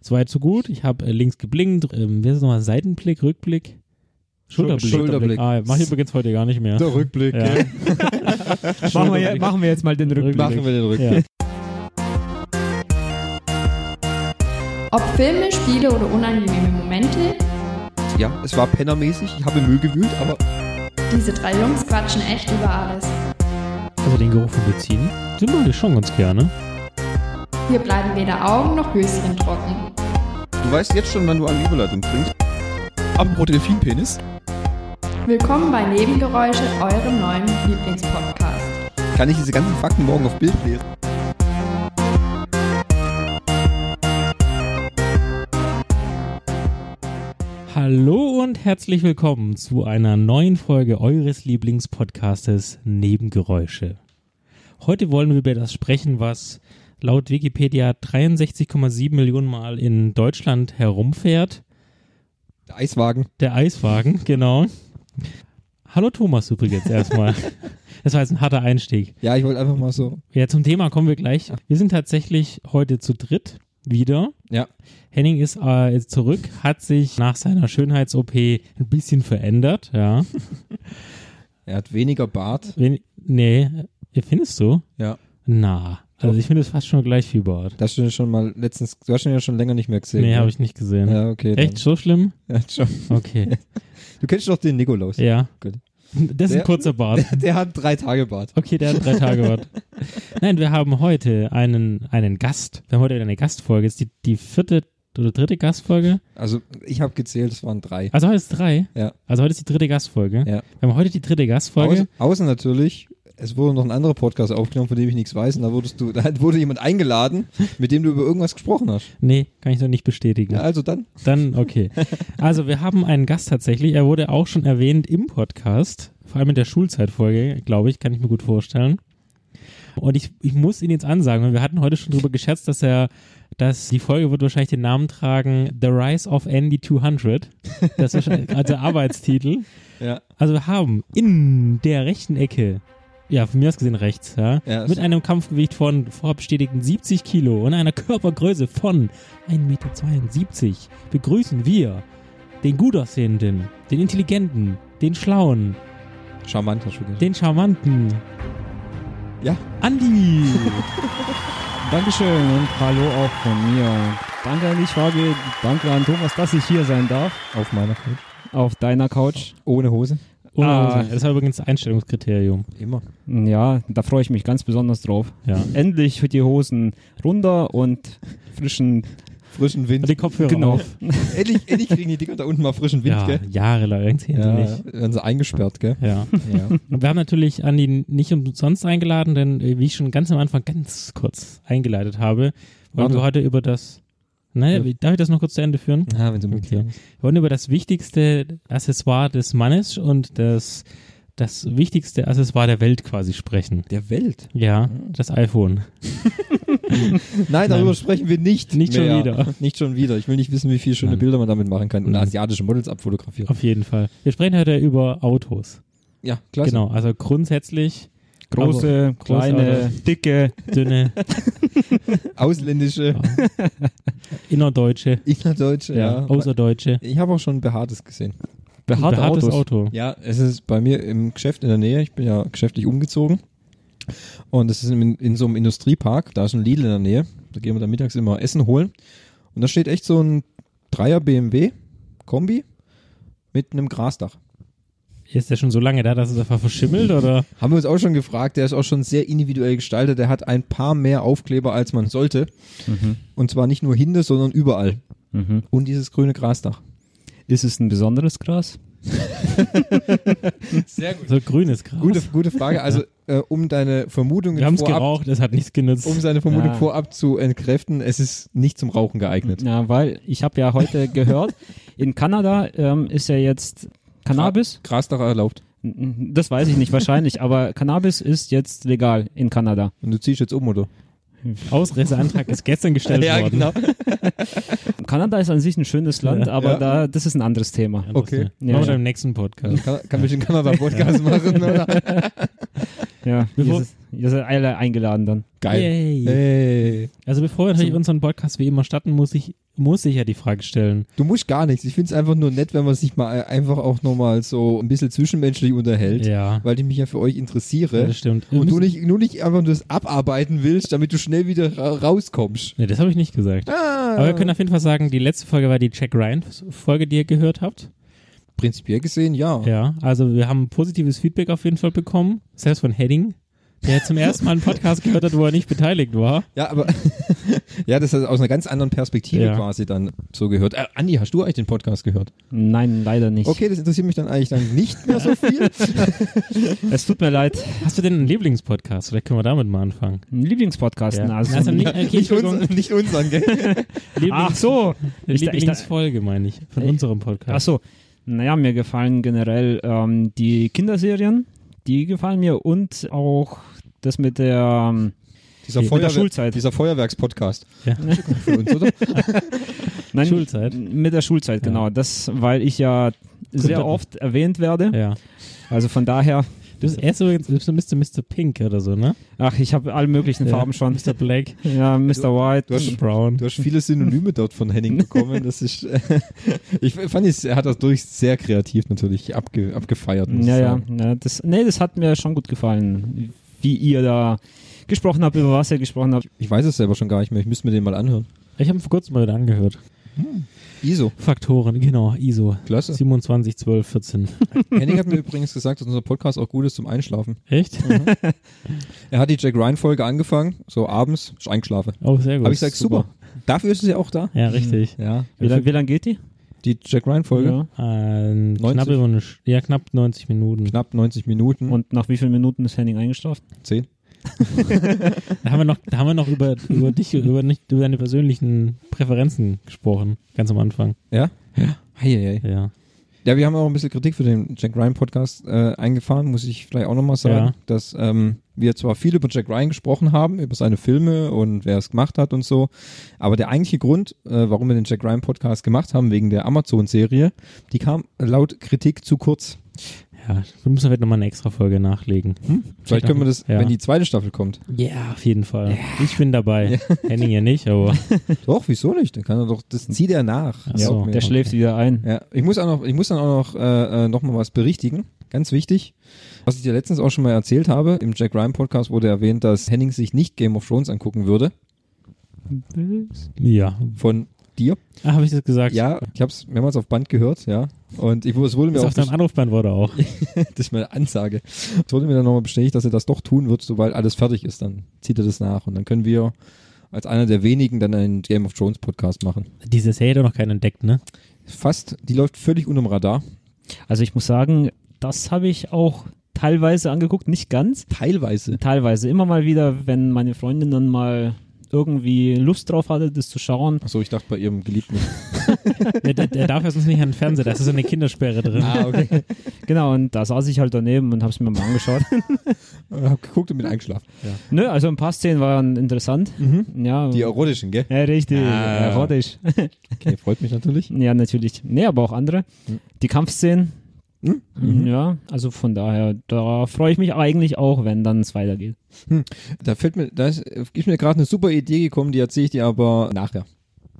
Soweit so gut. Ich habe äh, links geblinkt. Ähm, wie heißt es nochmal? Seitenblick, Rückblick? Schulterblick. Schulterblick. Ah, mach ich übrigens heute gar nicht mehr. Der Rückblick. Ja. gell? Machen wir, je- machen wir jetzt mal den Rückblick. Machen wir den Rückblick. Ja. Ob Filme, Spiele oder unangenehme Momente, Ja. es war pennermäßig. Ich habe Müll gewühlt, aber diese drei Jungs quatschen echt über alles. Also den Geruch von Benzin, den mag ich schon ganz gerne. Hier bleiben weder Augen noch Höschen trocken. du weißt jetzt schon, wann du eine Überleitung bringst. Apropos Delfinpenis. Willkommen bei Nebengeräusche, eurem neuen Lieblingspodcast. Kann ich diese ganzen Fakten morgen auf Bild lesen? Hallo und herzlich willkommen zu einer neuen Folge eures Lieblingspodcastes Nebengeräusche. Heute wollen wir über das sprechen, was laut Wikipedia 63,7 Millionen Mal in Deutschland herumfährt. Der Eiswagen. Der Eiswagen, genau. Hallo Thomas übrigens erstmal. Das war jetzt ein harter Einstieg. Ja, ich wollte einfach mal so. Ja, zum Thema kommen wir gleich. Wir sind tatsächlich heute zu dritt wieder. Ja. Henning ist äh, jetzt zurück, hat sich nach seiner Schönheits-OP ein bisschen verändert, ja. Er hat weniger Bart. Wenn, nee, äh, findest du? Ja. Na, also ich finde es fast schon gleich viel Bart. Das hast du schon mal letztens. Du hast ihn ja schon länger nicht mehr gesehen. Nee, ne? habe ich nicht gesehen. Ja, okay. Echt so schlimm? Dann. Ja, schon. Okay, Du kennst doch den Nikolaus. ja. Gut. Das ist Der- ein kurzer Bart. Der, der hat drei Tage Bart. Okay, der hat drei Tage Bart. Nein, wir haben heute einen, einen Gast. Wir haben heute wieder eine Gastfolge. Ist die, die vierte oder dritte Gastfolge? Also, ich habe gezählt, es waren drei. Also heute ist drei. Ja. Also heute ist die dritte Gastfolge. Ja. Wir haben heute die dritte Gastfolge. Außen, außen natürlich, es wurde noch ein anderer Podcast aufgenommen, von dem ich nichts weiß, und da wurdest du, da wurde jemand eingeladen, mit dem du über irgendwas gesprochen hast. Nee, kann ich so nicht bestätigen. Ja, also dann. Dann, okay. Also wir haben einen Gast tatsächlich. Er wurde auch schon erwähnt im Podcast. Vor allem in der Schulzeitfolge, glaube ich, kann ich mir gut vorstellen. Und ich, ich muss ihn jetzt ansagen, weil wir hatten heute schon drüber gescherzt, dass er, dass die Folge wird wahrscheinlich den Namen tragen The Rise of Andy 200. Das ist wahrscheinlich- also Arbeitstitel. Ja. Also wir haben in der rechten Ecke, ja, von mir aus gesehen rechts, ja, Ja, mit so. einem Kampfgewicht von vorab bestätigten 70 Kilo und einer Körpergröße von 1,72 Meter begrüßen wir den gut aussehenden, den intelligenten, den schlauen, Charmant hast du gesagt. den charmanten Ja. Andi. Dankeschön und hallo auch von mir. Danke an die Frage, danke an Thomas, dass ich hier sein darf. Auf meiner Couch. Auf deiner Couch. Ohne Hose. Ohne Ah. Hose. Das war übrigens ein Einstellungskriterium. Immer. Ja, da freue ich mich ganz besonders drauf. Ja. Also Endlich für die Hosen runter und frischen. Frischen Wind. Die Kopfhörer Genau. auf. endlich, endlich kriegen die Dinger da unten mal frischen Wind, Ja, gell? jahrelang irgendwie nicht. ja. Werden sie eingesperrt, gell? Ja. Ja. Und wir haben natürlich Andi nicht umsonst eingeladen, denn äh, wie ich schon ganz am Anfang ganz kurz eingeleitet habe, wollen Warte. wir heute über das. Naja, Ja. Mhm. darf ich das noch kurz zu Ende führen? Ja, wenn sie mit Okay. Wir wollen über das wichtigste Accessoire des Mannes und das, das wichtigste Accessoire der Welt quasi sprechen. Der Welt. Ja, das iPhone. Nein, darüber sprechen wir nicht. Nicht schon mehr. wieder. Nicht schon wieder. Ich will nicht wissen, wie viele schöne Nein. Bilder man damit machen kann und Mhm. asiatische Models abfotografieren. Auf jeden Fall. Wir sprechen heute über Autos. Ja, klasse. Genau, also grundsätzlich Große, kleine, dicke. dünne, Ausländische, innerdeutsche, innerdeutsche, ja. außerdeutsche. Ich habe auch schon Behaartes gesehen. Behaarte Behaartes Autos. Auto. Ja, es ist bei mir im Geschäft in der Nähe. Ich bin ja geschäftlich umgezogen. Und es ist in, in so einem Industriepark. Da ist ein Lidl in der Nähe. Da gehen wir dann mittags immer Essen holen. Und da steht echt so ein Dreier BMW Kombi mit einem Grasdach. Ist der schon so lange da, dass es einfach verschimmelt oder? Haben wir uns auch schon gefragt. Der ist auch schon sehr individuell gestaltet. Der hat ein paar mehr Aufkleber, als man sollte. Und zwar nicht nur Hinde, sondern überall. Mhm. Und dieses grüne Grasdach. Ist es ein besonderes Gras? Sehr gut. So grünes Gras. Gute, gute Frage. Also, äh, um deine Vermutungen Wir haben es vorab geraucht, es hat nichts genützt. um seine Vermutung Ja. Mhm. vorab zu entkräften, es ist nicht zum Rauchen geeignet. Ja, weil ich habe ja heute gehört, in Kanada ähm, ist ja jetzt Cannabis. Grasdach erlaubt. Das weiß ich nicht wahrscheinlich, aber Cannabis ist jetzt legal in Kanada. Und du ziehst jetzt um, oder? Ausreiseantrag ist gestern gestellt worden. genau. Kanada ist an sich ein schönes Land, Ja. aber Ja. da, das ist ein anderes Thema. Anderes Okay. Thema. Ja, ne? Machen wir ja. dann im nächsten Podcast. Kann, kann ich in Kanada Podcast machen, oder? Ja, Bevor, dieses- Ihr seid alle eingeladen dann. Geil. Yay. Hey. Also bevor wir natürlich unseren Podcast wie immer starten, muss ich, muss ich ja die Frage stellen. Du musst gar nichts. Ich finde es einfach nur nett, wenn man sich mal einfach auch nochmal so ein bisschen zwischenmenschlich unterhält, Ja, weil ich mich ja für euch ja interessiere. das stimmt. Wir und Oh, du müssen- nicht, nur nicht einfach nur das abarbeiten willst, damit du schnell wieder ra rauskommst. Nee, das habe ich nicht gesagt. Ah. Aber wir können auf jeden Fall sagen, die letzte Folge war die Jack Ryan-Folge, die ihr gehört habt. prinzipiell gesehen, ja. Ja, also wir haben positives Feedback auf jeden Fall bekommen, selbst von Heading, der zum ersten Mal einen Podcast gehört hat, wo er nicht beteiligt war. Ja, aber ja, das ist aus einer ganz anderen Perspektive Ja. quasi dann so gehört. Äh, Andi, hast du eigentlich den Podcast gehört? Nein, leider nicht. Okay, das interessiert mich dann eigentlich dann nicht mehr so viel. Es tut mir leid. Hast du denn einen Lieblingspodcast? Vielleicht können wir damit mal anfangen. Ein Lieblingspodcast. Ja. na, Also, Also nicht, okay, nicht, Entschuldigung, uns, nicht unseren, gell? Ach Lieblings, so. Ich, ich, ich, Lieblingsfolge meine ich, von unserem ach Podcast. so. Naja, mir gefallen generell ähm, die Kinderserien. Die gefallen mir und auch das mit der, ähm, Dieser, mit der Schulzeit. dieser Feuerwerks-Podcast Ja. für uns, oder? Nein, Schulzeit. Mit der Schulzeit, Ja. genau. Das, weil ich ja sehr oft erwähnt werde. Ja. Also von daher, Du bist erst übrigens, du bist Mr. Mr. Pink oder so, ne? ach, ich habe alle möglichen Farben schon. Mr. Black, Ja, Mr. White. Du hast, Brown. du hast viele Synonyme dort von Henning bekommen. Das ist, äh, ich fand, es- er hat das durch sehr kreativ natürlich abge, abgefeiert. muss ich Ja, ja, sagen. ja. Das, nee, das hat mir schon gut gefallen, wie ihr da gesprochen habt, über was ihr gesprochen habt. Ich weiß es selber schon gar nicht mehr. Ich müsste mir den mal anhören. Ich habe ihn vor kurzem mal wieder angehört. ISO, Faktoren, genau, ISO. klasse. 27, 12, 14. Henning hat mir übrigens gesagt, dass unser Podcast auch gut ist zum Einschlafen. Echt? Er hat die Jack Ryan-Folge angefangen, so abends, ist eingeschlafen. Oh, sehr gut. Habe ich gesagt, super. Dafür ist es ja auch da. Ja, richtig. Ja. Wie lange wie lang geht die? Die Jack Ryan-Folge, Ja. Ähm, 90? knapp über eine, Sch- ja, knapp 90 Minuten. knapp 90 Minuten. Und nach wie vielen Minuten ist Henning eingeschlafen? 10. Da haben wir noch, da haben wir noch über, über dich, über, nicht, über deine persönlichen Präferenzen gesprochen. Ganz am Anfang. Ja? Ja. Heieiei. Ja. Ja, wir haben auch ein bisschen Kritik für den Jack Ryan Podcast äh, eingefahren, muss ich vielleicht auch nochmal sagen, Ja. dass ähm, wir zwar viel über Jack Ryan gesprochen haben, über seine Filme und wer es gemacht hat und so, aber der eigentliche Grund, äh, warum wir den Jack Ryan Podcast gemacht haben, wegen der Amazon-Serie, die kam laut Kritik zu kurz. Ja. Wir müssen vielleicht nochmal eine extra Folge nachlegen. Vielleicht können wir das, Ja. wenn die zweite Staffel kommt. Ja, auf jeden Fall. Ich bin dabei. Henning ja nicht, aber Doch, wieso nicht? Dann kann er doch, das zieht er nach. Ach Glaub so. mir. Der schläft wieder ein. Ja, ich muss auch noch, ich muss dann auch noch, äh, äh, noch mal was berichtigen. Ganz wichtig, was ich dir letztens auch schon mal erzählt habe. Im Jack Ryan Podcast wurde erwähnt, dass Henning sich nicht Game of Thrones angucken würde. ja. Von dir? Ah, habe ich das gesagt? Ja, ich habe es mehrmals auf Band gehört, ja. Und ich, es wurde mir Ist auch, auf deinem Anrufbeantworter auch. das ist meine Ansage. Es wurde mir dann nochmal bestätigt, dass er das doch tun wird, sobald alles fertig ist. Dann zieht er das nach und dann können wir als einer der wenigen dann einen Game of Thrones Podcast machen. Diese Serie hat doch noch keiner entdeckt, ne? Fast, die läuft völlig unterm Radar. Also ich muss sagen, das habe ich auch teilweise angeguckt, nicht ganz. Teilweise. Teilweise. Immer mal wieder, wenn meine Freundin dann mal irgendwie Lust drauf hatte, das zu schauen. Achso, ich dachte bei ihrem Geliebten. Der, der, der darf ja sonst nicht an den Fernseher, da ist so eine Kindersperre drin. ah, okay. Genau, und da saß ich halt daneben und habe es mir mal angeschaut. Hab geguckt und bin eingeschlafen. Nö, also ein paar Szenen waren interessant. Ja, Die erotischen, gell? Mhm. ja richtig, Ah. erotisch. Okay, freut mich natürlich. Ja, natürlich. Nee, aber auch andere. Die Kampfszenen. Hm? Ja, also von daher, da freue ich mich eigentlich auch, wenn dann es weitergeht. Da fällt mir, da ist, ist mir gerade eine super Idee gekommen, die erzähle ich dir aber nachher,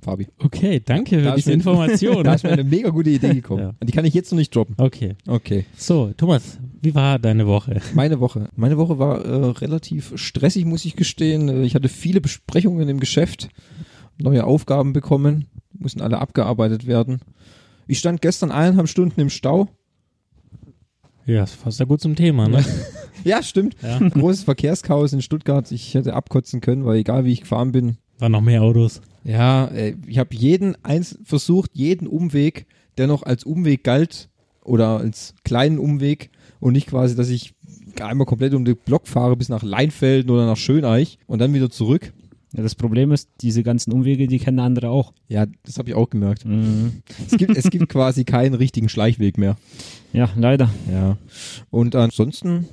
Fabi. Okay, danke für Da ist diese mir- Information. Da ist mir eine mega gute Idee gekommen. Ja. Und die kann ich jetzt noch nicht droppen. Okay. Okay. So, Thomas, wie war deine Woche? Meine Woche. Meine Woche war äh, relativ stressig, muss ich gestehen. Äh, Ich hatte viele Besprechungen im Geschäft, neue Aufgaben bekommen, mussten alle abgearbeitet werden. Ich stand gestern eineinhalb Stunden im Stau. Ja, das passt ja gut zum Thema, ne? Ja, stimmt. Ja. Großes Verkehrschaos in Stuttgart. Ich hätte abkotzen können, weil egal wie ich gefahren bin, Waren noch mehr Autos. Ja, äh, ich habe jeden eins versucht, jeden Umweg, der noch als Umweg galt oder als kleinen Umweg und nicht quasi, dass ich einmal komplett um den Block fahre bis nach Leinfelden oder nach Schöneich und dann wieder zurück. Ja, das Problem ist, diese ganzen Umwege, die kennen andere auch. Ja, das habe ich auch gemerkt. Mhm. Es gibt, es gibt quasi keinen richtigen Schleichweg mehr. Ja, leider. Ja. Und ansonsten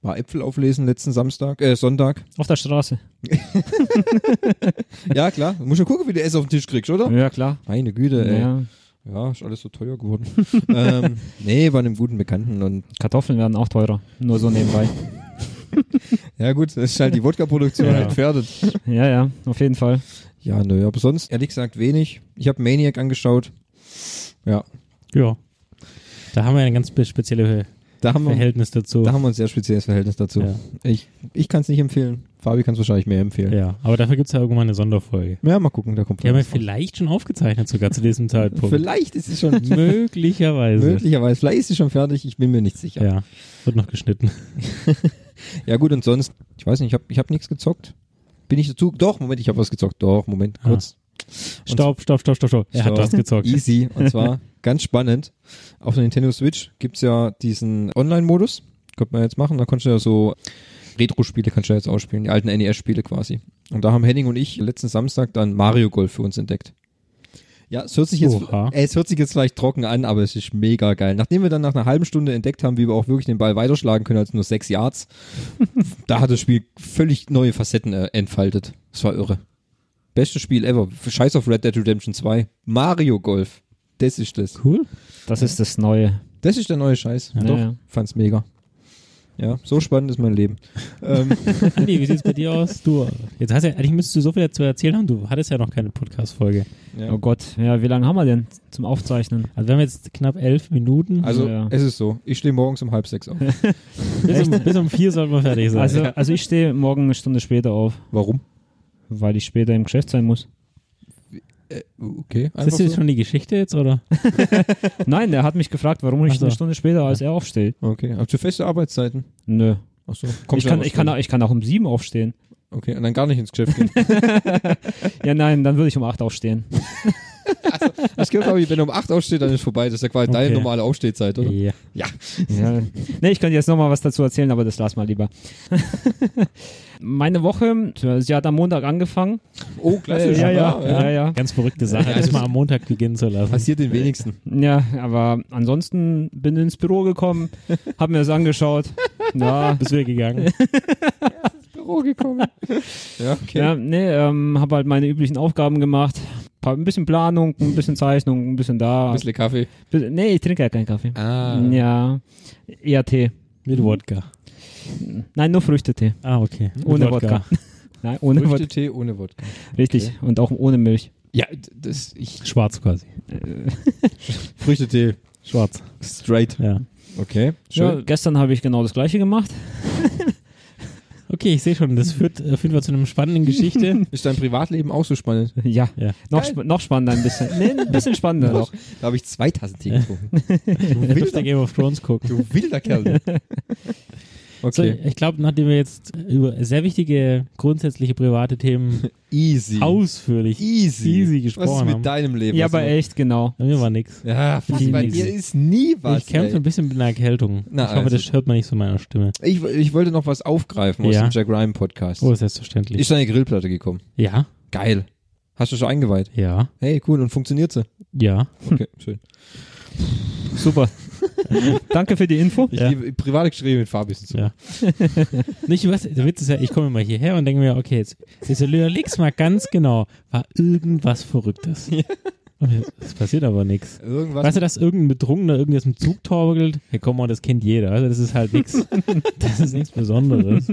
war Äpfel auflesen letzten Samstag, äh, Sonntag. Auf der Straße. Ja, klar. Muss ja gucken, wie du es auf den Tisch kriegst, oder? Ja, klar. Meine Güte, ey. Ja, Ja, ist alles so teuer geworden. ähm, nee, bei einem guten Bekannten und Kartoffeln werden auch teurer. Nur so nebenbei. Ja gut, das ist halt die Wodka-Produktion Ja. halt gefährdet. Ja, ja, auf jeden Fall. Ja, nö, aber sonst ehrlich gesagt wenig. Ich habe Maniac angeschaut. Ja, Ja. Da haben wir ein ganz spe- spezielles da haben wir, Verhältnis dazu. da haben wir ein sehr spezielles Verhältnis dazu. Ja. Ich, ich kann es nicht empfehlen. Fabi kann es wahrscheinlich mehr empfehlen. Ja. ja, aber dafür gibt es ja irgendwann eine Sonderfolge. mal gucken, da kommt Die haben wir was von. vielleicht schon aufgezeichnet, sogar zu diesem Zeitpunkt. Vielleicht ist es schon Möglicherweise. möglicherweise, vielleicht ist es schon fertig, ich bin mir nicht sicher. Ja, wird noch geschnitten. Ja gut, und sonst, ich weiß nicht, ich habe ich hab nichts gezockt. Bin ich dazu? Doch, Moment, ich habe was gezockt. Doch, Moment, Ah. kurz. Staub, Staub, Staub, Staub, Staub. Er hat Staub. was gezockt. Easy. Und zwar ganz spannend. Auf der Nintendo Switch gibt's ja diesen Online-Modus. Könnte man jetzt machen. Da konntest du ja so Retro-Spiele kannst du ja jetzt ausspielen, die alten NES-Spiele quasi. Und da haben Henning und ich letzten Samstag dann Mario Golf für uns entdeckt. Ja, es hört sich jetzt, äh, Oha. es hört sich jetzt vielleicht trocken an, aber es ist mega geil. Nachdem wir dann nach einer halben Stunde entdeckt haben, wie wir auch wirklich den Ball weiterschlagen können als nur sechs Yards, da hat das Spiel völlig neue Facetten äh, entfaltet. Das war irre. Bestes Spiel ever. Scheiß auf Red Dead Redemption 2. Mario Golf. Das ist das. Cool. Das ist das Neue. Das ist der neue Scheiß. Ja, Doch, ja. fand's mega. Ja, so spannend ist mein Leben. ähm, Andi, wie sieht's bei dir aus? Du, jetzt hast ja, eigentlich müsstest du so viel dazu erzählen haben, du hattest ja noch keine Podcast-Folge. ja. Oh Gott, ja, wie lange haben wir denn zum Aufzeichnen? Also wir haben jetzt knapp elf Minuten. Also Ja. es ist so, ich stehe morgens um halb sechs auf. bis, um, bis um vier sollten wir fertig sein. Also, also ich stehe morgen eine Stunde später auf, Warum? weil ich später im Geschäft sein muss. Okay, ist das einfach jetzt so. schon die Geschichte jetzt, oder? Nein, der hat mich gefragt, warum ich Ach so. eine Stunde später als er aufstehe. Okay, habt ihr feste Arbeitszeiten? Nö. Ach so, Ich du kann, aber ich, kann, später. auch- ich kann auch um sieben aufstehen. Okay, und dann gar nicht ins Geschäft gehen. Ja, nein, dann würde ich um acht aufstehen. Das gehört aber, wenn du um acht aufstehst, dann ist vorbei. Das ist ja quasi deine Okay. normale Aufstehzeit, oder? Ja. Ja. Nee, ich könnte jetzt nochmal was dazu erzählen, aber das lass mal lieber. Meine Woche, sie hat am Montag angefangen. Oh, klassisch. ja, ja, ja, ja. Ganz verrückte Sache, Ja, das das- mal am Montag beginnen zu lassen. Passiert den wenigsten. Ja, aber ansonsten bin ins Büro gekommen, hab mir das angeschaut. Ja, Bis wir gegangen. Büro gekommen. ja, okay. ja nee, ähm, hab halt meine üblichen Aufgaben gemacht. Hab Ein bisschen Planung, ein bisschen Zeichnung, ein bisschen da. Ein bisschen Kaffee. Bis- Nee, ich trinke ja keinen Kaffee. Ah. Ja, eher Tee. Mit Wodka. Nein, nur Früchtetee. Mhm. Ah, okay. Mit Ohne Wodka. Nein, ohne Wodka. Früchtetee ohne Wodka. Richtig. Und auch ohne Milch. Ja, d- das, ich. Schwarz quasi. Früchtetee. Schwarz. Straight. Ja. Okay, Ja, schön. gestern habe ich genau das gleiche gemacht. Okay, ich sehe schon, das führt äh, auf jeden Fall zu einer spannenden Geschichte. Ist dein Privatleben auch so spannend? Ja, Ja. Noch, sp noch spannender ein bisschen. Nee, ein bisschen spannender noch. Da habe ich zwei Tassen Tee getrunken. Du willst ja Game of Thrones gucken. Du wilder Kerl. So, Okay. ich glaube, nachdem wir jetzt über sehr wichtige, grundsätzliche private Themen Easy. ausführlich Easy. easy Was ist gesprochen mit haben, deinem Leben? Ja, Was aber ist mit- echt, genau. bei mir war nix. Ja, fast, Easy. bei dir ist nie was. ich kämpfe ein ey. bisschen mit einer Erkältung. Na, ich hoffe, also. das hört man nicht so in meiner Stimme. ich, ich wollte noch was aufgreifen aus Ja. dem Jack Ryan Podcast. Oh, selbstverständlich. Ist deine Grillplatte gekommen? ja, Geil. Hast du schon eingeweiht? ja, Hey, cool. Und funktioniert sie? ja. Hm. Okay, schön. Super. Danke für die Info. Ich Ja. liebe private Gespräche mit Fabi. sind so. Ja. Nicht, was, der Witz ist ja, ich komme mal hierher und denke mir, okay, jetzt, jetzt überleg's mal ganz genau. War irgendwas Verrücktes. Und jetzt- Es passiert aber nichts. Irgendwas. Weißt du, dass irgendein Betrunkener irgendwie aus dem Zug torkelt? Ja, komm mal, das kennt jeder. Also, das ist halt nichts. Das ist nichts Besonderes.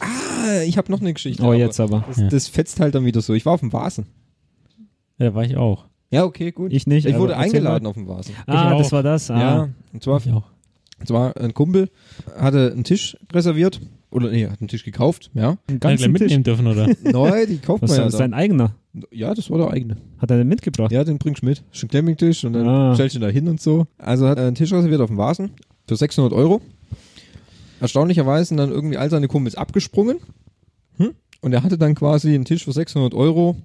Ah, ich habe noch eine Geschichte. Oh, aber jetzt aber. Das, das fetzt halt dann wieder so. Ich war auf dem Vasen. Ja, da war ich auch. Ja, okay, gut. Ich nicht. Ich wurde aber erzähl mal. eingeladen auf dem Vasen. Ah, Ich das auch. war das. Ah. Ja, und zwar Ich auch. Es war ein Kumpel, hatte einen Tisch reserviert. Oder nee, hat einen Tisch gekauft, ja. Einen Hätte ich ganzen Tisch. mitnehmen dürfen, oder? Neu, die kauft Was man ist ja. das? Sein eigener. dann. Ja, das war der eigene. Hat er den mitgebracht? Ja, den bringst du mit. Ist ein Campingtisch und dann Ah. stellst du ihn da hin und so. Also hat er einen Tisch reserviert auf dem Vasen für 600 Euro. Erstaunlicherweise sind dann irgendwie all seine Kumpels abgesprungen. Hm? Und er hatte dann quasi einen Tisch für 600 Euro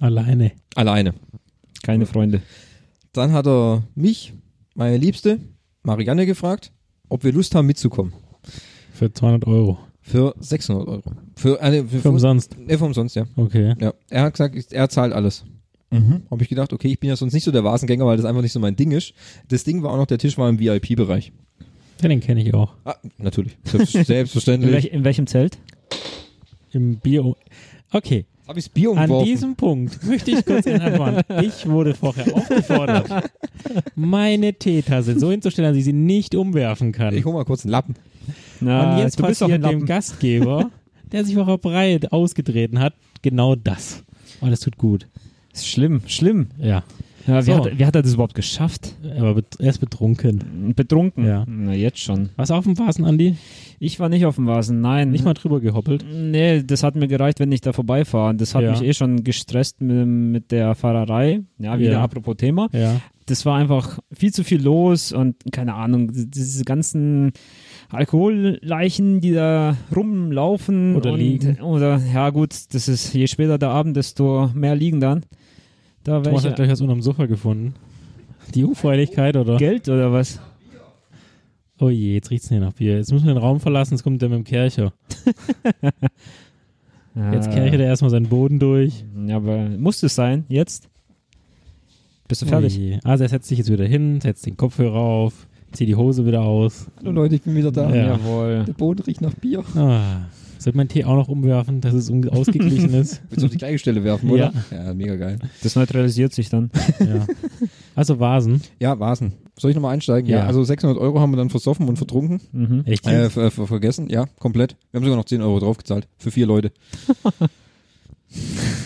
Alleine. alleine. Keine Freunde. Dann hat er mich, meine Liebste, Marianne gefragt, ob wir Lust haben mitzukommen. Für 200 Euro. Für 600 Euro. Für, äh, für, Für umsonst. Nee, für umsonst, ja. Okay. Ja, er hat gesagt, ich- er zahlt alles. Habe ich gedacht, okay, ich bin ja sonst nicht so der Vasengänger, weil das einfach nicht so mein Ding ist. Das Ding war auch noch, der Tisch war im VIP-Bereich. Den kenne ich auch. Ah, natürlich. Selbst- In, welch, Selbstverständlich. in welchem Zelt? Im Bier. Okay. Habe ich das Bier An umgeworfen? diesem Punkt möchte ich kurz einwandern. Ich wurde vorher aufgefordert, meine Teetasse so hinzustellen, dass ich sie nicht umwerfen kann. Ich hol mal kurz einen Lappen. Na, Und jetzt Ah, du bist doch passiert ein dem Lappen. Gastgeber, der sich auch breit ausgetreten hat, genau das. Oh, das tut gut. Ist schlimm, schlimm. Ja. Ja, wie, So. hat, wie hat er das überhaupt geschafft? Aber bet er ist betrunken. Betrunken. Ja. Na, jetzt schon. Was auf dem Vasen, Andi? Ich war nicht auf dem Vasen, nein. Nicht mal drüber gehoppelt. Nee, das hat mir gereicht, wenn ich da vorbeifahre. Und Das hat Ja. mich eh schon gestresst mit, mit der Fahrerei. Ja, wieder Ja. apropos Thema. Ja. Das war einfach viel zu viel los und keine Ahnung, diese ganzen Alkoholleichen, die da rumlaufen. Oder und, liegen. Oder, ja gut, das ist, je später der Abend, desto mehr liegen dann. Da Thomas welche hat gleich was unterm Sofa gefunden. Die Jungfräulichkeit, oder? Geld oder was? Oh je, jetzt riecht's hier nach Bier. Jetzt müssen wir den Raum verlassen, jetzt kommt der mit dem Kercher. Jetzt Ah. kerchert er erstmal seinen Boden durch. Äh, Ja, aber muss es sein, jetzt? Bist du fertig? Oh je. also er setzt sich jetzt wieder hin, setzt den Kopfhörer auf, zieht die Hose wieder aus. Hallo Leute, ich bin wieder da. Ja. Jawohl. Der Boden riecht nach Bier. Ah. Sollte man Tee auch noch umwerfen, dass es um- ausgeglichen ist? Willst du auf die gleiche Stelle werfen, Ja. oder? Ja, mega geil. Das neutralisiert sich dann. Ja. Also Vasen. Ja, Vasen. Soll ich nochmal einsteigen? Ja. Also 600 Euro haben wir dann versoffen und vertrunken. Mhm. Echt? Äh, ver ver vergessen, ja, komplett. Wir haben sogar noch 10 Euro draufgezahlt. Für vier Leute.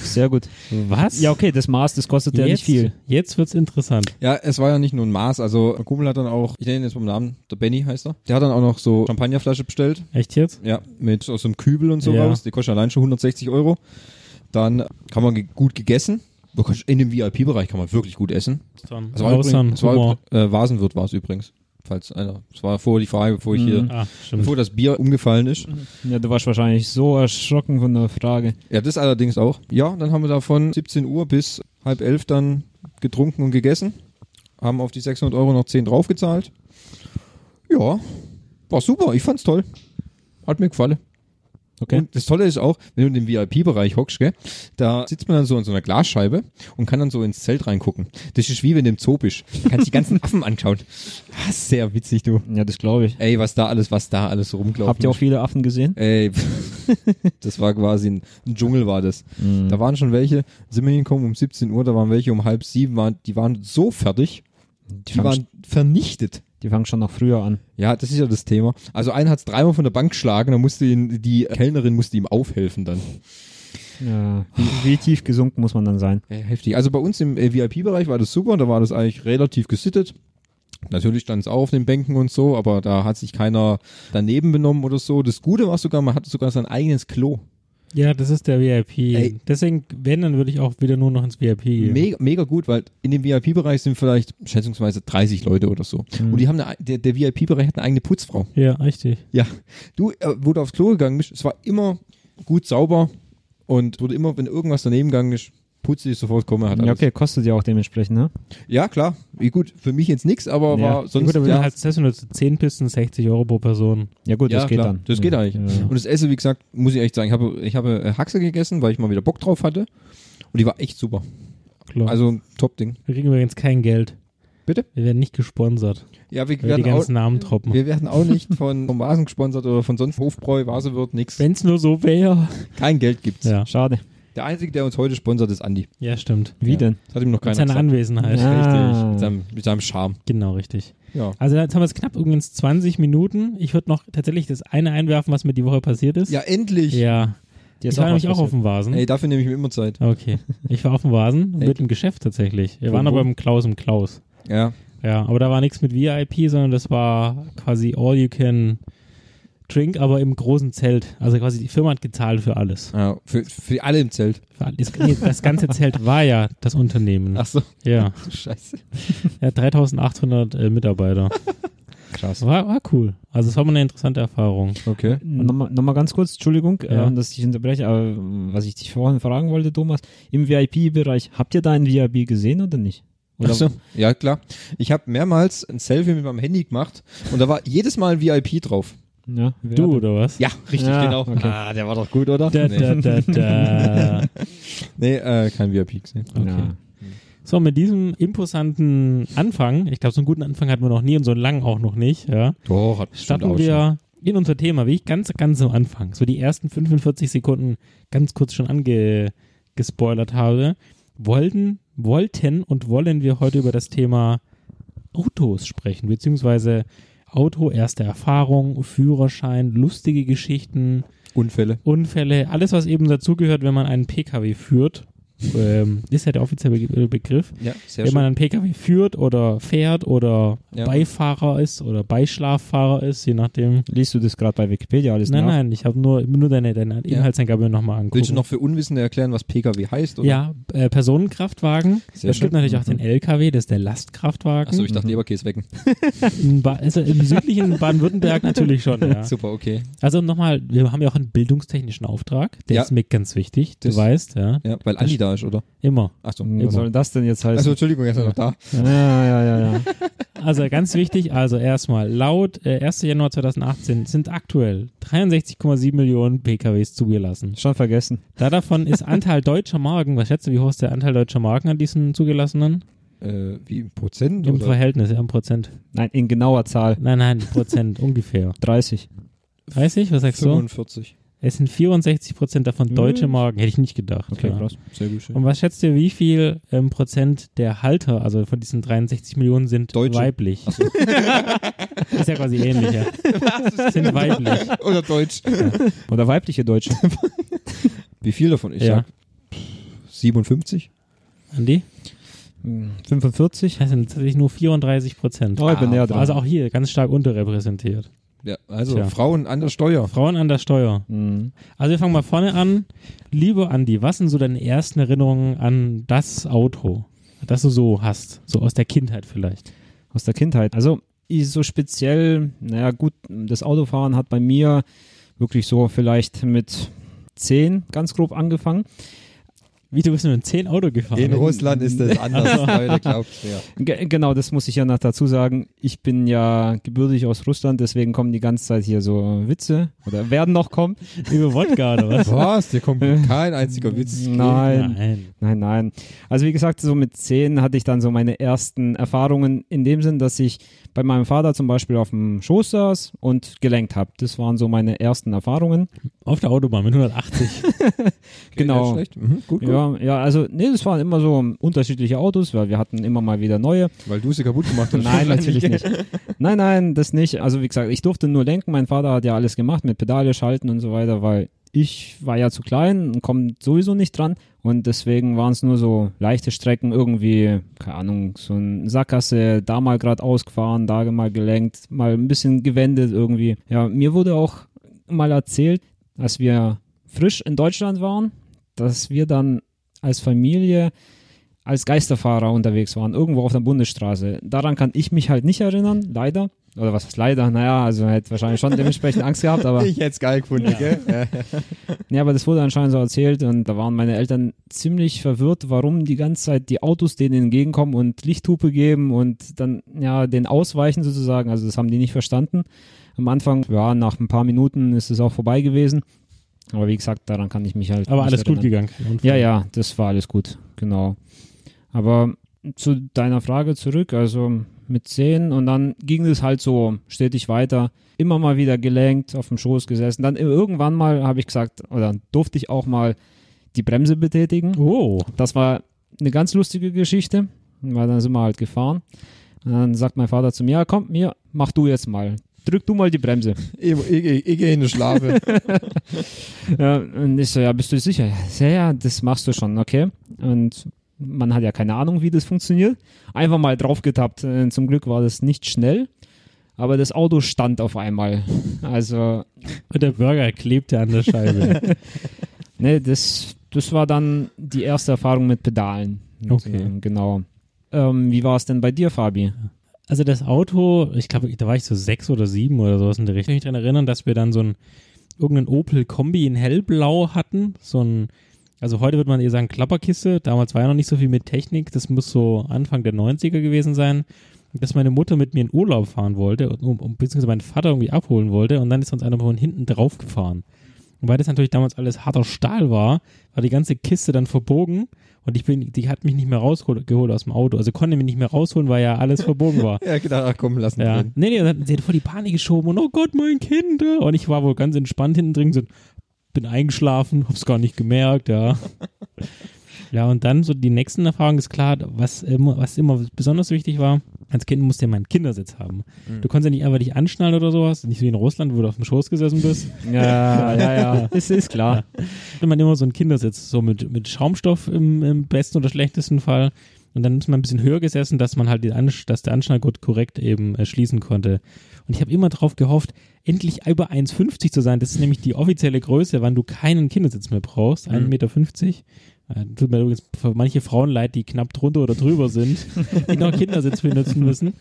Sehr gut. Was? Ja, okay, das Maß, das kostet ja jetzt, nicht viel. Jetzt wird's interessant. Ja, es war ja nicht nur ein Maß. Also, mein Kumpel hat dann auch, ich nenne ihn jetzt beim Namen, der Benny heißt er. Der hat dann auch noch so Champagnerflasche bestellt. Echt jetzt? Ja, mit aus einem Kübel und Ja. sowas. Die kosten allein schon 160 Euro. Dann kann man ge gut gegessen. Du kannst- In dem VIP-Bereich kann man wirklich gut essen. Es war, Austern, übrigens, es war Humor. äh, Vasenwirt war es übrigens. Falls einer. Es war vorher die Frage, bevor ich hier. Ah, stimmt. Bevor das Bier umgefallen ist. Mhm. Ja, du warst wahrscheinlich so erschrocken von der Frage. Ja, das allerdings auch. Ja, dann haben wir da von 17 Uhr bis halb elf dann getrunken und gegessen. Haben auf die 600 Euro noch 10 draufgezahlt. Ja, war super. Ich fand's toll. Hat mir gefallen. Okay. Und das Tolle ist auch, wenn du im VIP-Bereich hockst, gell, da sitzt man dann so an so einer Glasscheibe und kann dann so ins Zelt reingucken. Das ist wie wenn du im Zoo bist. Da kannst du die ganzen Affen anschauen. Ah, Sehr witzig, du. Ja, das glaube ich. Ey, was da alles, was da alles so rumgelaufen Habt ihr auch viele Affen gesehen? Ey, das war quasi ein, ein Dschungel war das. Mhm. Da waren schon welche, sind wir hingekommen um 17 Uhr, da waren welche um halb sieben, waren, die waren so fertig, Die, die fangen, waren vernichtet. die fangen schon noch früher an. Ja, das ist ja das Thema. Also einen hat's dreimal von der Bank geschlagen, da musste ihn, die Kellnerin musste ihm aufhelfen dann. Ja. Wie, wie tief gesunken muss man dann sein? Äh, Heftig. Also bei uns im äh, VIP-Bereich war das super, da war das eigentlich relativ gesittet. Natürlich stand es auch auf den Bänken und so, aber da hat sich keiner daneben benommen oder so. Das Gute war sogar, man hatte sogar sein eigenes Klo. Ja, das ist der VIP. Ey. Deswegen, wenn, dann würde ich auch wieder nur noch ins VIP gehen. Mega, mega gut, weil in dem VIP-Bereich sind vielleicht schätzungsweise 30 Leute oder so. Und die haben eine, der, der VIP-Bereich hat eine eigene Putzfrau. ja, richtig. Ja. Du, äh, wo du aufs Klo gegangen bist, es war immer gut sauber und wurde immer, wenn irgendwas daneben gegangen ist, putze ich sofort komme hat Ja, alles. okay, kostet ja auch dementsprechend, ne? ja, klar. Wie Gut, für mich jetzt nichts, aber Ja. war sonst. Gut, aber ja, dann halt, selbst wenn du zu 10 bist, sind 60 Euro pro Person. Ja gut, ja, das geht klar. dann. Das ja. geht eigentlich. Ja. Und das Essen, wie gesagt, muss ich echt sagen, ich habe, ich habe äh, Haxe gegessen, weil ich mal wieder Bock drauf hatte. Und die war echt super. Klar. Also ein Top-Ding. wir kriegen übrigens kein Geld. Bitte? Wir werden nicht gesponsert. Ja, wir Wenn wir die werden auch, ganzen Namen troppen. Wir werden auch nicht von, vom Vasen gesponsert oder von sonst Hofbräu, Vasewirt, nix. Wenn es nur so wäre. Kein Geld gibt's. Ja. Schade. Der Einzige, der uns heute sponsert, ist Andi. ja, stimmt. Wie Ja. denn? Das hat ihm noch Mit keiner seiner gesagt. Anwesenheit. Ja. Ah. Richtig, mit seinem, mit seinem Charme. Genau, richtig. Ja. Also jetzt haben wir es knapp übrigens 20 Minuten. Ich würde noch tatsächlich das eine einwerfen, was mir die Woche passiert ist. Ja, endlich. Ja. Dir ist ich war auch nämlich was auch auf dem Vasen. Ey, dafür nehme ich mir immer Zeit. Okay. Ich war auf dem Vasen Echt? mit dem Geschäft tatsächlich. Wir Wo- waren wo? aber im Klaus im Klaus. Ja. Ja, aber da war nichts mit VIP, sondern das war quasi all you can drink, aber im großen Zelt. Also quasi die Firma hat gezahlt für alles. ja für, für alle im Zelt. Für all- Das, nee, das ganze Zelt war ja das Unternehmen. Ach so. Ja. Scheiße. ja 3800 äh, Mitarbeiter. Krass. War, war cool. Also es war mal eine interessante Erfahrung. Okay. Und nochmal noch mal ganz kurz, Entschuldigung, Ja. ähm, dass ich unterbreche, aber ähm, was ich dich vorhin fragen wollte, Thomas, im VIP-Bereich, habt ihr da einen VIP gesehen oder nicht? Oder Ach so. Ja, klar. Ich habe mehrmals ein Selfie mit meinem Handy gemacht und da war jedes Mal ein VIP drauf. Ja, wer Du hat- oder was? Ja, richtig, Ja, genau. okay. Ah, der war doch gut, oder? Da, nee, da, da, da. nee äh, kein VIP gesehen. Okay. So, mit diesem imposanten Anfang, ich glaube, so einen guten Anfang hatten wir noch nie und so einen langen auch noch nicht, ja, Doch, hat bestimmt starten auch schon. wir in unser Thema, wie ich ganz, ganz am Anfang, so die ersten 45 Sekunden ganz kurz schon angespoilert habe, wollten, wollten und wollen wir heute über das Thema Autos sprechen, beziehungsweise Auto, erste Erfahrung, Führerschein, lustige Geschichten, Unfälle. Unfälle, alles, was eben dazugehört, wenn man einen Pkw führt, ähm, ist ja der offizielle Be- Begriff. Ja, sehr wenn man einen Pkw führt oder fährt oder Ja. Beifahrer ist oder Beischlaffahrer ist, je nachdem. Liest du das gerade bei Wikipedia alles Nein, nach? nein, ich habe nur, nur deine, deine Inhaltsangabe nochmal angeguckt. Willst du noch für Unwissende erklären, was PKW heißt? Oder? Ja, äh, Personenkraftwagen. Sehr es gibt schön. Mhm. natürlich auch den LKW, das ist der Lastkraftwagen. Achso, ich dachte Leberkäse wecken. In ba also Im südlichen Baden-Württemberg natürlich schon. Ja. Super, okay. Also nochmal, wir haben ja auch einen bildungstechnischen Auftrag. Der Ja. ist mir ganz wichtig, du Das- weißt, ja. Ja, weil Andi da ist, oder? Immer. Achso. Hm, Was soll denn das denn jetzt heißen? Also Entschuldigung, er ist ja noch da. ja, ja, ja, ja. Also ganz wichtig, also erstmal laut äh, 1. Januar 2018 sind aktuell 63,7 Millionen PKWs zugelassen. Schon vergessen. Da davon ist Anteil deutscher Marken, was schätzt du, wie hoch ist der Anteil deutscher Marken an diesen zugelassenen? Äh, wie im Prozent? Im Oder? Verhältnis, ja, im Prozent. Nein, in genauer Zahl. Nein, nein, Prozent ungefähr. 30. 30, was sagst du? 45. Es sind 64 Prozent davon Hm. deutsche Mhm. Marken, hätte ich nicht gedacht. ja. Sehr gut. Schön. Und was schätzt ihr, wie viel ähm, Prozent der Halter, also von diesen 63 Millionen, sind Deutsche. weiblich? ist ja quasi ähnlich, ja. Sind weiblich. Oder Deutsch. Oder weibliche Deutsche. Wie viel davon? Ich Ja. sag pff, 57. Andi? Hm, 45? Das sind tatsächlich nur 34 Prozent. Oh, ich bin näher dran. Also auch hier ganz stark unterrepräsentiert. Ja, also Tja. Frauen an der Steuer. Frauen an der Steuer. Mhm. Also wir fangen mal vorne an. Lieber Andi, was sind so deine ersten Erinnerungen an das Auto, das du so hast? So aus der Kindheit vielleicht. Aus der Kindheit. Also ich so speziell, naja gut, das Autofahren hat bei mir wirklich so vielleicht mit 10 ganz grob angefangen. Wie, du bist nur in 10 Auto gefahren? Russland ist das anders, Leute, glaubt's mir. Ge- genau, das muss ich ja noch dazu sagen. Ich bin ja gebürtig aus Russland, deswegen kommen die ganze Zeit hier so Witze oder werden noch kommen. Über Wodka oder was? Was? Dir kommt kein einziger Witz. Nein. Nein, nein. Also wie gesagt, so mit zehn hatte ich dann so meine ersten Erfahrungen in dem Sinn, dass ich bei meinem Vater zum Beispiel auf dem Schoß saß und gelenkt habe. Das waren so meine ersten Erfahrungen. Auf der Autobahn mit 180. Okay, genau. nicht Schlecht. Mhm, gut, gut. Ja, ja, also nee, das waren immer so unterschiedliche Autos, weil wir hatten immer mal wieder neue. Weil du sie kaputt gemacht hast. Nein, natürlich nicht. Nein, nein, das nicht. Also wie gesagt, ich durfte nur lenken. Mein Vater hat ja alles gemacht mit Pedale schalten und so weiter, weil ich war ja zu klein und komme sowieso nicht dran. Und deswegen waren es nur so leichte Strecken irgendwie, keine Ahnung, so eine Sackgasse, da mal gerade ausgefahren, da mal gelenkt, mal ein bisschen gewendet irgendwie. Ja, mir wurde auch mal erzählt, als wir frisch in Deutschland waren, dass wir dann als Familie als Geisterfahrer unterwegs waren, irgendwo auf der Bundesstraße. Daran kann ich mich halt nicht erinnern, leider. Oder was heißt leider? Naja, also hätte wahrscheinlich schon dementsprechend Angst gehabt, aber Ich hätte es geil gefunden, gell? Ja. ja, aber das wurde anscheinend so erzählt und da waren meine Eltern ziemlich verwirrt, warum die ganze Zeit die Autos denen entgegenkommen und Lichthupe geben und dann ja den ausweichen sozusagen. Also das haben die nicht verstanden. Am Anfang, ja, nach ein paar Minuten ist es auch vorbei gewesen. Aber wie gesagt, daran kann ich mich halt. Aber nicht alles gut erinnern. gegangen. kein Unfall. Ja, ja, das war alles gut, genau. Aber zu deiner Frage zurück, also mit 10 und dann ging es halt so stetig weiter, immer mal wieder gelenkt, auf dem Schoß gesessen. Dann irgendwann mal habe ich gesagt, oder durfte ich auch mal die Bremse betätigen. Oh, Das war eine ganz lustige Geschichte, weil dann sind wir halt gefahren. Und dann sagt mein Vater zu mir, ja, komm, mir, mach du jetzt mal. Drück du mal die Bremse. Ich, ich, ich, ich gehe in die Schlafe. Ja, und ich so, ja, bist du sicher? Ja, ja, das machst du schon, okay. Und man hat ja keine Ahnung, wie das funktioniert. Einfach mal draufgetappt. Äh, Zum Glück war das nicht schnell, aber das Auto stand auf einmal. Also, und der Burger klebte an der Scheibe. ne, das, das war dann die erste Erfahrung mit Pedalen. Und, Okay. ähm, genau. Ähm, wie war es denn bei dir, Fabi? also das Auto, ich glaube, da war ich so sechs oder sieben oder sowas in der Richtung. Ich kann mich daran erinnern, dass wir dann so ein irgendeinen Opel-Kombi in hellblau hatten. So ein, also heute würde man eher sagen Klapperkiste. Damals war ja noch nicht so viel mit Technik. Das muss so Anfang der 90er gewesen sein. Dass meine Mutter mit mir in Urlaub fahren wollte, um, um, beziehungsweise meinen Vater irgendwie abholen wollte. Und dann ist uns einer von hinten drauf gefahren. Und weil das natürlich damals alles harter Stahl war, war die ganze Kiste dann verbogen. Und ich bin, die hat mich nicht mehr rausgeholt geholt aus dem Auto. Also konnte mich nicht mehr rausholen, weil ja alles verbogen war. Er hat gedacht, genau. ach komm, lass ihn Ja. drin. Nee, nee, und dann- sie hat voll die Panik geschoben und oh Gott, mein Kind. äh. Und ich war wohl ganz entspannt hinten drin, so, bin eingeschlafen, hab's gar nicht gemerkt, ja. ja, und dann so die nächsten Erfahrungen ist klar, was immer, was immer besonders wichtig war, als Kind musst du ja mal einen Kindersitz haben. Du konntest ja nicht einfach dich anschnallen oder sowas, nicht wie in Russland, wo du auf dem Schoß gesessen bist. Ja, ja, ja. Es ist klar. Hatte man immer so einen Kindersitz, so mit, mit Schaumstoff im, im besten oder schlechtesten Fall. Und dann ist man ein bisschen höher gesessen, dass man halt den Ansch dass der Anschnallgurt korrekt eben äh, schließen konnte. Und ich habe immer darauf gehofft, endlich über 1,50 zu sein. Das ist nämlich die offizielle Größe, wann du keinen Kindersitz mehr Mhm. brauchst, 1,50 Meter. Äh, Tut mir übrigens für manche Frauen leid, die knapp drunter oder drüber sind, die noch einen Kindersitz benutzen müssen.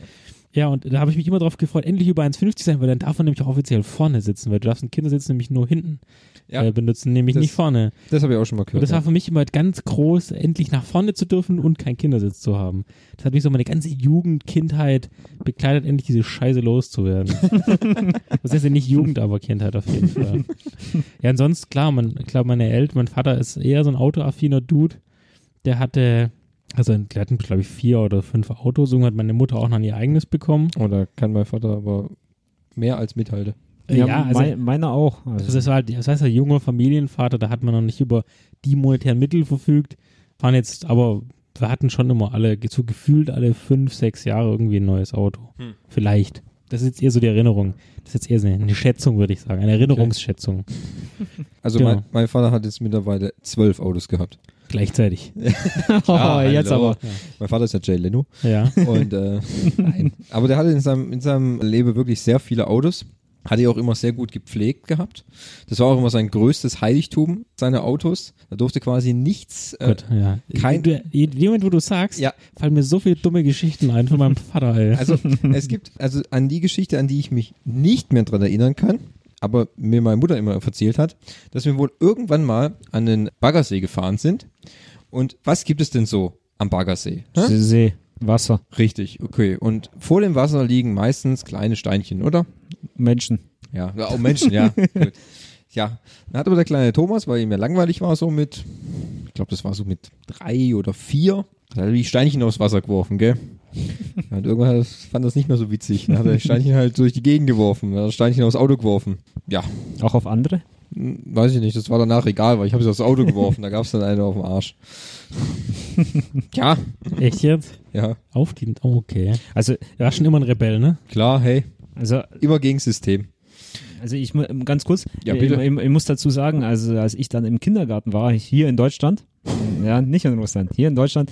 Ja, und da habe ich mich immer darauf gefreut, endlich über 1,50 sein, weil dann darf man nämlich auch offiziell vorne sitzen, weil du darfst einen Kindersitz nämlich nur hinten Ja. äh, benutzen, nämlich Das- nicht vorne. Das habe ich auch schon mal Und gehört. das ja. war für mich immer halt ganz groß, endlich nach vorne zu dürfen und keinen Kindersitz zu haben. Das hat mich so meine ganze Jugend, Kindheit begleitet, endlich diese Scheiße loszuwerden. das heißt ja nicht Jugend, aber Kindheit auf jeden Fall. Ja, ansonsten, klar, man, klar, meine Eltern, mein Vater ist eher so ein autoaffiner Dude. Der hatte, also der hatten, glaube ich, vier oder fünf Autos. Irgendwann hat meine Mutter auch noch ihr eigenes bekommen. Oder kann mein Vater aber mehr als mithalten. Ja, mei- meine auch. Also, Also es war halt, das heißt, ein junger Familienvater, da hat man noch nicht über die monetären Mittel verfügt. Waren jetzt, aber wir hatten schon immer alle, so gefühlt alle fünf, sechs Jahre irgendwie ein neues Auto. Hm. Vielleicht. Das ist jetzt eher so die Erinnerung. Das ist jetzt eher so eine Schätzung, würde ich sagen. Eine Erinnerungsschätzung. Also Genau. mein, mein Vater hat jetzt mittlerweile zwölf Autos gehabt. Gleichzeitig. oh, jetzt Ah, hallo. aber. Mein Vater ist ja Jay Leno. Ja. Und, äh, nein. Aber der hatte in seinem, in seinem Leben wirklich sehr viele Autos. Hat er auch immer sehr gut gepflegt gehabt. Das war auch immer sein größtes Heiligtum, seine Autos. Da durfte quasi nichts. Äh, Gut, ja. kein- du, in dem Moment, wo du sagst, Ja. fallen mir so viele dumme Geschichten ein von meinem Vater, ey. also es gibt, also an die Geschichte, an die ich mich nicht mehr dran erinnern kann, aber mir meine Mutter immer erzählt hat, dass wir wohl irgendwann mal an den Baggersee gefahren sind. Und was gibt es denn so am Baggersee? Hä? See, See, Wasser, Richtig, okay. Und vor dem Wasser liegen meistens kleine Steinchen, oder? Menschen. Ja, ja, auch Menschen, ja. Gut. Ja, dann hat aber der kleine Thomas, weil ihm ja langweilig war, so mit, ich glaube, das war so mit drei oder vier, hat er die Steinchen aufs Wasser geworfen, gell? Ja, und irgendwann hat er- fand er das nicht mehr so witzig. Dann hat er die Steinchen halt durch die Gegend geworfen, dann hat er Steinchen aufs Auto geworfen. Ja, Auch auf andere? hm, weiß ich nicht, das war danach egal, weil ich habe sie aufs Auto geworfen, da gab es dann eine auf dem Arsch. Ja, Echt jetzt? ja, Auf die, oh, okay. Also, Er war schon immer ein Rebell, ne? klar, hey, also immer gegen System. Also ich mu- ganz kurz, Ja, ich, bitte. ich, ich muss dazu sagen, also als ich dann im Kindergarten war, ich hier in Deutschland, ja, nicht in Russland, hier in Deutschland,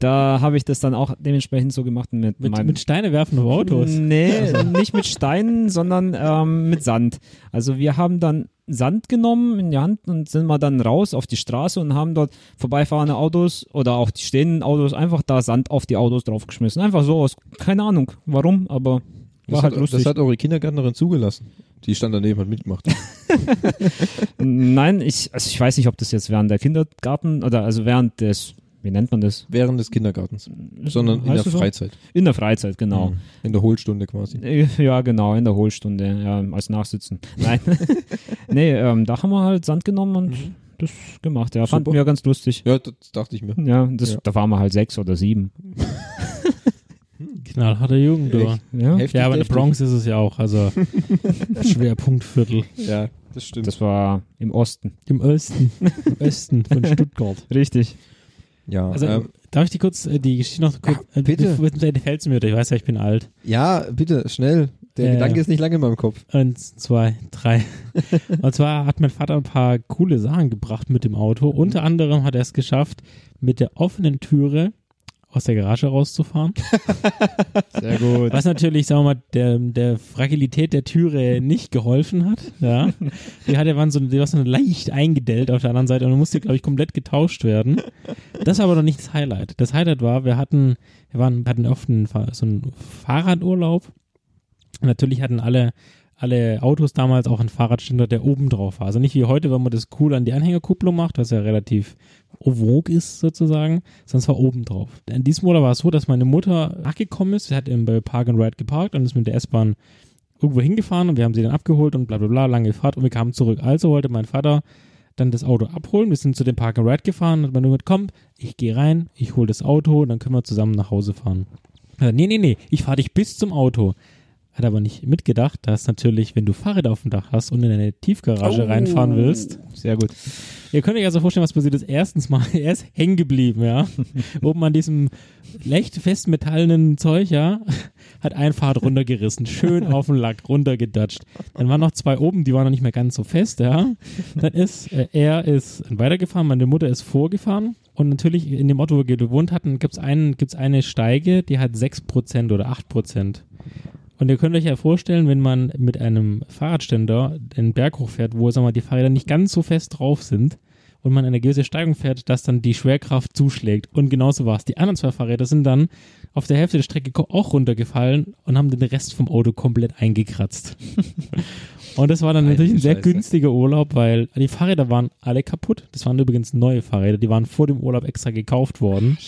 da habe ich das dann auch dementsprechend so gemacht mit, Mit, meinem mit Steine werfen auf Autos. Hm. Nee, nicht mit Steinen, sondern ähm, mit Sand. Also wir haben dann Sand genommen in die Hand und sind mal dann raus auf die Straße und haben dort vorbeifahrende Autos oder auch die stehenden Autos einfach da Sand auf die Autos draufgeschmissen. Einfach so aus, keine Ahnung warum, aber war das, halt hat, lustig. das hat eure Kindergärtnerin zugelassen. Die stand daneben und mitgemacht. Nein, ich, also ich weiß nicht, ob das jetzt während der Kindergarten oder also während des, wie nennt man das? Während des Kindergartens, sondern in Heißt der es so? Freizeit. Mhm. In der Freizeit, genau. Mhm. In der Hohlstunde quasi. Äh, Ja, genau, in der Hohlstunde, ja, als Nachsitzen. Nein. nee, ähm, da haben wir halt Sand genommen und Mhm. das gemacht. Ja, fanden Super. wir ganz lustig. Ja, das dachte ich mir. Ja, das, Ja. da waren wir halt sechs oder sieben. Knallharter Jugend, du. Echt? Ja, Heftig, ja, aber in der deftig. Bronx ist es ja auch, also Schwerpunktviertel. Ja, das stimmt. das war im Osten. Im Osten. Im Osten von Stuttgart. Richtig. ja, Also, ähm, darf ich die kurz, äh, die Geschichte noch kurz, Ja, bitte. Äh, bevor- dann fällt's mir wieder, ich weiß ja, ich bin alt. ja, bitte, schnell. Der Äh, Gedanke ist nicht lange in meinem Kopf. Eins, zwei, drei. Und zwar hat mein Vater ein paar coole Sachen gebracht mit dem Auto. Mhm. Unter anderem hat er es geschafft, mit der offenen Türe aus der Garage rauszufahren. Sehr gut. Was natürlich, sagen wir mal, der, der Fragilität der Türe nicht geholfen hat. Ja. Die hatte waren so, die war so leicht eingedellt auf der anderen Seite und musste, glaube ich, komplett getauscht werden. Das war aber noch nicht das Highlight. Das Highlight war, wir hatten, wir waren, hatten oft einen, Fa- so einen Fahrradurlaub. Und natürlich hatten alle, alle Autos damals auch einen Fahrradständer, der oben drauf war. Also nicht wie heute, wenn man das cool an die Anhängerkupplung macht, was ja relativ ovog ist sozusagen, sonst war oben drauf. In diesem Monat war es so, dass meine Mutter nachgekommen ist, sie hat im bei Park and Ride geparkt und ist mit der S-Bahn irgendwo hingefahren und wir haben sie dann abgeholt und bla bla bla, lange Fahrt und wir kamen zurück. Also wollte mein Vater dann das Auto abholen, wir sind zu dem Park and Ride gefahren und hat meine Mutter gesagt, komm, ich gehe rein, ich hole das Auto und dann können wir zusammen nach Hause fahren. Er sagt, Nee, nee, nee, ich fahre dich bis zum Auto. Hat aber nicht mitgedacht, dass natürlich, wenn du Fahrräder auf dem Dach hast und in eine Tiefgarage Oh. reinfahren willst. Sehr gut. Ihr könnt euch also vorstellen, was passiert ist. Erstens mal, er ist hängen geblieben, ja. Oben an diesem leicht festmetallenen Zeug, ja, hat ein Fahrrad runtergerissen. Schön auf den Lack runtergedatscht. Dann waren noch zwei oben, die waren noch nicht mehr ganz so fest, ja. Dann ist, äh, er ist weitergefahren, meine Mutter ist vorgefahren. Und natürlich in dem Ort, wo wir gewohnt hatten, gibt es einen, gibt's eine Steige, die hat 6% oder 8%. Und ihr könnt euch ja vorstellen, wenn man mit einem Fahrradständer den Berg hochfährt, wo sagen wir, mal, die Fahrräder nicht ganz so fest drauf sind und man eine gewisse Steigung fährt, dass dann die Schwerkraft zuschlägt. Und genauso war es. Die anderen zwei Fahrräder sind dann auf der Hälfte der Strecke ko- auch runtergefallen und haben den Rest vom Auto komplett eingekratzt. und das war dann Alter natürlich ein sehr Scheiße. günstiger Urlaub, weil die Fahrräder waren alle kaputt. Das waren übrigens neue Fahrräder, die waren vor dem Urlaub extra gekauft worden.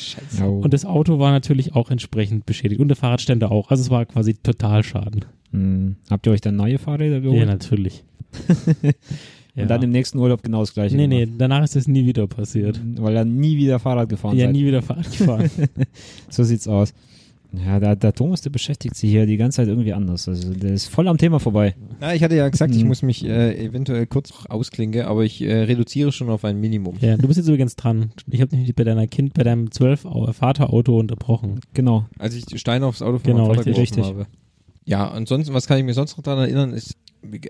Oh. Und das Auto war natürlich auch entsprechend beschädigt und der Fahrradständer auch. Also es war quasi Totalschaden. Hm. Habt ihr euch dann neue Fahrräder geholt? Ja, natürlich. ja. Und dann im nächsten Urlaub genau das gleiche. nee, nee, gemacht? danach ist das nie wieder passiert. Weil dann nie wieder Fahrrad gefahren Ja, seid. nie wieder Fahrrad gefahren. So sieht's aus. Ja, der, der Thomas, der beschäftigt sich hier die ganze Zeit irgendwie anders. Also der ist voll am Thema vorbei. Na, ich hatte ja gesagt, ich Mhm. Hm. muss mich äh, eventuell kurz noch ausklinke, aber ich äh, reduziere schon auf ein Minimum. ja, du bist jetzt übrigens dran. Ich habe nämlich bei deiner Kind, bei deinem 12 Au- Vaterauto unterbrochen. Genau. Als ich Steine aufs Auto von Genau, meinem Vater richtig, geworfen habe. Ja, ansonsten, was kann ich mir sonst noch daran erinnern? Ist,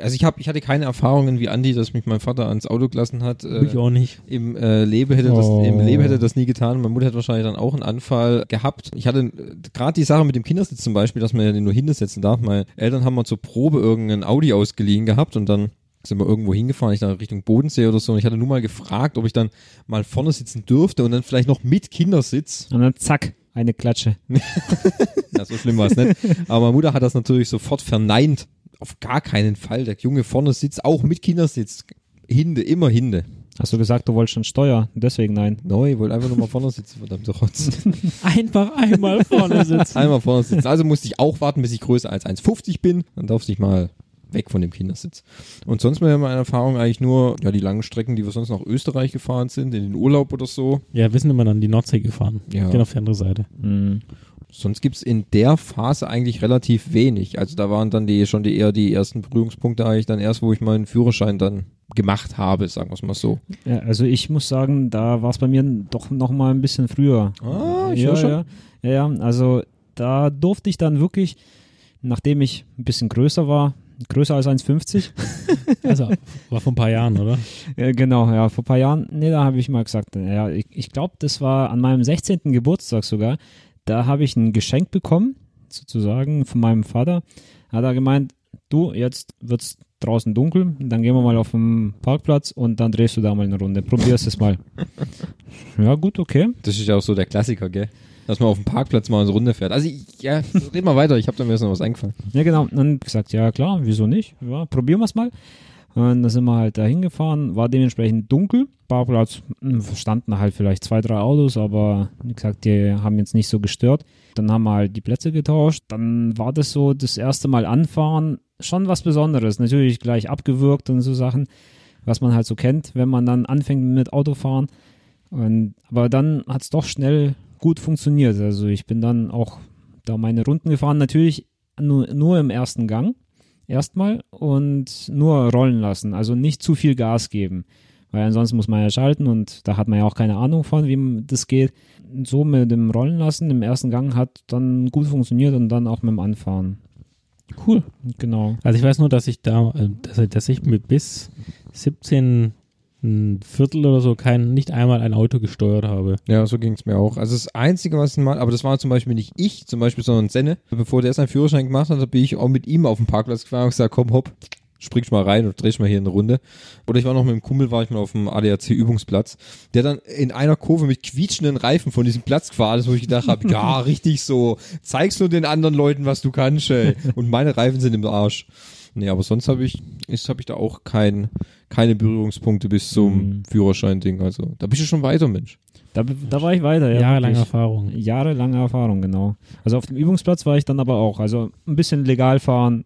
also ich, hab, ich hatte keine Erfahrungen wie Andi, dass mich mein Vater ans Auto gelassen hat. Äh, ich auch nicht. Im, äh, Leben hätte das, Oh. Im Leben hätte das nie getan. Meine Mutter hat wahrscheinlich dann auch einen Anfall gehabt. Ich hatte äh, gerade die Sache mit dem Kindersitz zum Beispiel, dass man ja den nur hinsetzen darf. Meine Eltern haben mal zur Probe irgendeinen Audi ausgeliehen gehabt und dann sind wir irgendwo hingefahren, ich da Richtung Bodensee oder so. Und ich hatte nur mal gefragt, ob ich dann mal vorne sitzen dürfte und dann vielleicht noch mit Kindersitz. Und dann zack, eine Klatsche. Ja, so schlimm war es nicht. Aber meine Mutter hat das natürlich sofort verneint. Auf gar keinen Fall. Der Junge vorne sitzt, auch mit Kindersitz. Hinde, immer Hinde. Hast du gesagt, du wolltest schon Steuer? Deswegen nein. Neu, ich wollte einfach nur mal vorne sitzen, verdammte Rotz. Einfach einmal vorne sitzen. Einmal vorne sitzen. Also musste ich auch warten, bis ich größer als 1,50 bin. Dann darf ich mal weg von dem Kindersitz. Und sonst wäre meine Erfahrung eigentlich nur, ja, die langen Strecken, die wir sonst nach Österreich gefahren sind, in den Urlaub oder so. Ja, wir sind immer dann die Nordsee gefahren. Ja. Genau auf die andere Seite. Hm. Sonst gibt's in der Phase eigentlich relativ wenig. Also da waren dann die schon die eher die ersten Berührungspunkte eigentlich dann erst, wo ich meinen Führerschein dann gemacht habe, sagen wir's mal so. Ja, also ich muss sagen, da war es bei mir doch noch mal ein bisschen früher. Ah, ich ja, hör schon. Ja. ja, ja, also da durfte ich dann wirklich, nachdem ich ein bisschen größer war, größer als 1,50, Also war vor ein paar Jahren, oder? Ja, genau, ja, vor ein paar Jahren, nee, da habe ich mal gesagt, ja, ich, ich glaube, das war an meinem 16. Geburtstag sogar, da habe ich ein Geschenk bekommen, sozusagen, von meinem Vater. Hat er gemeint, du, jetzt wird es draußen dunkel, dann gehen wir mal auf den Parkplatz und dann drehst du da mal eine Runde, probierst es mal. ja, gut, okay. Das ist ja auch so der Klassiker, gell? Dass man auf dem Parkplatz mal so Runde fährt. Also ich, ja, red mal weiter, ich habe da mir jetzt noch was eingefallen. Ja, genau. Und dann gesagt, ja klar, wieso nicht? Ja, probieren wir es mal. Und dann sind wir halt da hingefahren, war dementsprechend dunkel. Parkplatz hm, standen halt vielleicht zwei, drei Autos, aber wie gesagt, die haben jetzt nicht so gestört. Dann haben wir halt die Plätze getauscht. Dann war das so das erste Mal anfahren, schon was Besonderes. Natürlich gleich abgewürgt und so Sachen, was man halt so kennt, wenn man dann anfängt mit Autofahren. Und, aber dann hat es doch schnell gut funktioniert. Also ich bin dann auch da meine Runden gefahren. Natürlich nur, nur im ersten Gang erstmal und nur rollen lassen, also nicht zu viel Gas geben, weil ansonsten muss man ja schalten und da hat man ja auch keine Ahnung von, wie m- das geht. So mit dem Rollen lassen im ersten Gang hat dann gut funktioniert und dann auch mit dem Anfahren. Cool. Genau. Also ich weiß nur, dass ich da, äh, dass, dass ich mit bis 17 ein Viertel oder so kein, nicht einmal ein Auto gesteuert habe. Ja, so ging's mir auch. Also das Einzige, was ich mal, aber das war zum Beispiel nicht ich, zum Beispiel, sondern Senne. Bevor der seinen Führerschein gemacht hat, bin ich auch mit ihm auf den Parkplatz gefahren und gesagt, komm, hopp, springst mal rein und drehst mal hier eine Runde. Oder ich war noch mit dem Kumpel, war ich mal auf dem ADAC-Übungsplatz, der dann in einer Kurve mit quietschenden Reifen von diesem Platz gefahren ist, wo ich gedacht habe, ja, richtig so, zeigst nur den anderen Leuten, was du kannst, ey. Und meine Reifen sind im Arsch. Nee, aber sonst habe ich, ist, habe ich da auch kein, keine Berührungspunkte bis zum Mhm. Führerschein-Ding. Also, da bist du schon weiter, Mensch. Da, da war ich weiter. Ja, Jahrelange wirklich. Erfahrung. Jahrelange Erfahrung, genau. Also auf dem Übungsplatz war ich dann aber auch. Also ein bisschen legal fahren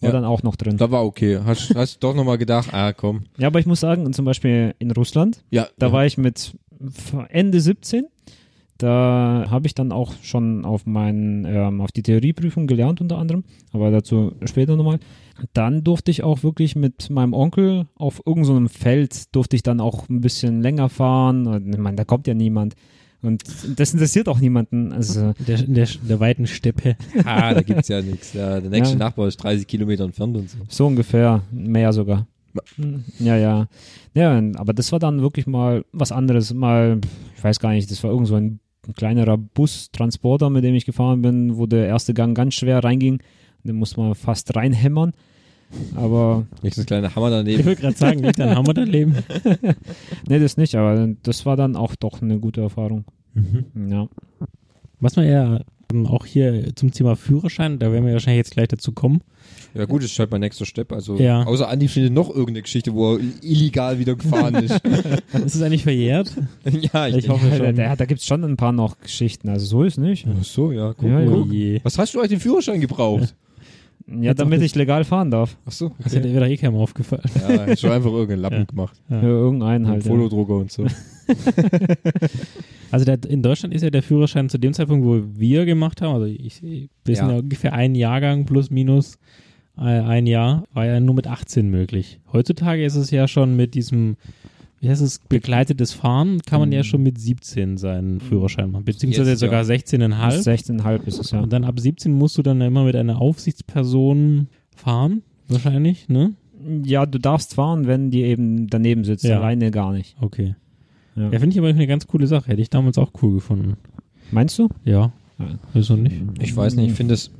war Ja. dann auch noch drin. Da war okay. Hast, hast doch nochmal gedacht, ah komm. Ja, aber ich Mhm. muss sagen, zum Beispiel in Russland, Ja, Da ja. war ich mit Ende 17. Da habe ich dann auch schon auf meinen, ähm, auf die Theorieprüfung gelernt unter anderem, aber dazu später nochmal. Dann durfte ich auch wirklich mit meinem Onkel auf irgendeinem so einem Feld, durfte ich dann auch ein bisschen länger fahren. Und, ich meine, da kommt ja niemand. Und das interessiert auch niemanden. Also, In der, in der, in der weiten Steppe. Ah, da gibt's ja nichts. Ja, der nächste Ja. Nachbar ist 30 Kilometer entfernt und so. So ungefähr, mehr sogar. Ja, ja. Ja, aber das war dann wirklich mal was anderes. Mal, ich weiß gar nicht, das war irgend so ein kleinerer Bustransporter, mit dem ich gefahren bin, wo der erste Gang ganz schwer reinging. Den musste man fast reinhämmern. Aber, Nächstes kleine Hammer Ich daneben. wollte gerade sagen, liegt an Hammer dein Leben. nee, das nicht, aber das war dann auch doch eine gute Erfahrung. Mhm. Ja. Was man ja ähm, auch hier zum Thema Führerschein, da werden wir wahrscheinlich jetzt gleich dazu kommen. Ja gut, das ist halt mein nächster Step. Also Ja. außer Andi findet noch irgendeine Geschichte, wo er illegal wieder gefahren ist. Ist es eigentlich verjährt? ja, Ich hoffe Ja, schon. da da gibt es schon ein paar noch Geschichten, also so ist nicht. Ach so, ja, guck, Ja, ja. guck. Oh je. Was hast du eigentlich den Führerschein gebraucht? Ja, damit ich legal fahren darf. Ach so. Das hätte mir doch eh keinem aufgefallen. Ja, ich schon einfach irgendeinen Lappen Ja. gemacht. Ja, irgendeinen halt. Mit Ja. Fotodrucker und so. Also der, in Deutschland ist ja der Führerschein zu dem Zeitpunkt, wo wir gemacht haben, also ich, wir sind Ja. ja ungefähr ein Jahrgang plus minus äh, ein Jahr, war ja nur mit 18 möglich. Heutzutage ist es ja schon mit diesem, wie heißt es, begleitetes Fahren, kann man ja schon mit 17 seinen Führerschein machen, beziehungsweise Jetzt, ja. sogar 16,5. 16,5 ist es ja. Und dann ab 17 musst du dann immer mit einer Aufsichtsperson fahren, wahrscheinlich, ne? Ja, du darfst fahren, wenn die eben daneben sitzt. Ja. Alleine gar nicht. Okay. Ja. Ja, finde ich aber eine ganz coole Sache. Hätte ich damals auch cool gefunden. Meinst du? Ja. Mhm. Ja. Wieso nicht? Ich weiß nicht, ich finde das,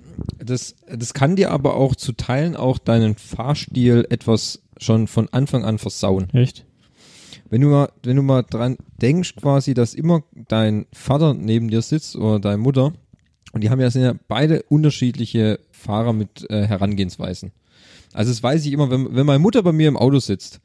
das, das kann dir aber auch zu Teilen auch deinen Fahrstil etwas schon von Anfang an versauen. Echt? Wenn du mal, wenn du mal dran denkst quasi, dass immer dein Vater neben dir sitzt oder deine Mutter und die haben ja, sind ja beide unterschiedliche Fahrer mit äh, Herangehensweisen. Also das weiß ich immer, wenn, wenn meine Mutter bei mir im Auto sitzt,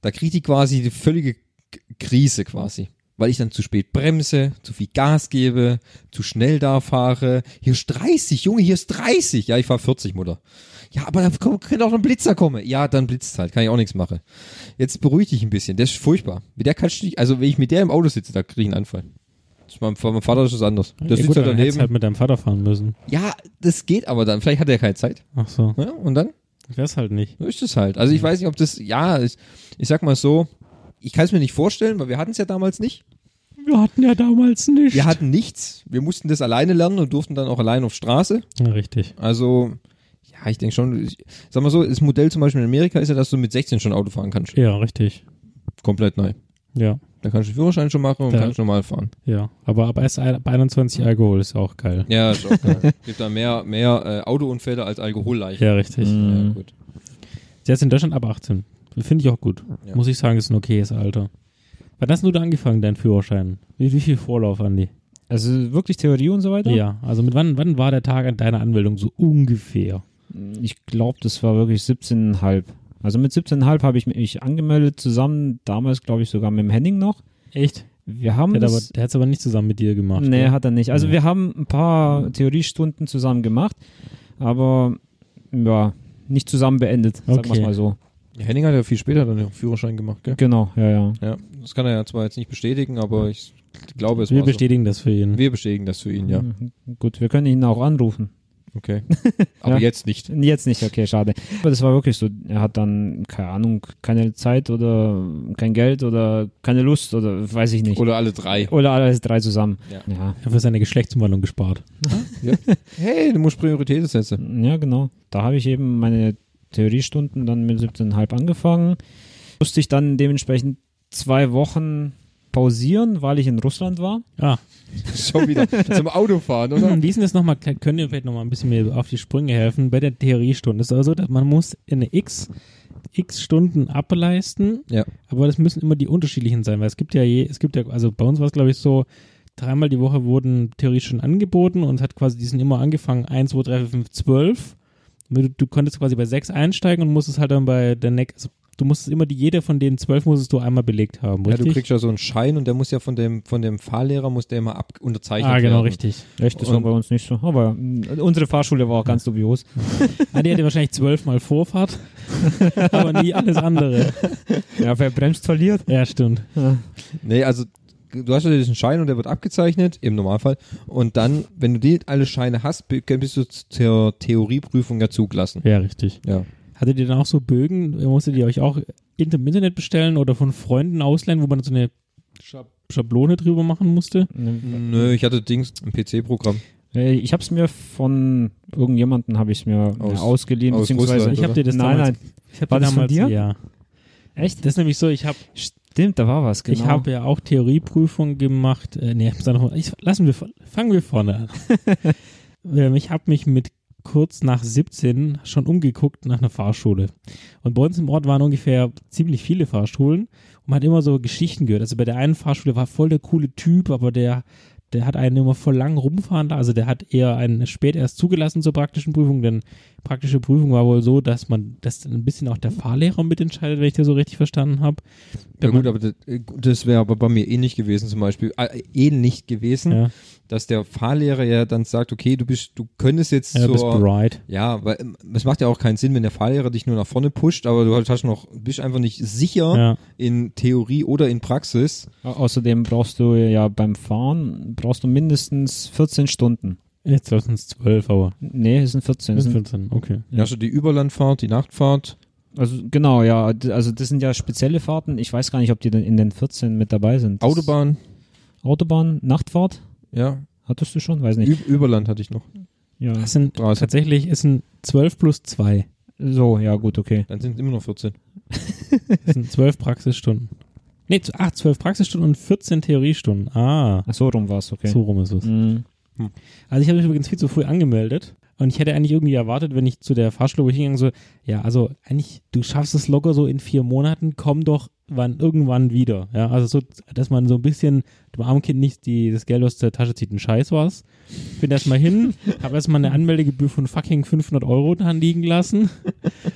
da kriegt die quasi die völlige K- Krise quasi. Weil ich dann zu spät bremse, zu viel Gas gebe, zu schnell da fahre. Hier ist 30, Junge, hier ist 30. Ja, ich fahre 40, Mutter. Ja, aber da kommt- könnte auch ein Blitzer kommen. Ja, dann blitzt halt, kann ich auch nichts machen. Jetzt beruhig dich ein bisschen, der ist furchtbar. Mit der kannst du dich, also wenn ich mit der im Auto sitze, da kriege ich einen Anfall. Das ist mein, von meinem Vater ist das anders. Der ja, sitzt gut, halt dann hättest daneben. du halt mit deinem Vater fahren müssen. Ja, das geht aber dann. Vielleicht hat er keine Zeit. Ach so. Ja, und dann Wär's halt nicht. so ist es halt. Also ich weiß nicht, ob das, ja, ich, ich sag mal so, ich kann es mir nicht vorstellen, weil wir hatten es ja damals nicht. Wir hatten ja damals nicht. Wir hatten nichts. Wir mussten das alleine lernen und durften dann auch allein auf Straße. Ja, richtig. Also, ja, ich denke schon, ich, sag mal so, das Modell zum Beispiel in Amerika ist ja, dass du mit 16 schon Auto fahren kannst. Ja, richtig. Komplett neu. Ja, Da kannst du den Führerschein schon machen und Ja. kannst normal fahren. ja. Aber ab erst ein- ab 21 Alkohol ist auch geil. Ja, ist auch geil. Gibt da mehr, mehr äh, Autounfälle als Alkoholleichen. Ja, richtig. Mhm. Ja, gut. Jetzt in Deutschland ab 18. Finde ich auch gut. Ja. Muss ich sagen, ist ein okayes Alter. Wann hast denn du da angefangen, deinen Führerschein? Wie, wie viel Vorlauf, Andi? Also wirklich Theorie und so weiter? Ja, also mit wann, wann war der Tag an deiner Anmeldung so ungefähr? Ich glaube, das war wirklich 17,5. Also mit 17,5 habe ich mich angemeldet, zusammen, damals glaube ich sogar mit dem Henning noch. Echt? Wir haben Der hat aber, das, der hat's aber nicht zusammen mit dir gemacht. Nee, gell? hat er nicht. Also Nee. wir haben ein paar Theoriestunden zusammen gemacht, aber ja, nicht zusammen beendet, sagen wir Okay. es mal so. Henning hat ja viel später dann den Führerschein gemacht, gell? Genau, ja, ja. Ja, das kann er ja zwar jetzt nicht bestätigen, aber ich glaube, es Wir also war bestätigen Mhm. das für so. ihn. Wir bestätigen das für ihn, ja. Mhm. Gut, wir können ihn auch anrufen. Okay. Aber Ja. jetzt nicht. Jetzt nicht, okay, schade. Aber das war wirklich so, er hat dann, keine Ahnung, keine Zeit oder kein Geld oder keine Lust oder weiß ich nicht. Oder alle drei. Oder alles drei zusammen. Ja. Ja, Er hat für seine Geschlechtsumwandlung gespart. Hey, du musst Prioritäten setzen. ja genau. Da habe ich eben meine Theoriestunden dann mit 17,5 angefangen. Musste ich dann dementsprechend zwei Wochen pausieren, weil ich in Russland war. Ah, Schon wieder zum Autofahren, oder? Wie Mhm, ist denn das nochmal? Könnt ihr vielleicht nochmal ein bisschen mir auf die Sprünge helfen? Bei der Theoriestunde ist es also, so, dass man muss eine x, x Stunden ableisten, Ja. aber das müssen immer die unterschiedlichen sein, weil es gibt ja je, es gibt ja, also bei uns war es glaube ich so, dreimal die Woche wurden Theoriestunden angeboten und hat quasi, die sind immer angefangen, 1, 2, 3, 4, 5, 12. Du, du konntest quasi bei 6 einsteigen und musstest halt dann bei der Neck, also du musstest immer die, jede von den 12 musstest du einmal belegt haben, Ja, richtig? du kriegst ja so einen Schein und der muss ja von dem, von dem Fahrlehrer, muss der immer ab unterzeichnet ah, genau, werden. richtig. Echt, das Und- war bei uns nicht so. Aber mm, unsere Fahrschule war auch ganz dubios. Ah, die hatte wahrscheinlich zwölfmal Vorfahrt, aber nie alles andere. Ja, wer bremst, verliert. Ja, stimmt. Nee, also du hast ja diesen Schein und der wird abgezeichnet, im Normalfall. Und dann, wenn du die alle Scheine hast, be- bist du zur Theorieprüfung ja zugelassen. Ja, richtig. Ja. Hattet ihr dann auch so Bögen? Musstet ihr euch auch in- im Internet bestellen oder von Freunden ausleihen, wo man so eine Schablone drüber machen musste? Mhm. Nö, ich hatte Dings, ein PC-Programm. Äh, Ich habe es mir von irgendjemanden habe ich mir äh, Aus- ausgeliehen aus beziehungsweise Russland, Ich habe dir das nein nein damals, Ich hab War dir das von damals, dir? Ja. echt Das ist nämlich so, ich habe stimmt da war was genau Ich habe ja auch Theorieprüfung gemacht. Äh, nee, sag noch mal, ich, lassen wir, von- fangen wir vorne an. ähm, ich habe mich mit kurz nach 17 schon umgeguckt nach einer Fahrschule. Und bei uns im Ort waren ungefähr ziemlich viele Fahrschulen und man hat immer so Geschichten gehört. Also bei der einen Fahrschule war voll der coole Typ, aber der, der hat einen immer voll lang rumfahren da. Also der hat eher einen spät erst zugelassen zur praktischen Prüfung, denn praktische Prüfung war wohl so, dass man, dass ein bisschen auch der Fahrlehrer mitentscheidet, wenn ich das so richtig verstanden habe. Ja gut, aber das, äh, das wäre aber bei mir ähnlich gewesen zum Beispiel. Äh, ähnlich gewesen, Ja. dass der Fahrlehrer ja dann sagt, okay, du bist, du könntest jetzt Ja, du bist zur, bright. Ja, weil ähm, es macht ja auch keinen Sinn, wenn der Fahrlehrer dich nur nach vorne pusht, aber du halt hast noch, bist einfach nicht sicher Ja. in Theorie oder in Praxis. Au- außerdem brauchst du ja beim Fahren brauchst du mindestens 14 Stunden Jetzt sind es 12, aber nee es sind 14 es es sind sind, 14, okay. Ja. Hast du die Überlandfahrt, die Nachtfahrt? also genau ja d- also das sind ja spezielle Fahrten ich weiß gar nicht ob die denn in den 14 mit dabei sind Das- Autobahn? Autobahn Nachtfahrt Ja. hattest du schon weiß nicht Ü Überland hatte ich noch. ja Das sind 13. tatsächlich, es sind 12 plus 2. so ja gut okay Dann sind es immer noch 14. Es sind 12 Praxisstunden. Nee, zu- ach, 12 Praxisstunden und 14 Theoriestunden. Ah, Ach, so rum war es okay so rum ist es. Mhm. Also ich habe mich übrigens viel zu früh angemeldet und ich hätte eigentlich irgendwie erwartet, wenn ich zu der Fahrschule wo ich hingegangen so, ja, also eigentlich, du schaffst es locker so in vier Monaten, komm doch wann, irgendwann wieder. Ja, also so, dass man so ein bisschen dem armen Kind nicht die, das Geld aus der Tasche zieht, ein Scheiß war's. Bin erstmal hin, habe erstmal eine Anmeldegebühr von fucking 500 Euro dran liegen lassen.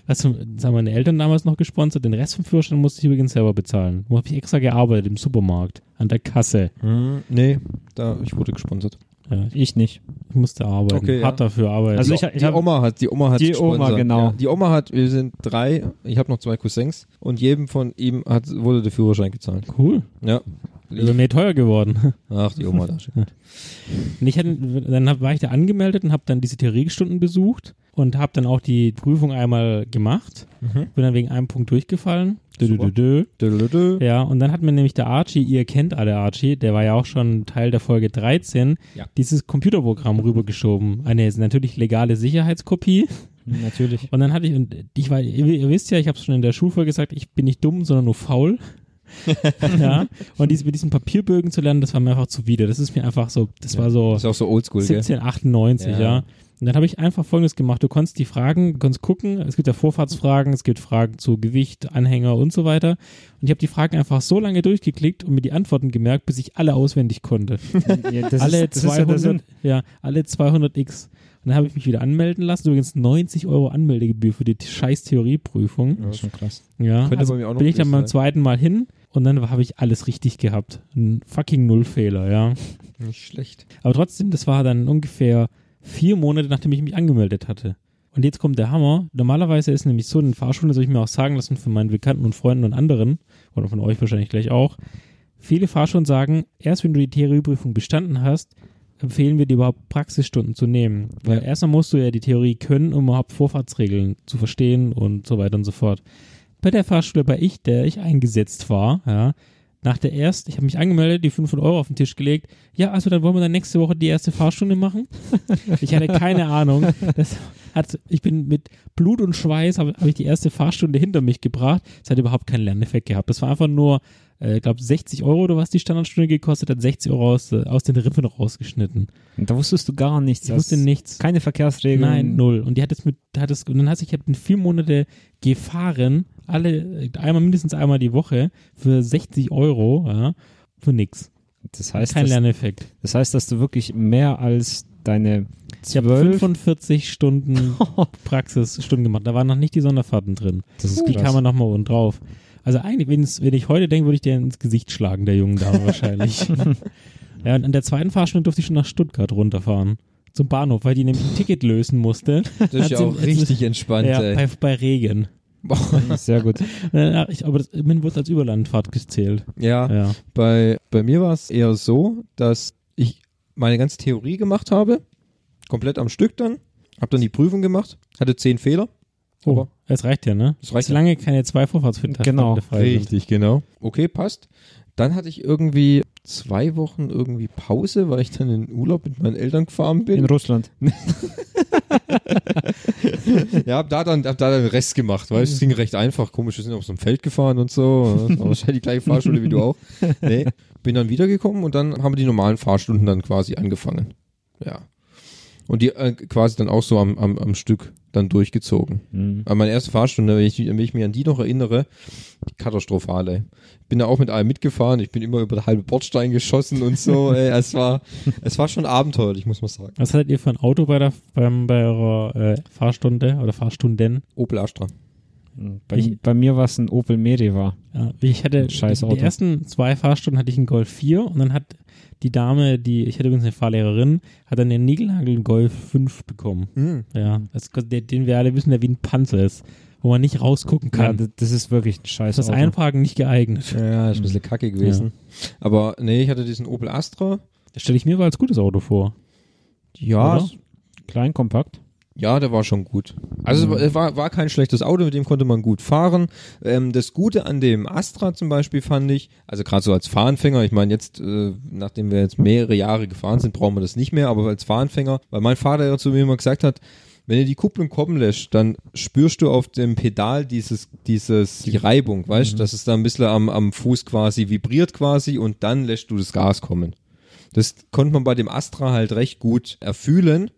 Was haben das haben meine Eltern damals noch gesponsert. Den Rest vom Führerschein musste ich übrigens selber bezahlen. Wo habe ich extra gearbeitet? Im Supermarkt, an der Kasse. Hm, nee, da, ich wurde gesponsert. Ja, ich, ich nicht ich musste arbeiten, Okay, ja. hart dafür arbeiten. Also die, ich- ich die hab- Oma hat, die Oma hat Die Oma, genau. Ja, die Oma hat, wir sind drei, ich habe noch zwei Cousins und jedem von ihm hat, wurde der Führerschein gezahlt. cool. Ja. Also mir teuer geworden. Ach, die Oma da. Und ich hatte, dann hab, war ich da angemeldet und habe dann diese Theoriestunden besucht und habe dann auch die Prüfung einmal gemacht. Bin dann wegen einem Punkt durchgefallen. Dö, dö, Mhm. dö, Super. dö. Dö-dö-dö. Ja, und dann hat mir nämlich der Archie, ihr kennt alle Archie, der war ja auch schon Teil der Folge 13, Ja. dieses Computerprogramm rübergeschoben. Eine ist natürlich legale Sicherheitskopie. natürlich Und dann hatte ich, und ich war, ihr, ihr wisst ja, ich habe es schon in der Schulfolge gesagt, ich bin nicht dumm, sondern nur faul. ja, und dies, mit diesen Papierbögen zu lernen, das war mir einfach zuwider. Das ist mir einfach so, das war so Ist auch so oldschool, gell? 1798, ja. Ja. Und dann habe ich einfach Folgendes gemacht. Du konntest die Fragen, du konntest gucken, es gibt ja Vorfahrtsfragen, es gibt Fragen zu Gewicht, Anhänger und so weiter. Und ich habe die Fragen einfach so lange durchgeklickt und mir die Antworten gemerkt, bis ich alle auswendig konnte. Ja, das alle ist, das ist ja der 200, Sinn. ja, alle 200 X. Und dann habe ich mich wieder anmelden lassen. Übrigens 90 Euro Anmeldegebühr für die t- scheiß Theorieprüfung. Das ist schon krass. Ja, Könnte also bei mir auch noch bin ich dann gewesen beim sein. zweiten Mal hin und dann habe ich alles richtig gehabt. Ein fucking Nullfehler, ja. Nicht schlecht. Aber trotzdem, das war dann ungefähr vier Monate, nachdem ich mich angemeldet hatte. Und jetzt kommt der Hammer. Normalerweise ist nämlich so, in Fahrschulen, das habe ich mir auch sagen lassen von meinen Bekannten und Freunden und anderen, oder von euch wahrscheinlich gleich auch, viele Fahrschulen sagen, erst wenn du die Theorieprüfung bestanden hast, empfehlen wir dir überhaupt Praxisstunden zu nehmen. Weil erstmal musst du ja die Theorie können, um überhaupt Vorfahrtsregeln zu verstehen und so weiter und so fort. Bei der Fahrschule, bei ich, der ich eingesetzt war, ja, nach der ersten, ich habe mich angemeldet, die 500 Euro auf den Tisch gelegt. Ja, also dann wollen wir dann nächste Woche die erste Fahrstunde machen. Ich hatte keine Ahnung. Das hat, ich bin mit Blut und Schweiß, habe hab ich die erste Fahrstunde hinter mich gebracht. Es hat überhaupt keinen Lerneffekt gehabt. Das war einfach nur, äh, ich glaube, 60 Euro oder was die Standardstunde gekostet hat, 60 Euro aus, äh, aus den Rippen rausgeschnitten. Und da wusstest du gar nichts. Ich wusste Das- nichts. Keine Verkehrsregeln. Nein, null. Und die hat es mit, hat es, und dann hast du, ich habe den vier Monate gefahren, alle, äh, einmal, mindestens einmal die Woche, für 60 Euro, ja, für nix. Das heißt, Kein dass, Lerneffekt. das heißt, dass du wirklich mehr als deine Ich habe zwölf. Oh. 45 Stunden Praxisstunden gemacht. Da waren noch nicht die Sonderfahrten drin. Das ist Die krass. kamen nochmal oben drauf. Also eigentlich, wenn's, wenn ich heute denke, würde ich dir ins Gesicht schlagen, der jungen Dame wahrscheinlich. ja, und an der zweiten Fahrstunde durfte ich schon nach Stuttgart runterfahren. Zum Bahnhof, weil die nämlich ein Ticket lösen musste. Das ist ja Hat sie- auch hat sie- richtig entspannt, ja, ey. bei, bei Regen. Sehr gut. Äh, ich, aber das, immerhin wird es als Überlandfahrt gezählt. Ja, Ah, Ja. Bei, bei mir war es eher so, dass ich meine ganze Theorie gemacht habe, komplett am Stück dann, habe dann die Prüfung gemacht, hatte zehn Fehler. Oh, Aber- es reicht ja, ne? Das reicht ja. Solange keine zwei Vorfahrtsfitten Genau. frei sind. genau. Okay, passt. Dann hatte ich irgendwie zwei Wochen irgendwie Pause, weil ich dann in Urlaub mit meinen Eltern gefahren In bin. Russland. Ja, hab da dann, hab da dann den Rest gemacht, weißt du? Es ging recht einfach. Komisch, wir sind auf so einem Feld gefahren und so. Das war wahrscheinlich die gleiche Fahrschule wie du auch. Nee. Bin dann wiedergekommen und dann haben wir die normalen Fahrstunden dann quasi angefangen. Ja. Und die äh, quasi dann auch so am, am, am Stück dann durchgezogen. Mhm. Aber meine erste Fahrstunde, wenn ich, wenn ich mich an die noch erinnere, die katastrophale. Ich bin da auch mit allem mitgefahren, ich bin immer über den halben Bordstein geschossen und so. ey, es, war, es war schon abenteuerlich, muss man sagen. Was hattet ihr für ein Auto bei, der, beim, bei eurer äh, Fahrstunde oder Fahrstunden? Opel Astra. Bei, bei mir war es ein Opel Meriva. Ja, ich hatte Scheiß die, Auto. die ersten zwei Fahrstunden hatte ich einen Golf 4 und dann hat die Dame, die ich hatte übrigens eine Fahrlehrerin, hat dann den Nigelnagel Golf 5 bekommen. Mhm. Ja, das, ist quasi der, den wir alle wissen, der wie ein Panzer ist, wo man nicht rausgucken Ja, kann. d- das ist wirklich ein scheiß ist das Auto. Einparken nicht geeignet. Ja, ist ein bisschen kacke gewesen. Aber nee, ich hatte diesen Opel Astra. Das stelle ich mir aber als gutes Auto vor. Ja, Oder? s- Klein, kompakt. ja, der war schon gut. Also es war- war, war kein schlechtes Auto, mit dem konnte man gut fahren. Ähm, das Gute an dem Astra zum Beispiel fand ich, also gerade so als Fahranfänger, ich meine jetzt, äh, nachdem wir jetzt mehrere Jahre gefahren sind, brauchen wir das nicht mehr, aber als Fahranfänger, weil mein Vater ja zu mir immer gesagt hat, wenn du die Kupplung kommen lässt, dann spürst du auf dem Pedal dieses, dieses, die Reibung, weißt du, dass es da ein bisschen am, am Fuß quasi vibriert quasi und dann lässt du das Gas kommen. Das konnte man bei dem Astra halt recht gut erfühlen.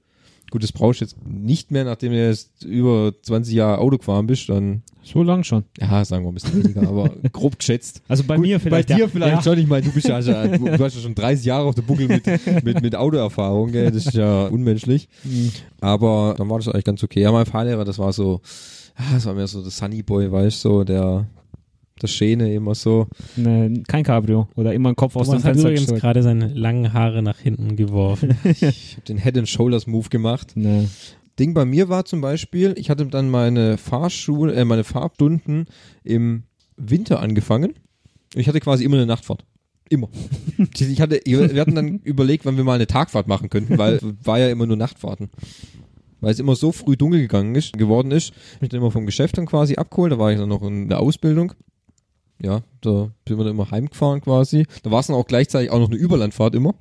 Gut, das brauchst du jetzt nicht mehr, nachdem du jetzt über 20 Jahre Auto gefahren bist, dann, So lang schon. ja, sagen wir ein bisschen weniger, aber grob geschätzt. Also bei Gut, mir vielleicht. Bei dir ja. vielleicht ja. schon, ich meine, du bist ja, schon- du hast ja schon 30 Jahre auf der Buckel mit, mit, mit Autoerfahrung, gell? das ist ja unmenschlich. Mhm. Aber dann war das eigentlich ganz okay. Ja, mein Fahrlehrer, das war so, ah, das war mehr so der Sunny Boy, weißt du, so der, der Schäne immer so. Nee, Ne, kein Cabrio. Oder immer den Kopf aus dem Thomas hat Fenster übrigens gestellt. gerade seine langen Haare nach hinten geworfen. Ich habe den Head and Shoulders Move gemacht. Nee. Ding bei mir war zum Beispiel, ich hatte dann meine Fahrschule, äh, meine Fahrstunden im Winter angefangen. Ich hatte quasi immer eine Nachtfahrt. Immer. Ich hatte, wir hatten dann überlegt, wann wir mal eine Tagfahrt machen könnten, weil war ja immer nur Nachtfahrten. Weil es immer so früh dunkel gegangen ist, geworden ist. Hab mich dann immer vom Geschäft dann quasi abgeholt, da war ich dann noch in der Ausbildung. Ja, da sind wir dann immer heimgefahren quasi. Da war es dann auch gleichzeitig auch noch eine Überlandfahrt immer.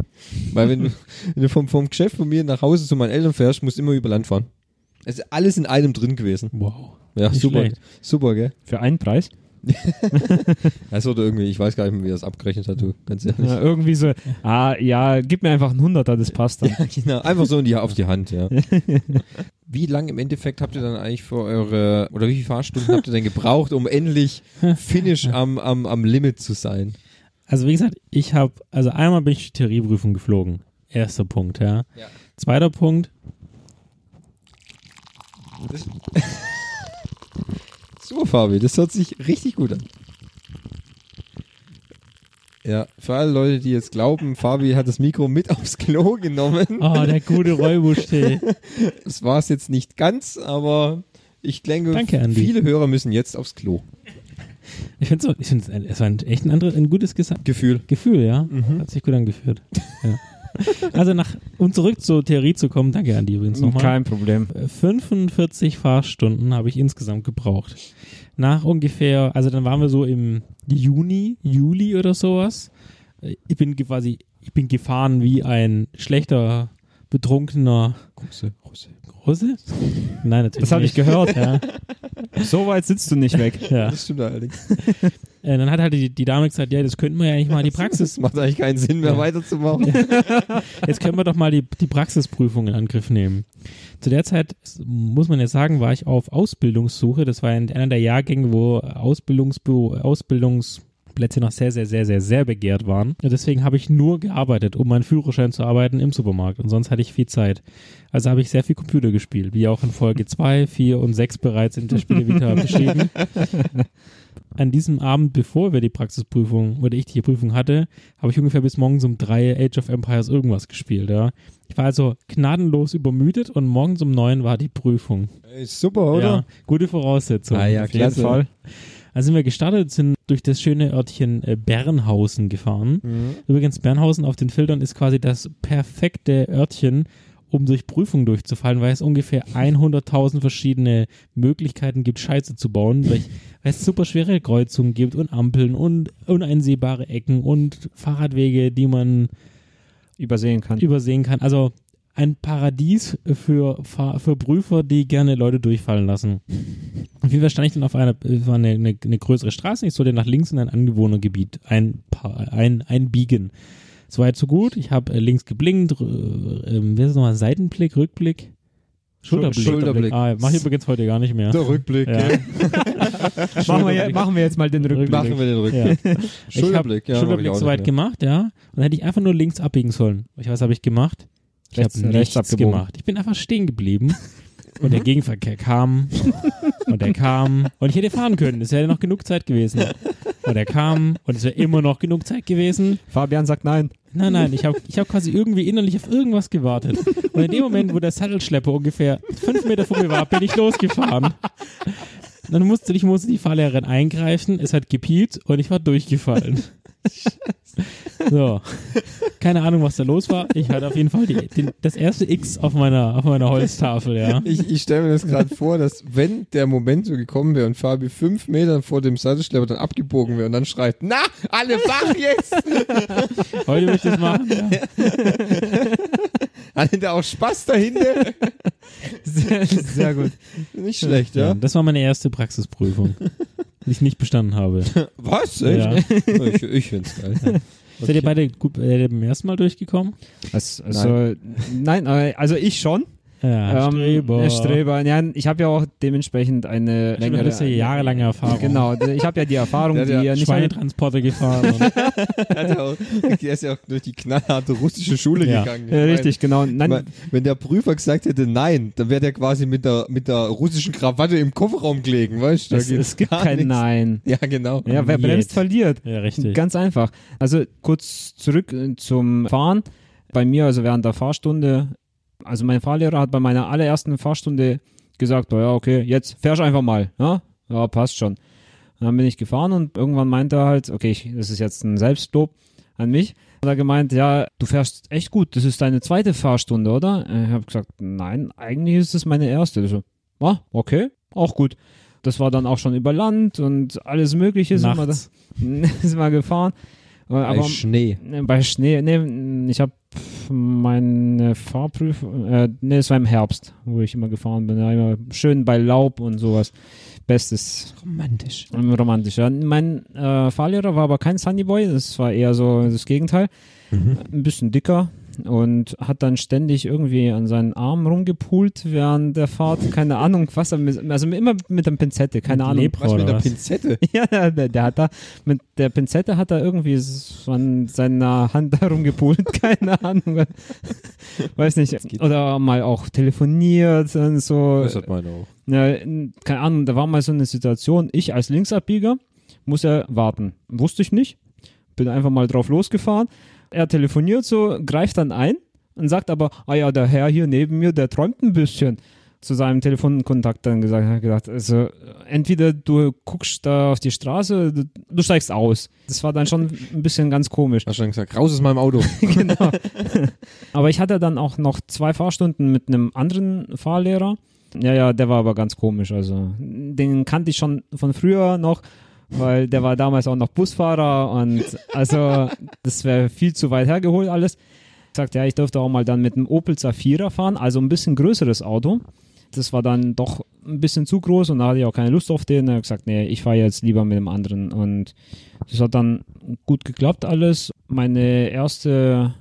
Weil wenn du, wenn du vom, vom Geschäft von mir nach Hause zu meinen Eltern fährst, musst du immer über Land fahren. Es ist alles in einem drin gewesen. Wow. Ja, Nicht super. schlecht. Super, gell? Für einen Preis? Das wurde irgendwie, ich weiß gar nicht mehr, wie das abgerechnet hat, du, ganz ehrlich. Ja, irgendwie so, ah ja, gib mir einfach einen Hunderter, das passt dann. Genau, einfach so in die, auf die Hand, ja. Wie lang im Endeffekt habt ihr dann eigentlich für eure, oder wie viele Fahrstunden habt ihr denn gebraucht, um endlich finish am, am, am Limit zu sein? Also wie gesagt, ich habe, also einmal bin ich die Theorieprüfung geflogen. Erster Punkt, ja. Ja. Zweiter Punkt, Super, Fabi, das hört sich richtig gut an. Ja, für alle Leute, die jetzt glauben, Fabi hat das Mikro mit aufs Klo genommen. oh, der gute Räubusch-Tee. Das war es jetzt nicht ganz, aber ich denke, Danke, Andi. viele Hörer müssen jetzt aufs Klo. Ich finde es ich find's ein- es war ein, echt ein, anderes, ein gutes Gesa Gefühl. Gefühl, ja. Mhm. Hat sich gut angeführt. Ja. Also nach, um zurück zur Theorie zu kommen, danke Andi übrigens nochmal. Kein Problem. Äh, 45 Fahrstunden habe ich insgesamt gebraucht. Nach ungefähr, also dann waren wir so im Juni, Juli oder sowas. Äh, Ich bin ge- quasi, ich bin gefahren wie ein schlechter, betrunkener Große, große. Russe? Nein, natürlich Das habe ich nicht. gehört. Ja, So weit sitzt du nicht weg. ja. Das stimmt allerdings. Äh, dann hat halt die, die Dame gesagt, ja, das könnten wir ja eigentlich mal die Praxis Das macht eigentlich keinen Sinn mehr Ja. weiterzumachen. Jetzt können wir doch mal die, die Praxisprüfung in Angriff nehmen. Zu der Zeit, s- muss man jetzt sagen, war ich auf Ausbildungssuche. Das war in einer der Jahrgänge, wo Ausbildungsbüro, Ausbildungs, Plätze noch sehr, sehr, sehr, sehr, sehr begehrt waren. Und deswegen habe ich nur gearbeitet, um meinen Führerschein zu arbeiten im Supermarkt. Und sonst hatte ich viel Zeit. Also habe ich sehr viel Computer gespielt, wie auch in Folge 2, 4 und 6 bereits in der Spiele Vita beschrieben. An diesem Abend, bevor wir die Praxisprüfung oder ich die Prüfung hatte, habe ich ungefähr bis morgens um 3 Age of Empires irgendwas gespielt. Ja. Ich war also gnadenlos übermüdet und morgens um 9 war die Prüfung. Ey, super, oder? Ja, gute Voraussetzung. Ah ja, auf jeden klasse. Fall. Also sind wir gestartet, sind durch das schöne Örtchen äh, Bernhausen gefahren. Übrigens, Bernhausen auf den Filtern ist quasi das perfekte Örtchen, um durch Prüfungen durchzufallen, weil es ungefähr 100.000 verschiedene Möglichkeiten gibt, Scheiße zu bauen, weil, ich, weil es super schwere Kreuzungen gibt und Ampeln und uneinsehbare Ecken und Fahrradwege, die man Übersehen kann. übersehen kann. Also ein Paradies für, Fa- für Prüfer, die gerne Leute durchfallen lassen. Auf jeden Fall stand ich dann auf einer es war eine, eine, eine größere Straße. Ich sollte nach links in ein Angewohnergebiet ein, ein, einbiegen. Es war jetzt so gut. Ich habe äh, links geblinkt. r- Ähm, wie ist es nochmal? Seitenblick, Rückblick? Schulterblick. Schulterblick. Ah, mach ich übrigens heute gar nicht mehr. Der Rückblick, Ja. gell? machen, wir, je- machen wir jetzt mal den Rückblick. Rückblick. Machen wir den Rückblick. Ja. Schulterblick, ich ja. hab Schulterblick mach ich auch soweit nicht gemacht, ja. Und dann hätte ich einfach nur links abbiegen sollen. Ich weiß, habe ich gemacht. Ich habe Rechts- rechts nichts abgebogen. gemacht. Ich bin einfach stehen geblieben. Und der Gegenverkehr kam und er kam und ich hätte fahren können. Es wäre noch genug Zeit gewesen. Und er kam und es wäre immer noch genug Zeit gewesen. Fabian sagt nein. Nein, nein, ich habe ich hab quasi irgendwie innerlich auf irgendwas gewartet. Und in dem Moment, wo der Sattelschlepper ungefähr fünf Meter vor mir war, bin ich losgefahren. Dann musste ich musste die Fahrlehrerin eingreifen, es hat gepiept und ich war durchgefallen. So. Keine Ahnung, was da los war. Ich hatte auf jeden Fall die, den, das erste X auf meiner, auf meiner Holztafel, ja. Ich, ich stelle mir das gerade vor, dass wenn der Moment so gekommen wäre und Fabi fünf Meter vor dem Sattelschlepper dann abgebogen wäre und dann schreit, na, alle wach jetzt! Heute möchte ich das machen. Ja. Alle da auch Spaß dahinter. Sehr, sehr gut. Nicht schlecht, Ja, ja? das war meine erste Praxisprüfung, die ich nicht bestanden habe. Was? Ja. Ich, ich find's geil. Seid ihr beide gut, äh, beim ersten Mal durchgekommen? Also, nein. äh, also ich schon. Ja, Ähm, Streber. äh, Streber. Ja, ich habe ja auch dementsprechend eine Stimmt, längere. du hast ja jahrelange Erfahrung. Genau, d- ich habe ja die Erfahrung, Ja, die ja, ja nicht alle, Schweinetransporter gefahren. Und Er, hat ja auch, er ist ja auch durch die knallharte russische Schule Ja. gegangen. Ich äh, richtig, genau. Nein, Mein, ich mein, wenn der Prüfer gesagt hätte nein, dann wäre der quasi mit der, mit der russischen Krawatte im Kofferraum gelegen, weißt du? Da es, gibt's es gibt kein nichts. Nein. Ja, genau. Ja, wer Jetzt. bremst, verliert. ja, richtig. Ganz einfach. Also kurz zurück äh, zum Fahren. Bei mir, also während der Fahrstunde, also mein Fahrlehrer hat bei meiner allerersten Fahrstunde gesagt, oh ja, okay, jetzt fährst einfach mal. Ja, ja passt schon. Dann bin ich gefahren und irgendwann meinte er halt, okay, ich, das ist jetzt ein Selbstlob an mich. Hat er gemeint, ja, du fährst echt gut, das ist deine zweite Fahrstunde, oder? Ich habe gesagt, nein, eigentlich ist es meine erste. Ich so, ah, okay, auch gut. Das war dann auch schon über Land und alles Mögliche. Sind wir da, Nachts. sind wir gefahren. Äh, Bei Aber Schnee. äh, bei Schnee, nee, ich habe meine Fahrprüfung, äh, nee, es war im Herbst, wo ich immer gefahren bin, ja, immer schön bei Laub und sowas. Bestes. romantisch. ähm, Romantisch. Ja. Mein äh, Fahrlehrer war aber kein Sunnyboy, das war eher so das Gegenteil. Ein bisschen dicker und hat dann ständig irgendwie an seinen Armen rumgepult während der Fahrt. Keine Ahnung, was er mit, also immer mit der Pinzette, keine Mit Ahnung. Lepra- Was Oder mit der was? Pinzette? Ja, der, der hat da mit der Pinzette hat er irgendwie so an seiner Hand darum gepult, keine Ahnung. Weiß nicht. geht. Also Oder mal auch telefoniert und so. hat meine auch. Ja, n- keine Ahnung, da war mal so eine Situation, ich als Linksabbieger muss ja warten. Wusste ich nicht. Bin einfach mal drauf losgefahren. Er telefoniert so, greift dann ein und sagt aber, ah ja, der Herr hier neben mir, der träumt ein bisschen. Zu seinem Telefonkontakt dann gesagt, hat gedacht, also entweder du guckst da auf die Straße, du, du steigst aus. Das war dann schon ein bisschen ganz komisch. Hast du schon gesagt, raus aus meinem Auto. genau. aber ich hatte dann auch noch zwei Fahrstunden mit einem anderen Fahrlehrer. Ja, ja, der war aber ganz komisch. Also den kannte ich schon von früher noch, weil der war damals auch noch Busfahrer und also das wäre viel zu weit hergeholt alles. Ich sagte, ja, ich durfte auch mal dann mit einem Opel Zafira fahren, also ein bisschen größeres Auto. Das war dann doch ein bisschen zu groß und da hatte ich auch keine Lust auf den. Da habe ich gesagt, nee, ich fahre jetzt lieber mit dem anderen. Und das hat dann gut geklappt alles. Meine erste,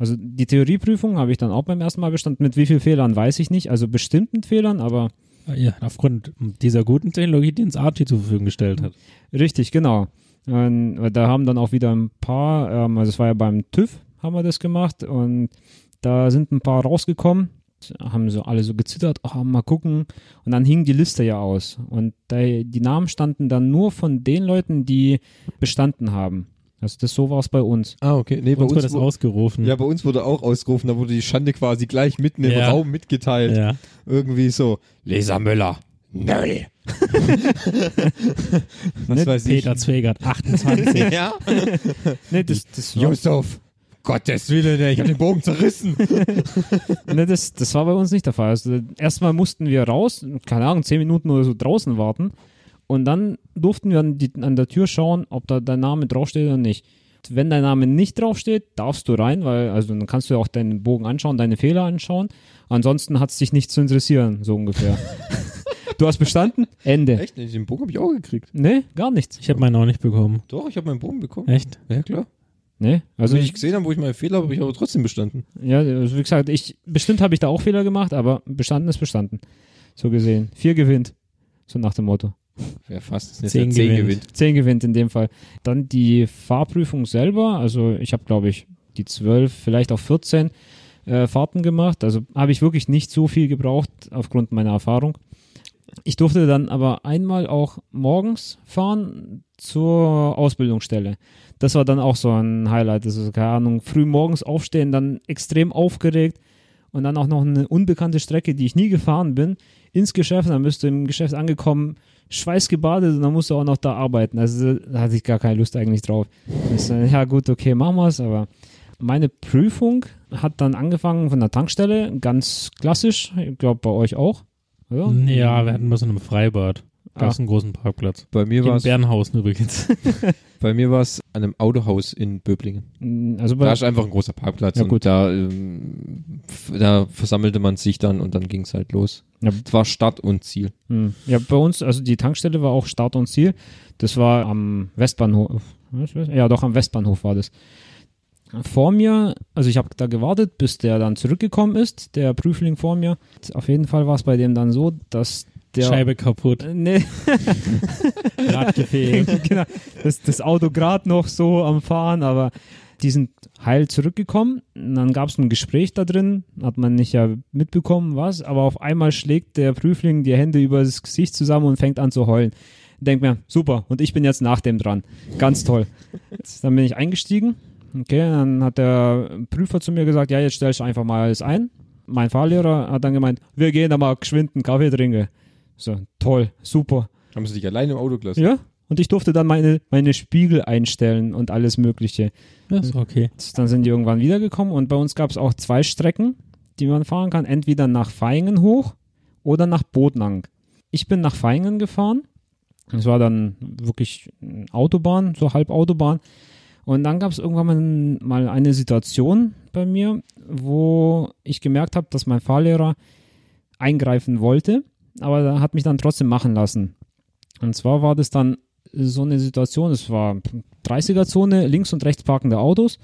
also die Theorieprüfung habe ich dann auch beim ersten Mal bestanden. Mit wie vielen Fehlern weiß ich nicht. Also bestimmten Fehlern, aber Ah, Ja, aufgrund dieser guten Technologie, die uns Archie zur Verfügung gestellt hat. richtig, genau. Und da haben dann auch wieder ein paar, ähm, also es war ja beim TÜV, haben wir das gemacht und da sind ein paar rausgekommen, haben so alle so gezittert, oh, mal gucken. Und dann hing die Liste ja aus. Und da, die Namen standen dann nur von den Leuten, die bestanden haben. Also das so war es bei uns. Ah, okay. Nee, Bei uns, war das wurde, ausgerufen. ja, bei uns wurde auch ausgerufen, da wurde die Schande quasi gleich mitten im Ja. Raum mitgeteilt. ja. Irgendwie so, Leser Möller, null. Was Nicht weiß Ne? Peter Zwegert, 28. ich. Ja. Nee, das, das, war, Yusuf, Gottes Willen, ey, ich habe den Bogen zerrissen. nee, Ne, das, das war bei uns nicht der Fall. Also erstmal mussten wir raus, keine Ahnung, zehn Minuten oder so draußen warten. Und dann durften wir an, die, an der Tür schauen, ob da dein Name draufsteht oder nicht. Wenn dein Name nicht draufsteht, darfst du rein, weil also dann kannst du ja auch deinen Bogen anschauen, deine Fehler anschauen. Ansonsten hat es dich nicht zu interessieren, so ungefähr. du hast bestanden? Ende. Echt? Den Bogen habe ich auch gekriegt. Nee, gar nichts. Ich habe meinen auch nicht bekommen. Doch, ich habe meinen Bogen bekommen. Echt? Ja, klar. Nee, also Also, wenn ich, ich gesehen habe, wo ich meine Fehler habe, habe ich aber trotzdem bestanden. ja, also wie gesagt, ich, bestimmt habe ich da auch Fehler gemacht, aber bestanden ist bestanden. So gesehen. Vier gewinnt. So nach dem Motto. Wer fast ist Zehn gewinnt. Zehn gewinnt in dem Fall. Dann die Fahrprüfung selber. Also ich habe, glaube ich, die zwölf, vielleicht auch 14 äh, Fahrten gemacht. Also habe ich wirklich nicht so viel gebraucht aufgrund meiner Erfahrung. Ich durfte dann aber einmal auch morgens fahren zur Ausbildungsstelle. Das war dann auch so ein Highlight. Also keine Ahnung, früh morgens aufstehen, dann extrem aufgeregt und dann auch noch eine unbekannte Strecke, die ich nie gefahren bin, ins Geschäft. Dann bist du im Geschäft angekommen, schweißgebadet und dann musst du auch noch da arbeiten. Also da hatte ich gar keine Lust eigentlich drauf. Ist dann, ja gut, okay, machen wir es, aber meine Prüfung hat dann angefangen von der Tankstelle, ganz klassisch, ich glaube bei euch auch. Oder? Ja, wir hatten was in einem Freibad. Gab Ah. es einen großen Parkplatz. Bei mir war In es Bernhausen übrigens. bei mir war's an einem Autohaus in Böblingen. Also Da bei, ist einfach ein großer Parkplatz Ja, und gut. da, ähm, f- da versammelte man sich dann und dann ging es halt los. Ja. Es war Start und Ziel. Hm. Ja, bei uns, also die Tankstelle war auch Start und Ziel. Das war am Westbahnhof. Was, was? Ja, doch, am Westbahnhof war das. Vor mir, also ich habe da gewartet, bis der dann zurückgekommen ist, der Prüfling vor mir. Auf jeden Fall war es bei dem dann so, dass der. Scheibe kaputt, Äh, Nee, Rad gefehlt. genau. Das, das Auto gerade noch so am Fahren, aber die sind heil zurückgekommen. Und dann gab es ein Gespräch da drin, hat man nicht ja mitbekommen, was, aber auf einmal schlägt der Prüfling die Hände über das Gesicht zusammen und fängt an zu heulen. Denkt mir, super, und ich bin jetzt nach dem dran. Ganz toll. Jetzt, dann bin ich eingestiegen. Okay, dann hat der Prüfer zu mir gesagt, ja, jetzt stellst du einfach mal alles ein. Mein Fahrlehrer hat dann gemeint, wir gehen da mal geschwind einen Kaffee trinken. So, toll, super. Haben sie dich alleine im Auto gelassen? Ja, und ich durfte dann meine, meine Spiegel einstellen und alles Mögliche. Das ist okay. Dann sind die irgendwann wiedergekommen und bei uns gab es auch zwei Strecken, die man fahren kann. Entweder nach Feingen hoch oder nach Bodnang. Ich bin nach Feingen gefahren. Es war dann wirklich Autobahn, so halb Autobahn. Und dann gab es irgendwann mal- mal eine Situation bei mir, wo ich gemerkt habe, dass mein Fahrlehrer eingreifen wollte, aber er hat mich dann trotzdem machen lassen. Und zwar war das dann so eine Situation, es war 30er-Zone, links und rechts parkende Autos.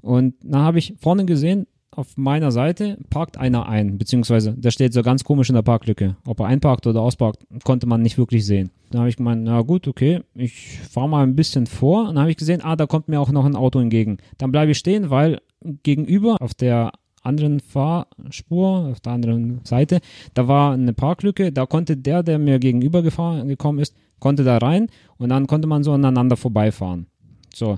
Und dann habe ich vorne gesehen, auf meiner Seite parkt einer ein, beziehungsweise der steht so ganz komisch in der Parklücke. Ob er einparkt oder ausparkt, konnte man nicht wirklich sehen. Dann habe ich gemeint, na gut, okay, ich fahre mal ein bisschen vor. Und dann habe ich gesehen, ah, da kommt mir auch noch ein Auto entgegen. Dann bleibe ich stehen, weil gegenüber auf der anderen Fahrspur, auf der anderen Seite, da war eine Parklücke, da konnte der, der mir gegenüber gefahren, gekommen ist, konnte da rein und dann konnte man so aneinander vorbeifahren. So,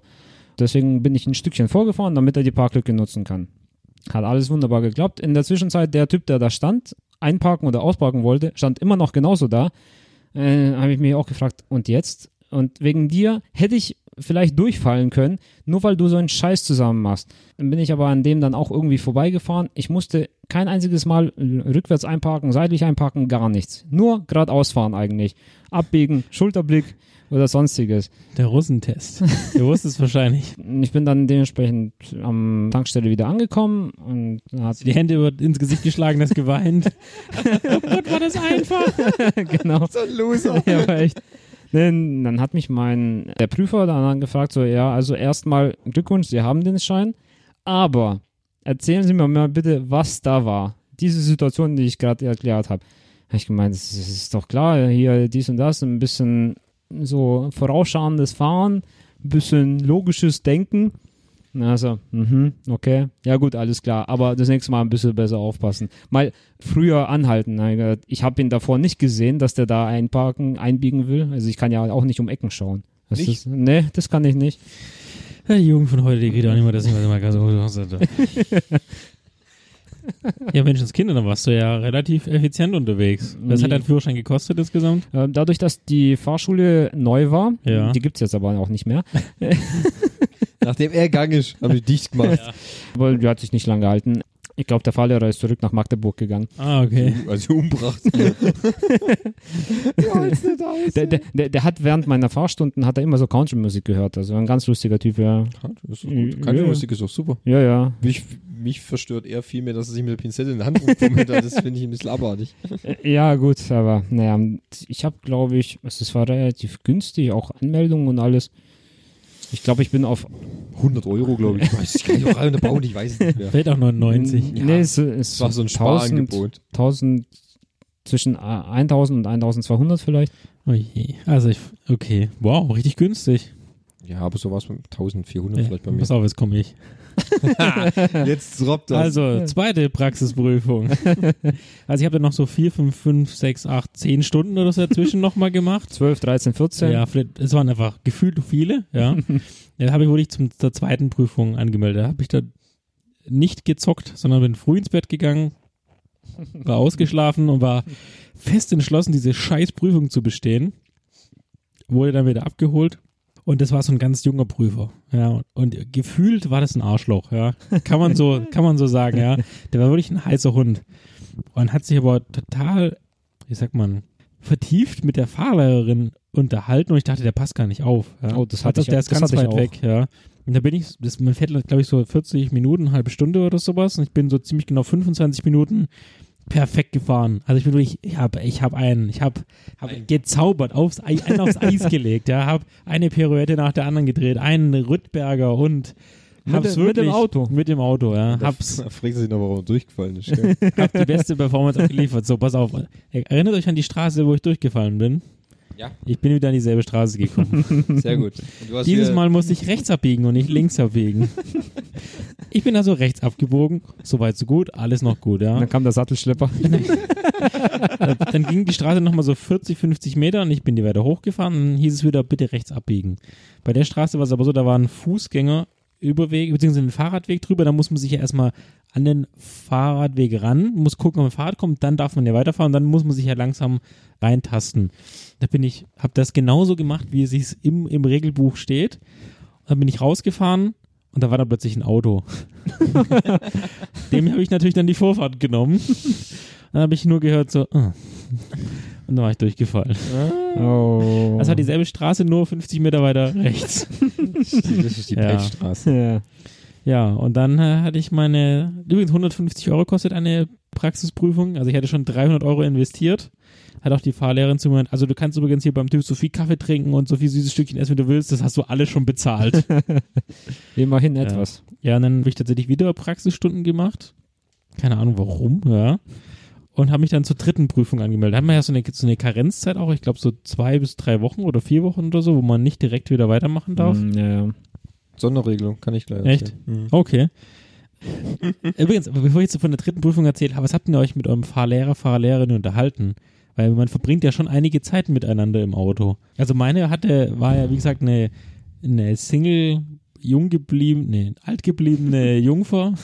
deswegen bin ich ein Stückchen vorgefahren, damit er die Parklücke nutzen kann. Hat alles wunderbar geklappt. In der Zwischenzeit, der Typ, der da stand, einparken oder ausparken wollte, stand immer noch genauso da. Äh, Habe ich mich auch gefragt, und jetzt? Und wegen dir hätte ich vielleicht durchfallen können, nur weil du so einen Scheiß zusammen machst. Dann bin ich aber an dem dann auch irgendwie vorbeigefahren. Ich musste kein einziges Mal rückwärts einparken, seitlich einparken, gar nichts. Nur geradeaus fahren eigentlich. Abbiegen, Schulterblick oder sonstiges. Der Russentest. Du wusstest es wahrscheinlich. Ich bin dann dementsprechend am Tankstelle wieder angekommen und dann hat Die Hände über, ins Gesicht geschlagen, das geweint. Gott, war das einfach. genau. So ein Loser. ja, war echt. Dann, dann hat mich mein der Prüfer dann dann gefragt, so, ja, also erstmal Glückwunsch, Sie haben den Schein, aber erzählen Sie mir mal bitte, was da war. Diese Situation, die ich gerade erklärt habe. Habe ich gemeint, das ist, das ist doch klar, hier dies und das, ein bisschen so vorausschauendes Fahren, bisschen logisches Denken. Also, mhm, okay. Ja gut, alles klar. Aber das nächste Mal ein bisschen besser aufpassen. Mal früher anhalten. ne? Ich habe ihn davor nicht gesehen, dass der da einparken, einbiegen will. Also ich kann ja auch nicht um Ecken schauen. Das Nicht? Ist, nee, das kann ich nicht. Ja, die Jugend von heute, die geht auch nicht mehr, dass ich mal ganz Ja, Menschenskinder, dann warst du ja relativ effizient unterwegs. Was Mhm. hat dein Führerschein gekostet insgesamt? Ähm, Dadurch, dass die Fahrschule neu war, Ja. die gibt es jetzt aber auch nicht mehr, Nachdem er gang ist, habe ich dicht gemacht. weil die hat sich nicht lange gehalten. Ich glaube, der Fahrlehrer ist zurück nach Magdeburg gegangen. Ah, okay. Also umbracht. Der, der, der, der hat während meiner Fahrstunden hat er immer so Country-Musik gehört. Also ein ganz lustiger Typ, ja. Das ist Ja. gut. Keine Musik ist auch super. Ja, ja. Mich, mich verstört eher viel mehr, dass er sich mit der Pinzette in der Hand rumfummelt. Das finde ich ein bisschen abartig. Äh, Ja, gut, aber naja, ich habe, glaube ich, es es war relativ günstig, auch Anmeldungen und alles. Ich glaube, ich bin auf. 100 Euro, glaube ich. Ich weiß es gar nicht. Auch alle Bauen, ich weiß es nicht mehr. Vielleicht auch Mhm. 99. Nee, es, es Das war so ein 1000, Sparangebot. 1000, zwischen äh, 1000 und 1200 vielleicht. Oh je. Also, ich, okay. Wow, richtig günstig. Ja, aber so war es mit 1400 Ja, vielleicht bei mir. Pass auf, jetzt komme ich. Jetzt robbt Also, zweite Praxisprüfung. also, ich habe dann noch so 4, 5, 5, 6, 8, 10 Stunden oder so dazwischen nochmal gemacht. 12, 13, 14. Ja, vielleicht- es waren einfach gefühlt viele, ja. Dann habe ich, wurde ich zum, zur zweiten Prüfung angemeldet. Da habe ich da nicht gezockt, sondern bin früh ins Bett gegangen, war ausgeschlafen und war fest entschlossen, diese scheiß Prüfung zu bestehen. Wurde dann wieder abgeholt. Und das war so ein ganz junger Prüfer, ja. Und gefühlt war das ein Arschloch, ja. Kann man so, kann man so sagen, ja. Der war wirklich ein heißer Hund. Und hat sich aber total, wie sagt man, vertieft mit der Fahrlehrerin unterhalten und ich dachte, der passt gar nicht auf. Ja. Oh, das Hat hatte ich- der ist das ganz hatte ich weit auch. weg, ja. Und da bin ich, das, man fährt, glaube ich, so 40 Minuten, eine halbe Stunde oder sowas. Und ich bin so ziemlich genau 25 Minuten perfekt gefahren. Also ich bin wirklich, ich habe ich hab einen, ich habe hab gezaubert, aufs, Ei- einen aufs Eis gelegt, ja, habe eine Pirouette nach der anderen gedreht, einen Rüttberger und Mit hab's dem- mit dem wirklich- Auto. Mit dem Auto, ja. Hab's, Da fragt er sich noch, warum er durchgefallen ist. Gell? hab die beste Performance abgeliefert. So, pass auf. Erinnert euch an die Straße, wo ich durchgefallen bin? Ja. Ich bin wieder an dieselbe Straße gekommen. Sehr gut. Und du hast Dieses wieder- Mal musste ich rechts abbiegen und nicht links abbiegen. Ich bin also rechts abgebogen. Soweit, so gut. Alles noch gut, ja. Dann kam der Sattelschlepper. dann ging die Straße nochmal so 40, 50 Meter und ich bin die weiter hochgefahren und dann hieß es wieder, bitte rechts abbiegen. Bei der Straße war es aber so, da waren Fußgänger Überweg, beziehungsweise den Fahrradweg drüber, da muss man sich ja erstmal an den Fahrradweg ran, muss gucken, ob ein Fahrrad kommt, dann darf man ja weiterfahren, dann muss man sich ja langsam reintasten. Da bin ich, habe das genauso gemacht, wie es sich im, im Regelbuch steht. Dann bin ich rausgefahren und da war da plötzlich ein Auto. Dem habe ich natürlich dann die Vorfahrt genommen. Dann habe ich nur gehört so, ah. und dann war ich durchgefallen. Oh. Das war dieselbe Straße, nur 50 Meter weiter rechts. Das ist die Ja. Pechstraße. ja. Ja, und dann äh, hatte ich meine, übrigens 150 Euro kostet eine Praxisprüfung, also ich hatte schon 300 Euro investiert. Hat auch die Fahrlehrerin zu mir gemeint, also du kannst übrigens hier beim Typ so viel Kaffee trinken und so viel süßes Stückchen essen, wie du willst, das hast du alles schon bezahlt. Immerhin Ja. etwas. Ja, und dann habe ich tatsächlich wieder Praxisstunden gemacht. Keine Ahnung warum, ja. Und habe mich dann zur dritten Prüfung angemeldet. Da haben wir ja so eine, so eine Karenzzeit auch, ich glaube so zwei bis drei Wochen oder vier Wochen oder so, wo man nicht direkt wieder weitermachen darf. Mm, ja, ja. Sonderregelung, kann ich gleich Echt? erzählen. Mhm. Okay. Übrigens, aber bevor ich jetzt von der dritten Prüfung erzähle, was habt ihr euch mit eurem Fahrlehrer, Fahrlehrerin unterhalten? Weil man verbringt ja schon einige Zeit miteinander im Auto. Also meine hatte, war ja wie gesagt eine, eine Single, jung geblieben, nee, alt gebliebene Jungfer.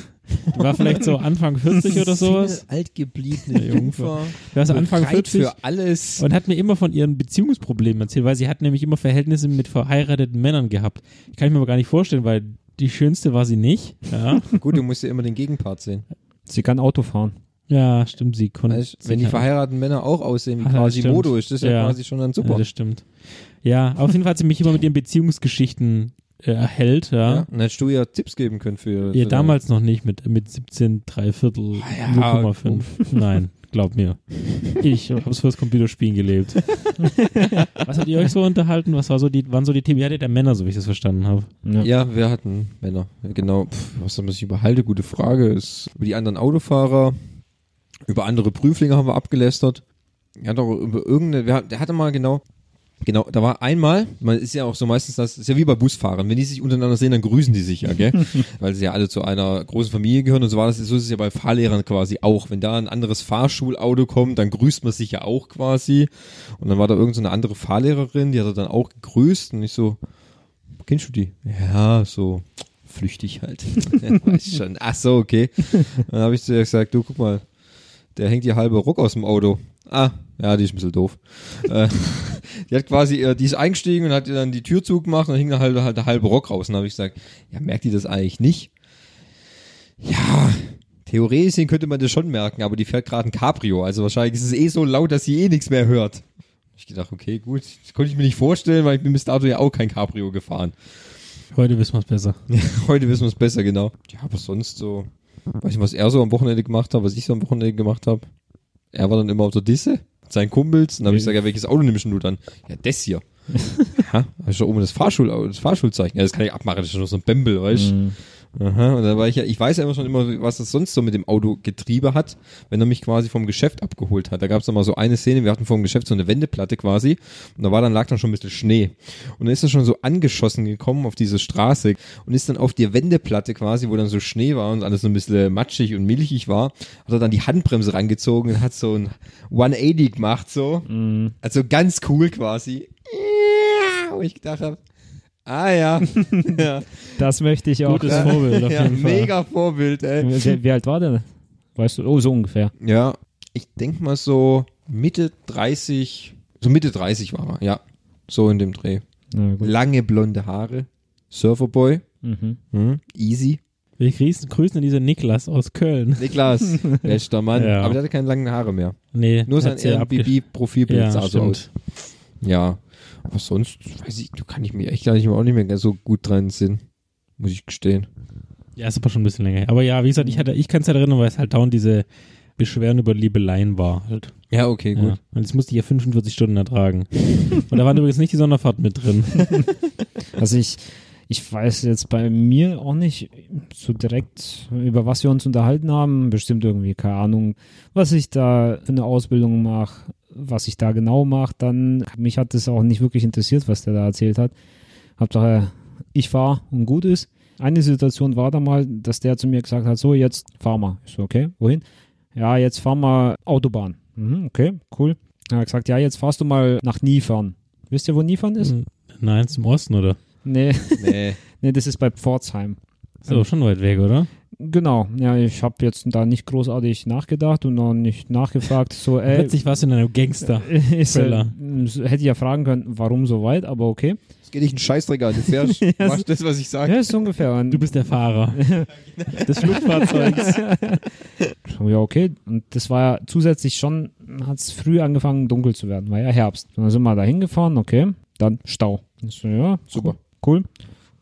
Die war vielleicht so Anfang 40 oder sowas. Altgebliebene Jungfer. Die war so Anfang bereit 40 für alles. und hat mir immer von ihren Beziehungsproblemen erzählt, weil sie hat nämlich immer Verhältnisse mit verheirateten Männern gehabt. Kann ich mir aber gar nicht vorstellen, weil die schönste war sie nicht. Ja. Gut, du musst ja immer den Gegenpart sehen. Sie kann Auto fahren. Ja, stimmt, sie konnte. Weißt, Also, wenn die verheirateten Männer auch aussehen wie Ah, das quasi stimmt. Modo, ist das ja, Ja. quasi schon dann super. Ja, das stimmt. Ja, auf jeden Fall hat sie mich immer mit ihren Beziehungsgeschichten äh, erhellt, ja. Ja, dann hättest du ja Tipps geben können für. Ihr für damals noch nicht mit, mit 17, 3 Viertel, Ah, ja. 0,5. Nein, glaub mir. Ich hab's fürs Computerspielen gelebt. Was habt ihr euch so unterhalten? Was war so die, waren so die Themen? Ihr hattet ja Männer, so wie ich das verstanden habe. deine- Ja, wir hatten Männer. Ja, Genau. Pff, was soll man sich überhalte? Gute Frage. Ist über die anderen Autofahrer, über andere Prüflinge haben wir abgelästert. Er hat auch über irgendeine. Wir, hat- der hatte mal genau. Genau, da war einmal, man ist ja auch so meistens das, ist ja wie bei Busfahrern, wenn die sich untereinander sehen, dann grüßen die sich ja, gell? Weil sie ja alle zu einer großen Familie gehören und so war das, so ist es ja bei Fahrlehrern quasi auch. Wenn da ein anderes Fahrschulauto kommt, dann grüßt man sich ja auch quasi. Und dann war da irgend so eine andere Fahrlehrerin, die hat er dann auch gegrüßt und ich so, kennst du die? Ja, so flüchtig halt. Weiß schon. Ach so, okay. Dann habe ich zu ihr gesagt, du guck mal, der hängt die halbe Ruck aus dem Auto. Ah, ja, die ist ein bisschen doof. äh, die hat quasi, äh, die ist eingestiegen und hat ihr dann die Tür zugemacht und dann hing da halt, halt der halbe Rock raus. Und dann habe ich gesagt, ja, merkt die das eigentlich nicht? Ja, theoretisch könnte man das schon merken, aber die fährt gerade ein Cabrio. Also wahrscheinlich ist es eh so laut, dass sie eh nichts mehr hört. Ich gedacht, okay, gut, das konnte ich mir nicht vorstellen, weil ich bin bis dato ja auch kein Cabrio gefahren. Heute wissen wir es besser. Heute wissen wir es besser, genau. Ja, aber sonst so. Weiß nicht, was er so am Wochenende gemacht hat, was ich so am Wochenende gemacht habe. Er war dann immer auf der Disse mit seinen Kumpels. Und dann habe ich gesagt, ja, welches Auto nimmst denn du dann? Ja, das hier. Aha, das ist ja oben das, Fahrschulauto, das Fahrschulzeichen. Ja, das kann ich abmachen, das ist schon so ein Bembel, weißt du? Aha, und dann war ich ja, ich weiß ja immer schon immer, was das sonst so mit dem Autogetriebe hat, wenn er mich quasi vom Geschäft abgeholt hat. Da gab es mal so eine Szene, wir hatten vor dem Geschäft so eine Wendeplatte quasi und da war dann, lag dann schon ein bisschen Schnee. Und dann ist er schon so angeschossen gekommen auf diese Straße und ist dann auf die Wendeplatte quasi, wo dann so Schnee war und alles so ein bisschen matschig und milchig war, hat er dann die Handbremse rangezogen und hat so ein 180 gemacht so. Mhm. Mm. Also ganz cool quasi. Ja, wo ich gedacht habe, ah ja, ja. Das möchte ich auch. Gutes Vorbild auf jeden Fall. Mega Vorbild, ey. Wie, wie alt war der? Weißt du, oh, so ungefähr. Ja, ich denke mal so Mitte 30, so Mitte 30 war er, ja. So in dem Dreh. Na gut. Lange blonde Haare, Surferboy, Mhm. hm, easy. Wir grüßen, grüßen diesen Niklas aus Köln. Niklas, bester Mann. Ja. Aber der hatte keine langen Haare mehr. Nee, Nur sein hat sie abgesch- RBB-Profilbild ja, sah so aus. stimmt. Ja, aber sonst, weiß ich, da kann ich mir echt gar nicht, auch nicht mehr ganz so gut dran sinn. Muss ich gestehen. Ja, ist aber schon ein bisschen länger. her. Aber ja, wie gesagt, ich, hatte- ich kann es halt erinnern, weil es halt dauernd diese Beschwerden über Liebeleien war. Halt. Ja, okay, Ja. Und das musste ich ja 45 Stunden ertragen. Und da waren übrigens nicht die Sonderfahrt mit drin. Also ich, ich weiß jetzt bei mir auch nicht so direkt, über was wir uns unterhalten haben. Bestimmt irgendwie, keine Ahnung, was ich da für eine Ausbildung mache, was ich da genau mache. Dann, mich hat das auch nicht wirklich interessiert, was der da erzählt hat. Hauptsache, ich fahre und gut ist. Eine Situation war da mal, dass der zu mir gesagt hat, so jetzt fahr mal. Ich so, okay, wohin? Ja, jetzt fahr mal Autobahn. Mhm, okay, cool. Dann hat er gesagt, ja, jetzt fahrst du mal nach Niefern. Wisst ihr, wo Niefern Mhm. ist? Nein, zum Osten, oder? Nee. Nee. Nee, das ist bei Pforzheim. So, schon weit weg, oder? Genau, ja, ich habe jetzt da nicht großartig nachgedacht und auch nicht nachgefragt. So, ey, Plötzlich warst du in einem Gangster. ist, äh, Thriller. m, so- hätte ich ja fragen können, warum so weit, aber okay. Es geht dich einen Scheißdreck an. Du fährst, machst das, was ich sage. Ja, ist ungefähr. Und, Du bist der Fahrer des Flugfahrzeugs. So, ja, okay. Und das war ja zusätzlich schon, hat es früh angefangen, dunkel zu werden, war ja Herbst. Und dann sind wir da hingefahren, okay. Dann Stau. Ich So, ja, Super. Cool.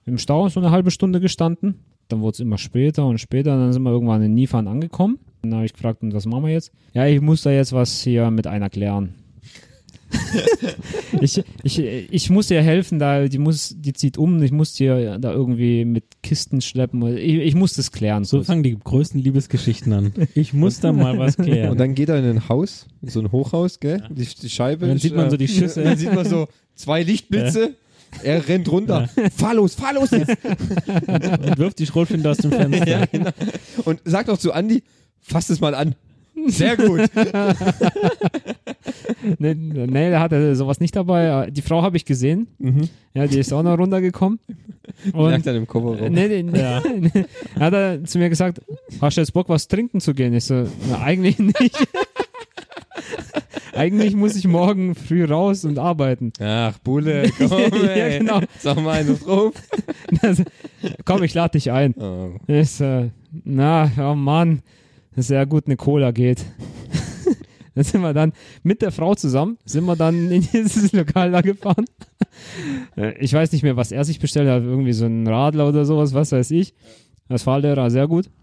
Im Stau so eine halbe Stunde gestanden. Dann wurde es immer später und später. Dann sind wir irgendwann in Niefern angekommen. Dann habe ich gefragt, und was machen wir jetzt? Ja, ich muss da jetzt was hier mit einer klären. ich, ich, ich muss dir helfen, da die muss, die zieht um, ich muss dir da irgendwie mit Kisten schleppen. Ich, ich muss das klären. So fangen die größten Liebesgeschichten an. Ich muss da mal was klären. Und dann geht er in ein Haus, in so ein Hochhaus, gell? Die, die Scheibe. Und dann ist, sieht man äh, so die Schüsse. Dann sieht man so zwei Lichtblitze. Er rennt runter. Fahr los, fahr los jetzt. und wirft die Schrotflinte aus dem Fenster. Und sagt auch zu Andi, fass es mal an. Sehr gut. Nee, nee, der hatte sowas nicht dabei. Die Frau habe ich gesehen. Ja, die ist auch noch runtergekommen. Merkt Und er im äh, Kofferraum. ne- nee, nee, nee. hat er zu mir gesagt, hast du jetzt Bock, was trinken zu gehen? Ich so, na, eigentlich nicht. eigentlich muss ich morgen früh raus und arbeiten. Ach, Bulle, komm, Ja, ey. genau. Sag mal einen drauf. Das, komm, ich lade dich ein. Oh. Ich so, äh, na, oh Mann, sehr gut, eine Cola geht. Dann sind wir dann mit der Frau zusammen, sind wir dann in dieses Lokal da gefahren. Äh, Ich weiß nicht mehr, was er sich bestellt hat, irgendwie so ein Radler oder sowas, was weiß ich. Das Fahrlehrer, sehr gut.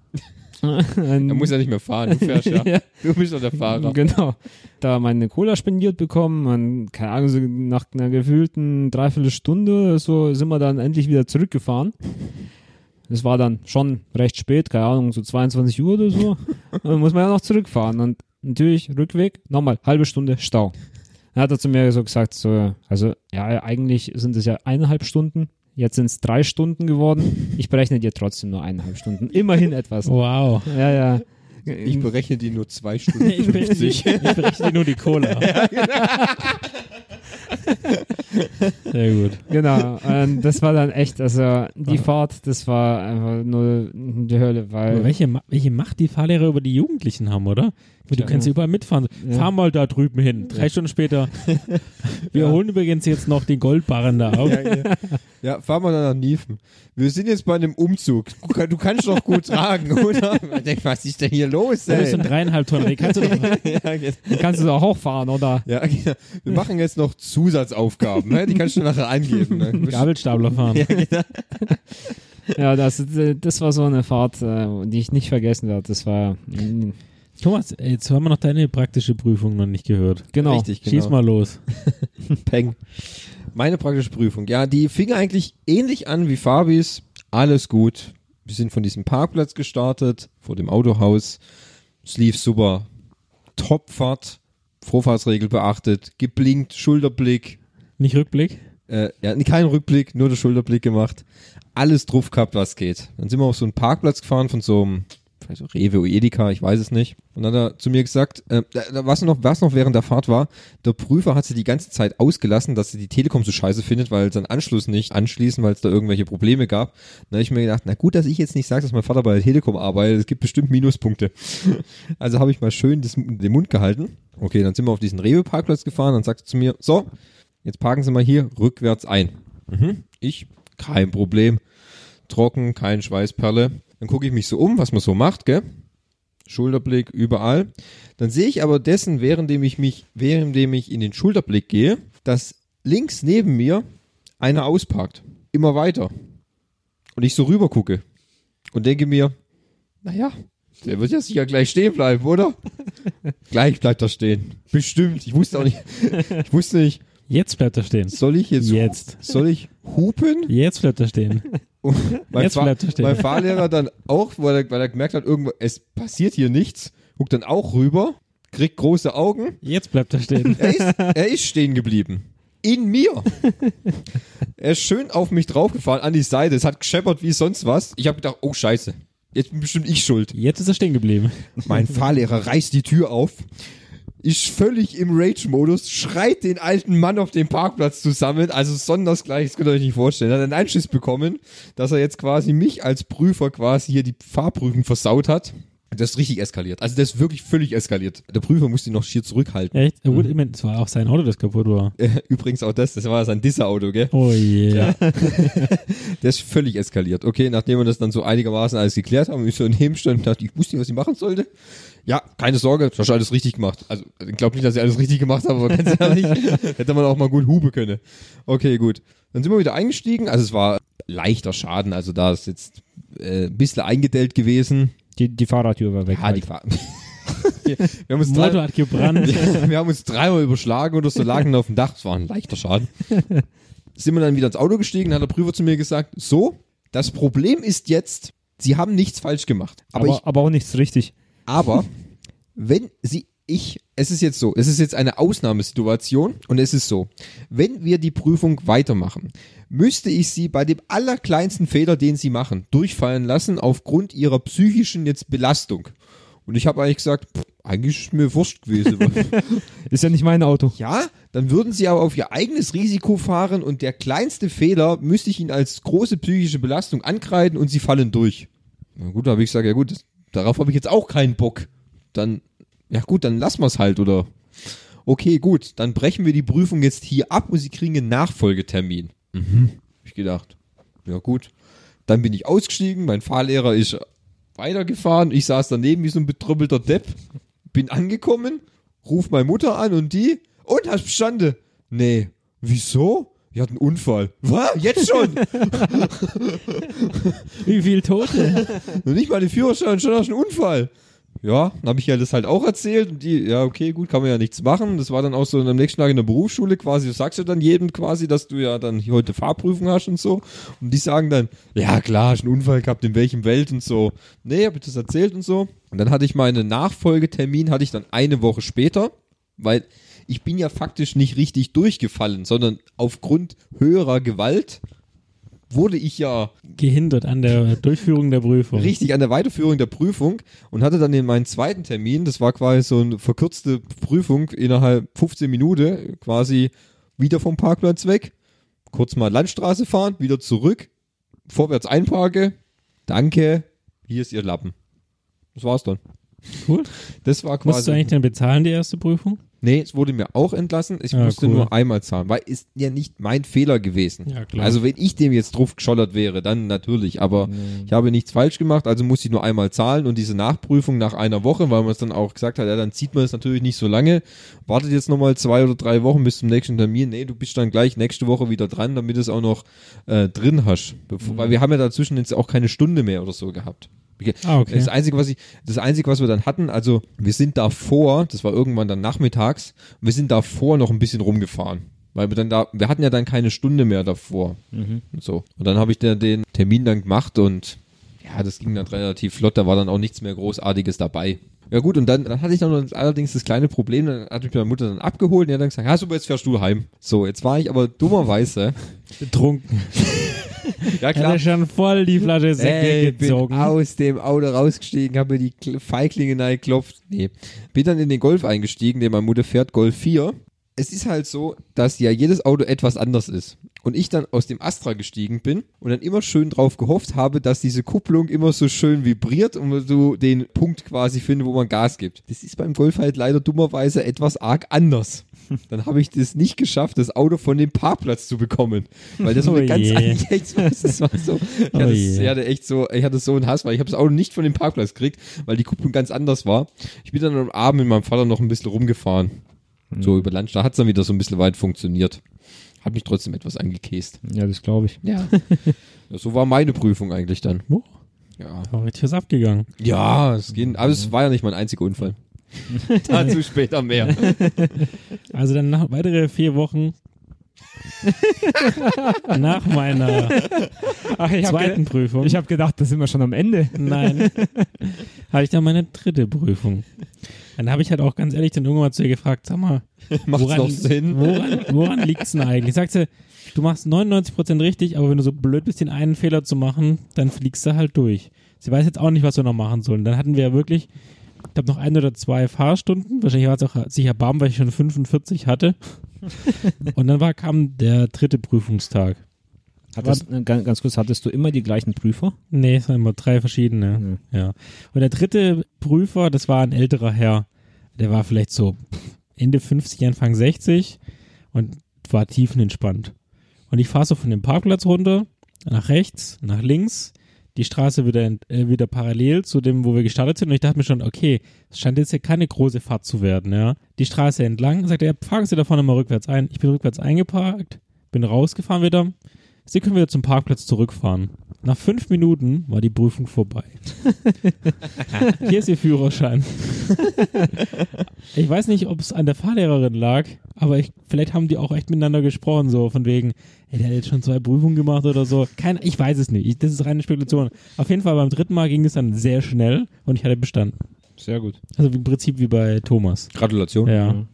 Er muss ja nicht mehr fahren, du fährst ja. Ja. Du bist doch der Fahrer. Genau. Da haben wir eine Cola spendiert bekommen und keine Ahnung, so nach einer gefühlten Dreiviertelstunde so sind wir dann endlich wieder zurückgefahren. Es war dann schon recht spät, keine Ahnung, so 22 Uhr oder so. Dann muss man ja noch zurückfahren. Und natürlich Rückweg, nochmal halbe Stunde Stau. Dann hat er zu mir so gesagt, so, also ja, eigentlich sind es ja eineinhalb Stunden, jetzt sind es drei Stunden geworden. Ich berechne dir trotzdem nur eineinhalb Stunden. Immerhin etwas. Oh. Wow. Ja, ja. Ich berechne die nur zwei Stunden Ich berechne, 50. ich berechne nur die Cola. Sehr gut. Genau, und das war dann echt, also die Fahrt, das war einfach nur die Hölle, Aber weil welche, Ma- welche Macht die Fahrlehrer über die Jugendlichen haben, oder? Du Tja. kannst ja überall mitfahren. Ja. Fahr mal da drüben hin. Drei Stunden später. Wir holen übrigens jetzt noch den Goldbarren da auf. Ja, ja. ja, fahr mal dann nach Niefen. Wir sind jetzt bei einem Umzug. Du, kann- du kannst doch gut tragen, oder? Man denkt, was ist denn hier los, Da ist ey? ein dreieinhalb Tonnen. Ring. Kannst du doch Ja, jetzt- kannst du auch hochfahren, oder? ja, genau. wir machen jetzt noch Zusatzaufgaben. Ne? Die kannst du nachher angeben. einen Ne? Gabelstapler fahren. Ja, das, das war so eine Fahrt, äh, die ich nicht vergessen werde. Das war, mm, Thomas, jetzt haben wir noch deine praktische Prüfung noch nicht gehört. genau. Richtig, genau. Schieß mal los. Peng. Meine praktische Prüfung. Ja, die fing eigentlich ähnlich an wie Fabis. Alles gut. Wir sind von diesem Parkplatz gestartet, vor dem Autohaus. Es lief super. Topfahrt, Vorfahrtsregel beachtet, geblinkt, Schulterblick. Nicht Rückblick? Äh, ja, keinen Rückblick, nur den Schulterblick gemacht. Alles drauf gehabt, was geht. Dann sind wir auf so einen Parkplatz gefahren von so einem vielleicht so Rewe oder Edeka, ich weiß es nicht. Und dann hat er zu mir gesagt, äh, da- da- was, noch, was noch während der Fahrt war, der Prüfer hat sie die ganze Zeit ausgelassen, dass sie die Telekom so scheiße findet, weil seinen Anschluss nicht anschließen, weil es da irgendwelche Probleme gab. Dann habe ich mir gedacht, na gut, dass ich jetzt nicht sage, dass mein Vater bei der Telekom arbeitet, es gibt bestimmt Minuspunkte. also habe ich mal schön das, den Mund gehalten. Okay, dann sind wir auf diesen Rewe-Parkplatz gefahren, dann sagt er zu mir, so, jetzt parken Sie mal hier rückwärts ein. Mhm. Ich, kein Problem trocken, kein Schweißperle. Dann gucke ich mich so um, was man so macht, gell? Schulterblick überall. Dann sehe ich aber dessen, währenddem ich mich, währenddem ich in den Schulterblick gehe, dass links neben mir einer ausparkt. Immer weiter. Und ich so rüber gucke und denke mir, naja, der wird ja sicher gleich stehen bleiben, oder? gleich bleibt er stehen. Bestimmt. Ich wusste auch nicht. Ich wusste nicht, Jetzt bleibt er stehen. soll ich jetzt, Jetzt. soll ich hupen? Jetzt bleibt er stehen. mein, Jetzt Fahr bleibt er stehen. mein Fahrlehrer dann auch, weil er, weil er gemerkt hat, irgendwo, es passiert hier nichts, guckt dann auch rüber, kriegt große Augen. Jetzt bleibt er stehen. Er ist, er ist stehen geblieben. In mir. Er ist schön auf mich draufgefahren, an die Seite. Es hat gescheppert wie sonst was. Ich habe gedacht, oh Scheiße, jetzt bin bestimmt ich schuld. Jetzt ist er stehen geblieben. Mein Fahrlehrer reißt die Tür auf, ist völlig im Rage-Modus, schreit den alten Mann auf dem Parkplatz zusammen, also sondersgleich, das könnt ihr euch nicht vorstellen. Er hat einen Einschiss bekommen, dass er jetzt quasi mich als Prüfer quasi hier die Fahrprüfung versaut hat. Das ist richtig eskaliert. Also das ist wirklich völlig eskaliert. Der Prüfer musste ihn noch schier zurückhalten. Echt? Ja, Gut, ich meine, es war auch sein Auto, das kaputt war. Äh, Übrigens auch das, das war sein Disser-Auto, gell? Oh je. Der ist völlig eskaliert. Okay, nachdem wir das dann so einigermaßen alles geklärt haben, ich so daneben stand und dachte, ich wusste nicht, was ich machen sollte. Ja, keine Sorge, du hast alles richtig gemacht. Also, ich glaube nicht, dass ich alles richtig gemacht habe, aber ganz ehrlich, hätte man auch mal gut hupe können. Okay, gut. Dann sind wir wieder eingestiegen. Also, es war leichter Schaden. Also, da ist jetzt äh, ein bisschen eingedellt gewesen. Die, die Fahrradtür war weg. halt. Ja, die war- wir, wir haben uns drei- Motor hat gebrannt. wir haben uns dreimal überschlagen oder so lagen auf dem Dach. Das war ein leichter Schaden. Sind wir dann wieder ins Auto gestiegen, hat der Prüfer zu mir gesagt, so, das Problem ist jetzt, Sie haben nichts falsch gemacht. Aber, aber, aber, aber, ich, auch nichts richtig. aber wenn Sie, ich, es ist jetzt so, es ist jetzt eine Ausnahmesituation und es ist so, wenn wir die Prüfung weitermachen, müsste ich Sie bei dem allerkleinsten Fehler, den Sie machen, durchfallen lassen aufgrund Ihrer psychischen jetzt Belastung. Und ich habe eigentlich gesagt, pff, eigentlich ist mir wurscht gewesen. Ist ja nicht mein Auto. Ja, dann würden sie aber auf ihr eigenes Risiko fahren und der kleinste Fehler müsste ich ihnen als große psychische Belastung ankreiden und sie fallen durch. Na gut, da habe ich gesagt, ja gut, das, darauf habe ich jetzt auch keinen Bock. Dann, ja gut, dann lassen wir es halt, oder? Okay, gut, dann brechen wir die Prüfung jetzt hier ab und sie kriegen einen Nachfolgetermin. Mhm. Hab ich gedacht, ja gut. Dann bin ich ausgestiegen, mein Fahrlehrer ist weitergefahren, ich saß daneben wie so ein betrüppelter Depp, bin angekommen, ruf meine Mutter an und die, und hast Bestande. Nee, wieso? Ich hatte einen Unfall. Was? Jetzt schon? Wie viel Tote? Noch nicht mal den Führerschein, schon hast du einen Unfall. Ja, dann habe ich ja das halt auch erzählt und die, ja, okay, gut, kann man ja nichts machen. Das war dann auch so am nächsten Tag in der Berufsschule quasi, du sagst ja dann jedem quasi, dass du ja dann hier heute Fahrprüfung hast und so. Und die sagen dann, ja klar, hast einen Unfall gehabt, in welchem Welt und so. Nee, habe ich das erzählt und so. Und dann hatte ich meinen Nachfolgetermin, hatte ich dann eine Woche später, weil ich bin ja faktisch nicht richtig durchgefallen, sondern aufgrund höherer Gewalt wurde ich ja Gehindert an der Durchführung der Prüfung. richtig an der Weiterführung der Prüfung und hatte dann in meinen zweiten Termin, das war quasi so eine verkürzte Prüfung innerhalb 15 Minuten, quasi wieder vom Parkplatz weg, kurz mal Landstraße fahren, wieder zurück, vorwärts einparke, danke, hier ist Ihr Lappen. Das war's dann. Cool. Das war quasi. Musst du eigentlich dann bezahlen, die erste Prüfung? Nee, es wurde mir auch entlassen. Ich Ah, musste cool. nur einmal zahlen, weil ist ja nicht mein Fehler gewesen. Ja, klar. Also wenn ich dem jetzt drauf geschollert wäre, dann natürlich. Aber ich habe nichts falsch gemacht, also musste ich nur einmal zahlen und diese Nachprüfung nach einer Woche, weil man es dann auch gesagt hat, ja, dann zieht man es natürlich nicht so lange. Wartet jetzt nochmal zwei oder drei Wochen bis zum nächsten Termin. Nee, du bist dann gleich nächste Woche wieder dran, damit du es auch noch äh, drin hast. Mhm. Bevor, Weil wir haben ja dazwischen jetzt auch keine Stunde mehr oder so gehabt. Ah, okay. Das Einzige, was ich, das Einzige, was wir dann hatten, also wir sind davor, das war irgendwann dann nachmittags, wir sind davor noch ein bisschen rumgefahren. Weil wir dann da, wir hatten ja dann keine Stunde mehr davor. Mhm. Und so. Und dann habe ich da den Termin dann gemacht und ja, das ging dann relativ flott, da war dann auch nichts mehr Großartiges dabei. Ja gut, und dann, dann hatte ich dann noch allerdings das kleine Problem, dann hat mich meine Mutter dann abgeholt und die hat dann gesagt, ja super, jetzt fährst du heim. So, jetzt war ich aber dummerweise, Betrunken. ja Hat er schon voll die Flasche Sekt Ey, Äh, bin gezogen. aus dem Auto rausgestiegen, habe mir die Kl- Feiglinge geklopft. Nee. Bin dann in den Golf eingestiegen, den meine Mutter fährt, Golf 4. Es ist halt so, dass ja jedes Auto etwas anders ist. Und ich dann aus dem Astra gestiegen bin und dann immer schön drauf gehofft habe, dass diese Kupplung immer so schön vibriert und du den Punkt quasi findest, wo man Gas gibt. Das ist beim Golf halt leider dummerweise etwas arg anders. Dann habe ich das nicht geschafft, das Auto von dem Parkplatz zu bekommen. Weil das war eine Oh ganz je. andere echt so, das war so. Ich hatte, Oh je. ich hatte echt so, ich hatte so einen Hass, weil ich habe das Auto nicht von dem Parkplatz gekriegt, weil die Kupplung ganz anders war. Ich bin dann am Abend mit meinem Vater noch ein bisschen rumgefahren. So über Land. Da hat es dann wieder so ein bisschen weit funktioniert. Hat mich trotzdem etwas angekäst. Ja, das glaube ich. Ja. so war meine Prüfung eigentlich dann. Oh, Ja. da war richtig was abgegangen. Ja, es ging. Aber es war ja nicht mein einziger Unfall. Dazu später mehr. Also dann nach weitere vier Wochen nach meiner Ach, ich zweiten Prüfung. Ich habe gedacht, da sind wir schon am Ende. Nein. habe ich dann meine dritte Prüfung. Dann habe ich halt auch ganz ehrlich dann irgendwann mal zu ihr gefragt, sag mal, Macht's woran, noch Sinn? woran, woran liegt's denn eigentlich? Ich sagte, du machst 99% richtig, aber wenn du so blöd bist, den einen Fehler zu machen, dann fliegst du halt durch. Sie weiß jetzt auch nicht, was wir noch machen sollen. Dann hatten wir ja wirklich, ich glaube, noch ein oder zwei Fahrstunden. Wahrscheinlich war es auch sicher Barm, weil ich schon 45 hatte. Und dann war, kam der dritte Prüfungstag. Hattest, äh, ganz, ganz kurz, hattest du immer die gleichen Prüfer? Nee, es waren immer drei verschiedene. Mhm. Ja. Und der dritte Prüfer, das war ein älterer Herr. Der war vielleicht so pff, Ende 50, Anfang 60 und war tiefenentspannt. Und ich fahre so von dem Parkplatz runter, nach rechts, nach links, die Straße wieder, in- äh, wieder parallel zu dem, wo wir gestartet sind. Und ich dachte mir schon, okay, es scheint jetzt hier keine große Fahrt zu werden. Ja. Die Straße entlang, sagt er, ja, fahren Sie da vorne mal rückwärts ein. Ich bin rückwärts eingeparkt, bin rausgefahren wieder. Sie können wieder zum Parkplatz zurückfahren. Nach fünf Minuten war die Prüfung vorbei. Hier ist Ihr Führerschein. Ich weiß nicht, ob es an der Fahrlehrerin lag, aber ich, vielleicht haben die auch echt miteinander gesprochen, so von wegen, ey, der hat jetzt schon zwei Prüfungen gemacht oder so. Kein, ich weiß es nicht. Ich, das ist reine Spekulation. Auf jeden Fall beim dritten Mal ging es dann sehr schnell und ich hatte bestanden. Sehr gut. Also im Prinzip wie bei Thomas. Gratulation. Ja,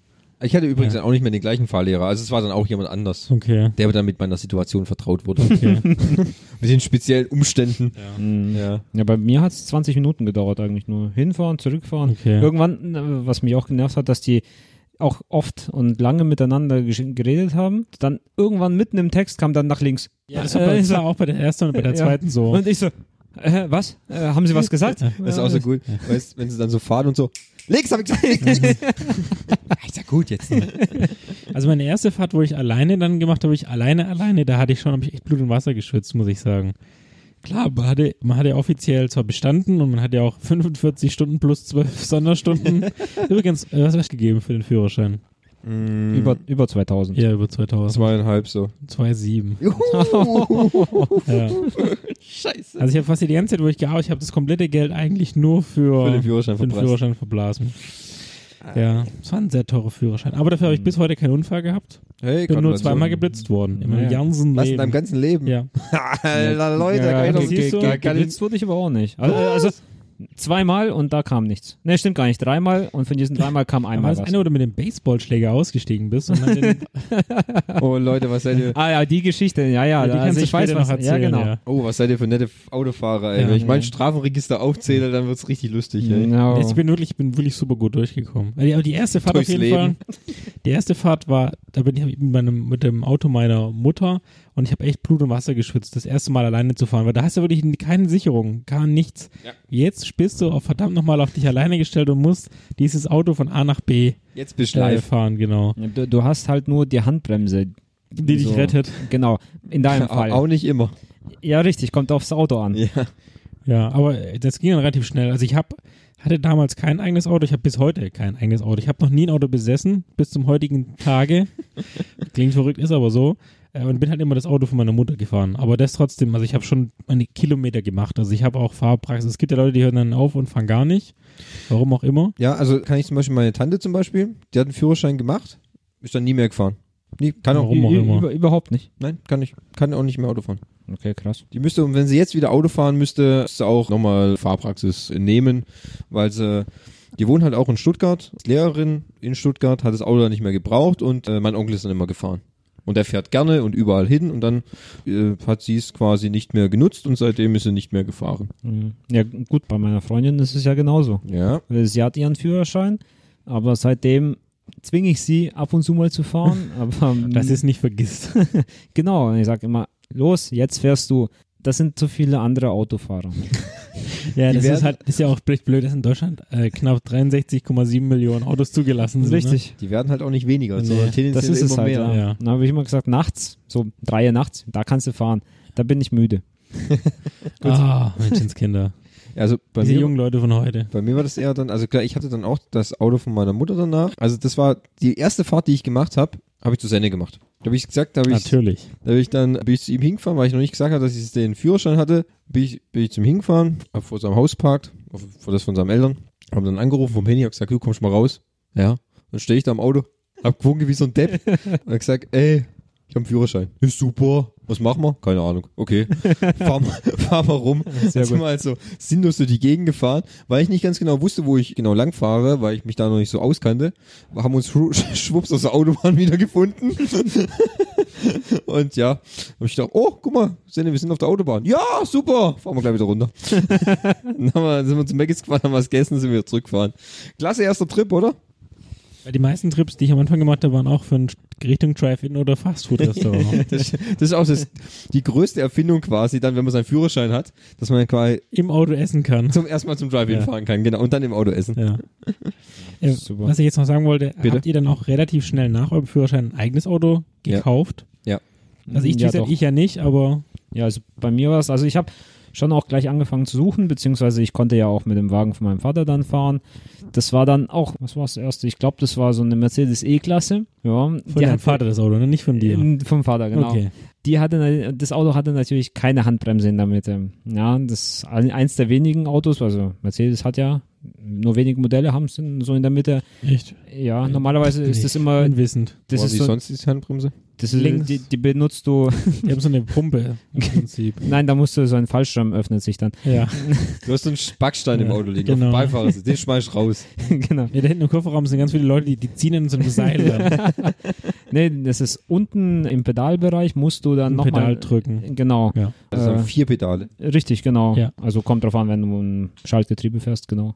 Ich hatte übrigens dann auch nicht mehr den gleichen Fahrlehrer. Also es war dann auch jemand anders, okay. der dann mit meiner Situation vertraut wurde. okay. mit den speziellen Umständen. Ja. Ja, bei mir hat es 20 Minuten gedauert eigentlich nur. Hinfahren, zurückfahren. Okay. Irgendwann, äh, was mich auch genervt hat, dass die auch oft und lange miteinander gesch- geredet haben. Dann irgendwann mitten im Text kam dann nach links. Ja, das Äh, war, bei, ich das so, war auch bei der ersten und bei der Ja. zweiten so. Und ich so, äh, was? Äh, haben sie was gesagt? Das ist auch so gut. Weißt, wenn sie dann so fahren und so, links, hab ich gesagt, links, links. ist ja gut jetzt. Also meine erste Fahrt, wo ich alleine dann gemacht habe, ich alleine, alleine, da hatte ich schon, habe ich echt Blut und Wasser geschwitzt, muss ich sagen. Klar, man hatte, man hatte offiziell zwar bestanden und man hatte ja auch 45 Stunden plus 12 Sonderstunden. Übrigens, äh, was hast du gegeben für den Führerschein? Äh, über, über 2000. Ja, über 2000. Zweieinhalb so. 2,7. Juhu. Ja. Scheiße. Also ich habe fast die ganze Zeit, wo ich gearbeitet habe, das komplette Geld eigentlich nur für, Für den Führerschein für den verblasst. Führerschein verblasen. Ja, es war ein sehr teurer Führerschein. Aber dafür habe Mhm. ich bis heute keinen Unfall gehabt. Hey, Ich bin nur Gratulation. zweimal geblitzt worden. In meinem Ja. ganzen Was in Leben. deinem ganzen Leben? ja. Alter, Leute, ja, kann ich siehst doch- du, kann ich- Geblitzt wurde ich aber auch nicht. Also, also Zweimal und da kam nichts. Ne, stimmt gar nicht. Dreimal und von diesen dreimal kam Einmal einmal das was. eine, wo du mit dem Baseballschläger ausgestiegen bist und dann den, Oh Leute, was seid ihr? Ah ja, die Geschichte. Ja, ja, die kannst also du ich weiß später was. noch erzählen. ja, genau. Oh, was seid ihr für nette F- Autofahrer, ey. Ja, Wenn ich mein ja. Strafenregister aufzähle, dann wird's richtig lustig, ey. Genau. Ich bin wirklich, bin wirklich super gut durchgekommen. Also, Aber die erste Fahrt Durchs auf jeden Leben. Fall. Die erste Fahrt war, da bin ich mit meinem, mit dem Auto meiner Mutter und ich habe echt Blut und Wasser geschwitzt, das erste Mal alleine zu fahren, weil da hast du wirklich keine Sicherung, gar nichts. Jetzt bist du auf verdammt nochmal auf dich alleine gestellt und musst dieses Auto von A nach B Jetzt bist du schnell live. fahren, genau. du, du hast halt nur die Handbremse. Die dich So. rettet. Genau, in deinem Au- Auch Fall. nicht immer. Ja, richtig, kommt aufs Auto an. Ja. Ja, aber das ging dann relativ schnell. Also ich habe hatte damals kein eigenes Auto, ich habe bis heute kein eigenes Auto. Ich habe noch nie ein Auto besessen, bis zum heutigen Tage. Klingt verrückt, ist aber so. Äh, Und bin halt immer das Auto von meiner Mutter gefahren. Aber das trotzdem, also ich habe schon meine Kilometer gemacht. Also ich habe auch Fahrpraxis. Es gibt ja Leute, die hören dann auf und fahren gar nicht. Warum auch immer. Ja, also kann ich zum Beispiel meine Tante zum Beispiel, die hat einen Führerschein gemacht, ist dann nie mehr gefahren. Nie, kann auch, Warum auch Ü- immer. Über, überhaupt nicht. nein, kann nicht, kann auch nicht mehr Auto fahren. Okay, krass. Die müsste, und wenn sie jetzt wieder Auto fahren müsste, müsste sie auch nochmal Fahrpraxis nehmen, weil sie, die wohnt halt auch in Stuttgart, ist Lehrerin in Stuttgart, hat das Auto dann nicht mehr gebraucht und äh, mein Onkel ist dann immer gefahren. Und er fährt gerne und überall hin und dann äh, hat sie es quasi nicht mehr genutzt und seitdem ist sie nicht mehr gefahren. Mhm. Ja, gut, bei meiner Freundin ist es ja genauso. Ja. Sie hat ihren Führerschein, aber seitdem zwinge ich sie ab und zu mal zu fahren. Aber, ähm, Dass sie es nicht vergisst. genau, und ich sage immer, los, jetzt fährst du. Das sind so viele andere Autofahrer. ja, das ist werden- halt, ist ja auch echt blöd, dass in Deutschland äh, knapp 63,7 Millionen Autos zugelassen sind. ne? Richtig. Die werden halt auch nicht weniger, Nee, sondern Das tendenziell ist immer es halt. mehr. Ja. Ja. Dann habe ich immer gesagt, nachts, so drei Uhr nachts, da kannst du fahren. Da bin ich müde. Ne? Ah, Menschenskinder. Also bei Diese mir, jungen Leute von heute. Bei mir war das eher dann, also klar, ich hatte dann auch das Auto von meiner Mutter danach. Also das war die erste Fahrt, die ich gemacht habe, habe ich zu Sende gemacht. Da habe ich gesagt, da habe ich, da Natürlich. habe ich dann bin ich zu ihm hingefahren, weil ich noch nicht gesagt habe, dass ich den Führerschein hatte. Bin ich, bin ich zum hingefahren, habe vor seinem Haus parkt, vor das von seinen Eltern, habe dann angerufen vom Handy, habe gesagt, du kommst mal raus. Ja. Dann stehe ich da im Auto, hab gewunken wie so ein Depp und hab gesagt, ey, ich habe einen Führerschein. Ist super. Was machen wir? Keine Ahnung. Okay. fahr mal, fahr mal rum. Sehr sind gut. wir halt so sinnlos durch die Gegend gefahren, weil ich nicht ganz genau wusste, wo ich genau lang fahre, weil ich mich da noch nicht so auskannte. Wir haben uns schwu- schwupps aus der Autobahn wieder gefunden. Und ja, hab ich gedacht, oh, guck mal, Sende, wir sind auf der Autobahn. Ja, super. Fahren wir gleich wieder runter. dann haben wir, sind wir zum Meckes gefahren, haben was gegessen, sind wir zurückgefahren. Klasse erster Trip, oder? Weil die meisten Trips, die ich am Anfang gemacht habe, waren auch für ein Richtung Drive-In oder Fastfood-Restaurant. Das, das ist auch das, die größte Erfindung quasi, dann, wenn man seinen Führerschein hat, dass man quasi Im Auto essen kann. zum erstmal zum Drive-In Ja. fahren kann, genau, und dann im Auto essen. Ja. Äh, Super. Was ich jetzt noch sagen wollte, Bitte? habt ihr dann auch relativ schnell nach eurem Führerschein ein eigenes Auto Ja. gekauft? Ja. Also ich, Mhm. Hm, ja, ja doch. ich ja nicht, aber Ja, also bei mir war es, also ich habe schon auch gleich angefangen zu suchen, beziehungsweise ich konnte ja auch mit dem Wagen von meinem Vater dann fahren. Das war dann auch, was war das erste? Ich glaube, das war so eine Mercedes E-Klasse. Ja, von deinem Vater das Auto, ne? nicht von dir. Ähm, Vom Vater, genau. Okay. Die hatte, na- das Auto hatte natürlich keine Handbremse in der Mitte. Ja, das ist ein- eins der wenigen Autos, also Mercedes hat ja, nur wenige Modelle haben es so in der Mitte. Echt? Äh, Ja, normalerweise ist das immer, Unwissend. das Wo haben ist Sie so, sonst die Handbremse? das ist, links? die, die benutzt du, Die haben so eine Pumpe im Prinzip. nein, da musst du so einen Fallschirm öffnet sich dann. ja. Du hast so einen Backstein im Ja, Auto liegen, genau. auf dem Beifahrersitz, den schmeiß ich raus. genau. ja. Da hinten im Kofferraum sind ganz viele Leute, die, die ziehen in so einem Seil dann. Nee, das ist unten im Pedalbereich, musst du dann Ein nochmal. Pedal drücken. Genau, Ja. Das sind Äh. vier Pedale. richtig, genau. Ja. Also kommt drauf an, wenn du ein Schaltgetriebe fährst, Ah. genau.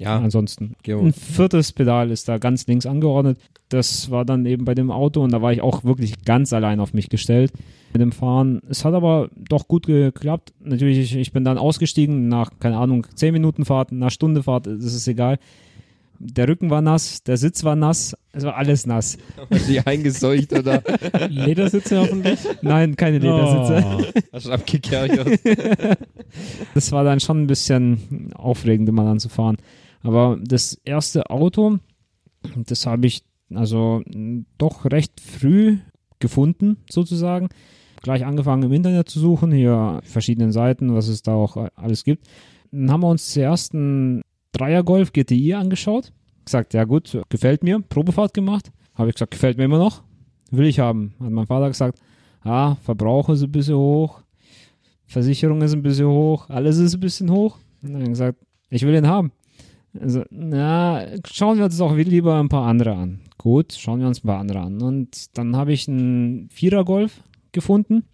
Ja, Ansonsten. gehen wir. Ein viertes Pedal ist da ganz links angeordnet. Das war dann eben bei dem Auto und da war ich auch wirklich ganz allein auf mich gestellt mit dem Fahren. Es hat aber doch gut geklappt. Natürlich, ich, ich bin dann ausgestiegen nach, keine Ahnung, 10 Minuten Fahrt, nach Stunde Fahrt, das ist egal. Der Rücken war nass, der Sitz war nass, es war alles nass. Hast du die eingeseucht oder Ledersitze hoffentlich. Nein, keine Ledersitze. Oh. hast du abgekerchert? Das war dann schon ein bisschen aufregend, immer dann zu fahren. Aber das erste Auto, das habe ich also mh, doch recht früh gefunden, sozusagen. Gleich angefangen im Internet zu suchen, hier verschiedenen Seiten, was es da auch äh, alles gibt. Dann haben wir uns zuerst einen Dreier Golf GTI angeschaut. Gesagt, ja gut, gefällt mir. Probefahrt gemacht. Habe ich gesagt, gefällt mir immer noch. Will ich haben. Hat mein Vater gesagt, ah, Verbrauch ist ein bisschen hoch. Versicherung ist ein bisschen hoch, alles ist ein bisschen hoch. Und dann gesagt, Ich will den haben. Also, na, schauen wir uns doch lieber ein paar andere an. Gut, schauen wir uns ein paar andere an. Und dann habe ich einen Vierer-Golf gefunden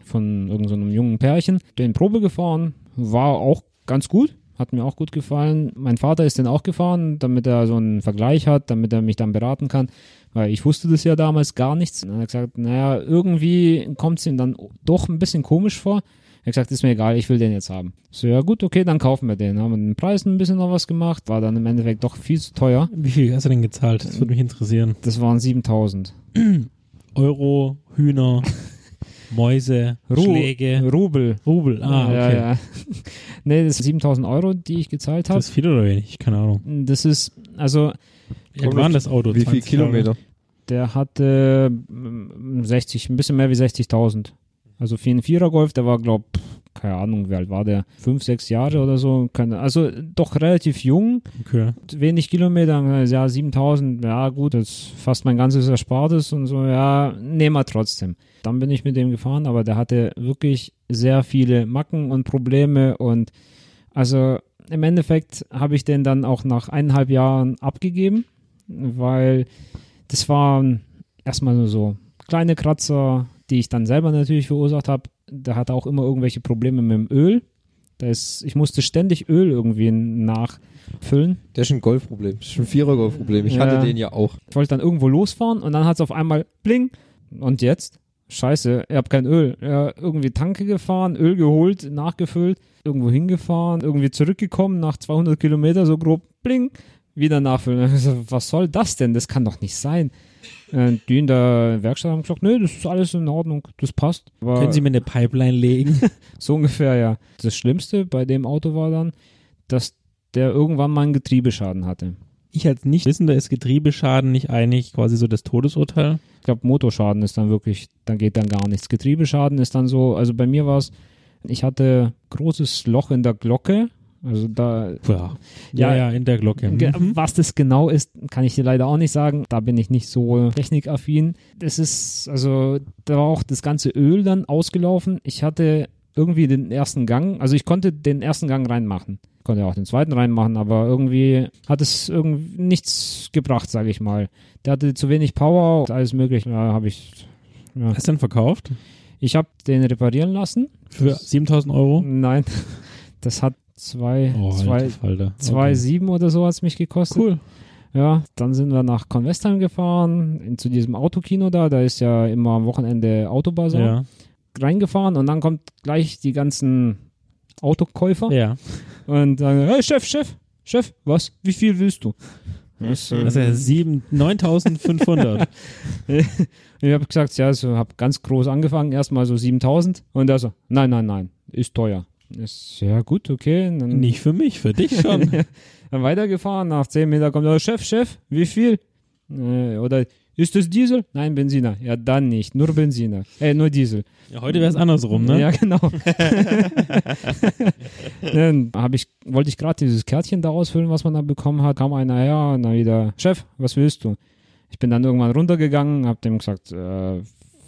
von irgendeinem so einem jungen Pärchen. Den Probe gefahren, war auch ganz gut, hat mir auch gut gefallen. Mein Vater ist den auch gefahren, damit er so einen Vergleich hat, damit er mich dann beraten kann. Weil ich wusste das ja damals gar nichts. Und dann hat er gesagt, naja, irgendwie kommt es ihm dann doch ein bisschen komisch vor. Er hat gesagt, ist mir egal, ich will den jetzt haben. So, ja gut, okay, dann kaufen wir den. Haben den Preis ein bisschen noch was gemacht, war dann im Endeffekt doch viel zu teuer. Wie viel hast du denn gezahlt? Das würde mich interessieren. Das waren 7000. Euro, Hühner, Mäuse, Ru- Schläge, Rubel. Rubel. Ah, okay. Ja, ja. nee, das sind 7000 Euro, die ich gezahlt habe. Das ist viel oder wenig? Keine Ahnung. Das ist, also Wie alt war denn das Auto? Wie viel 20 Jahre? Kilometer? der hatte mm, 60, ein bisschen mehr wie 60.000. Also für einen Vierer-Golf, der war, glaube keine Ahnung, wie alt war der? Fünf, sechs Jahre oder so. Keine, also doch relativ jung, Okay. wenig Kilometer, ja, 7000, ja gut, das ist fast mein ganzes Erspartes und so, ja, nehmen wir trotzdem. Dann bin ich mit dem gefahren, aber der hatte wirklich sehr viele Macken und Probleme und also im Endeffekt habe ich den dann auch nach eineinhalb Jahren abgegeben, weil das waren erstmal nur so kleine Kratzer, die ich dann selber natürlich verursacht habe. Der hatte auch immer irgendwelche Probleme mit dem Öl. Da ist, ich musste ständig Öl irgendwie nachfüllen. Der ist ein Golfproblem. Das ist ein Vierer-Golfproblem. Ich Ja. hatte den ja auch. Ich wollte dann irgendwo losfahren und dann hat es auf einmal bling. Und jetzt? Scheiße, ihr habt kein Öl. Ja, irgendwie Tanke gefahren, Öl geholt, nachgefüllt, irgendwo hingefahren, irgendwie zurückgekommen nach 200 Kilometer so grob, bling, wieder nachfüllen. Ich so, Was soll das denn? Das kann doch nicht sein. Und die in der Werkstatt haben gesagt, nee, das ist alles in Ordnung, das passt. Aber Können Sie mir eine Pipeline legen? so ungefähr, ja. Das Schlimmste bei dem Auto war dann, dass der irgendwann mal einen Getriebeschaden hatte. Ich als Nichtwissender ist Getriebeschaden nicht eigentlich quasi so das Todesurteil. Ich glaube, Motorschaden ist dann wirklich, dann geht dann gar nichts. Getriebeschaden ist dann so, also bei mir war es, ich hatte großes Loch in der Glocke. Also da, Ja, Ja. ja, ja in der Glocke. Ge- Mhm. was das genau ist, kann ich dir leider auch nicht sagen. Da bin ich nicht so technikaffin. Das ist, also da war auch das ganze Öl dann ausgelaufen. Ich hatte irgendwie den ersten Gang, also ich konnte den ersten Gang reinmachen. Konnte auch den zweiten reinmachen, aber irgendwie hat es irgendwie nichts gebracht, sage ich mal. Der hatte zu wenig Power, alles mögliche. Da habe ich Hast du den verkauft? ich habe den reparieren lassen. Für 7000 Euro? Nein, das hat zwei, Oh, zwei, alter Falter. zwei Okay. sieben oder so hat es mich gekostet. Cool. Ja, dann sind wir nach Convestheim gefahren, in, zu diesem Autokino da. Da ist ja immer am Wochenende Autobasar. Ja. Reingefahren und dann kommt gleich die ganzen Autokäufer ja. und sagen: Hey, Chef, Chef, Chef, was? Wie viel willst du? Das ist ja sieben- 9500. Und ich habe gesagt, ja, so habe ganz groß angefangen, erstmal so 7000. Und er so, nein, nein, nein, ist teuer. Ist ja gut, okay. Und Dann, nicht für mich, für dich schon. Dann weitergefahren, nach 10 Meter kommt der Chef, Chef, wie viel? Äh, oder ist das Diesel? Nein, Benziner. Ja, dann nicht, nur Benziner. Äh, nur Diesel. Ja, heute wäre es andersrum, ne? Ja, genau. dann hab ich, wollte ich gerade dieses Kärtchen da ausfüllen, was man da bekommen hat. Kam einer her und dann wieder, Chef, was willst du? Ich bin dann irgendwann runtergegangen, habe dem gesagt,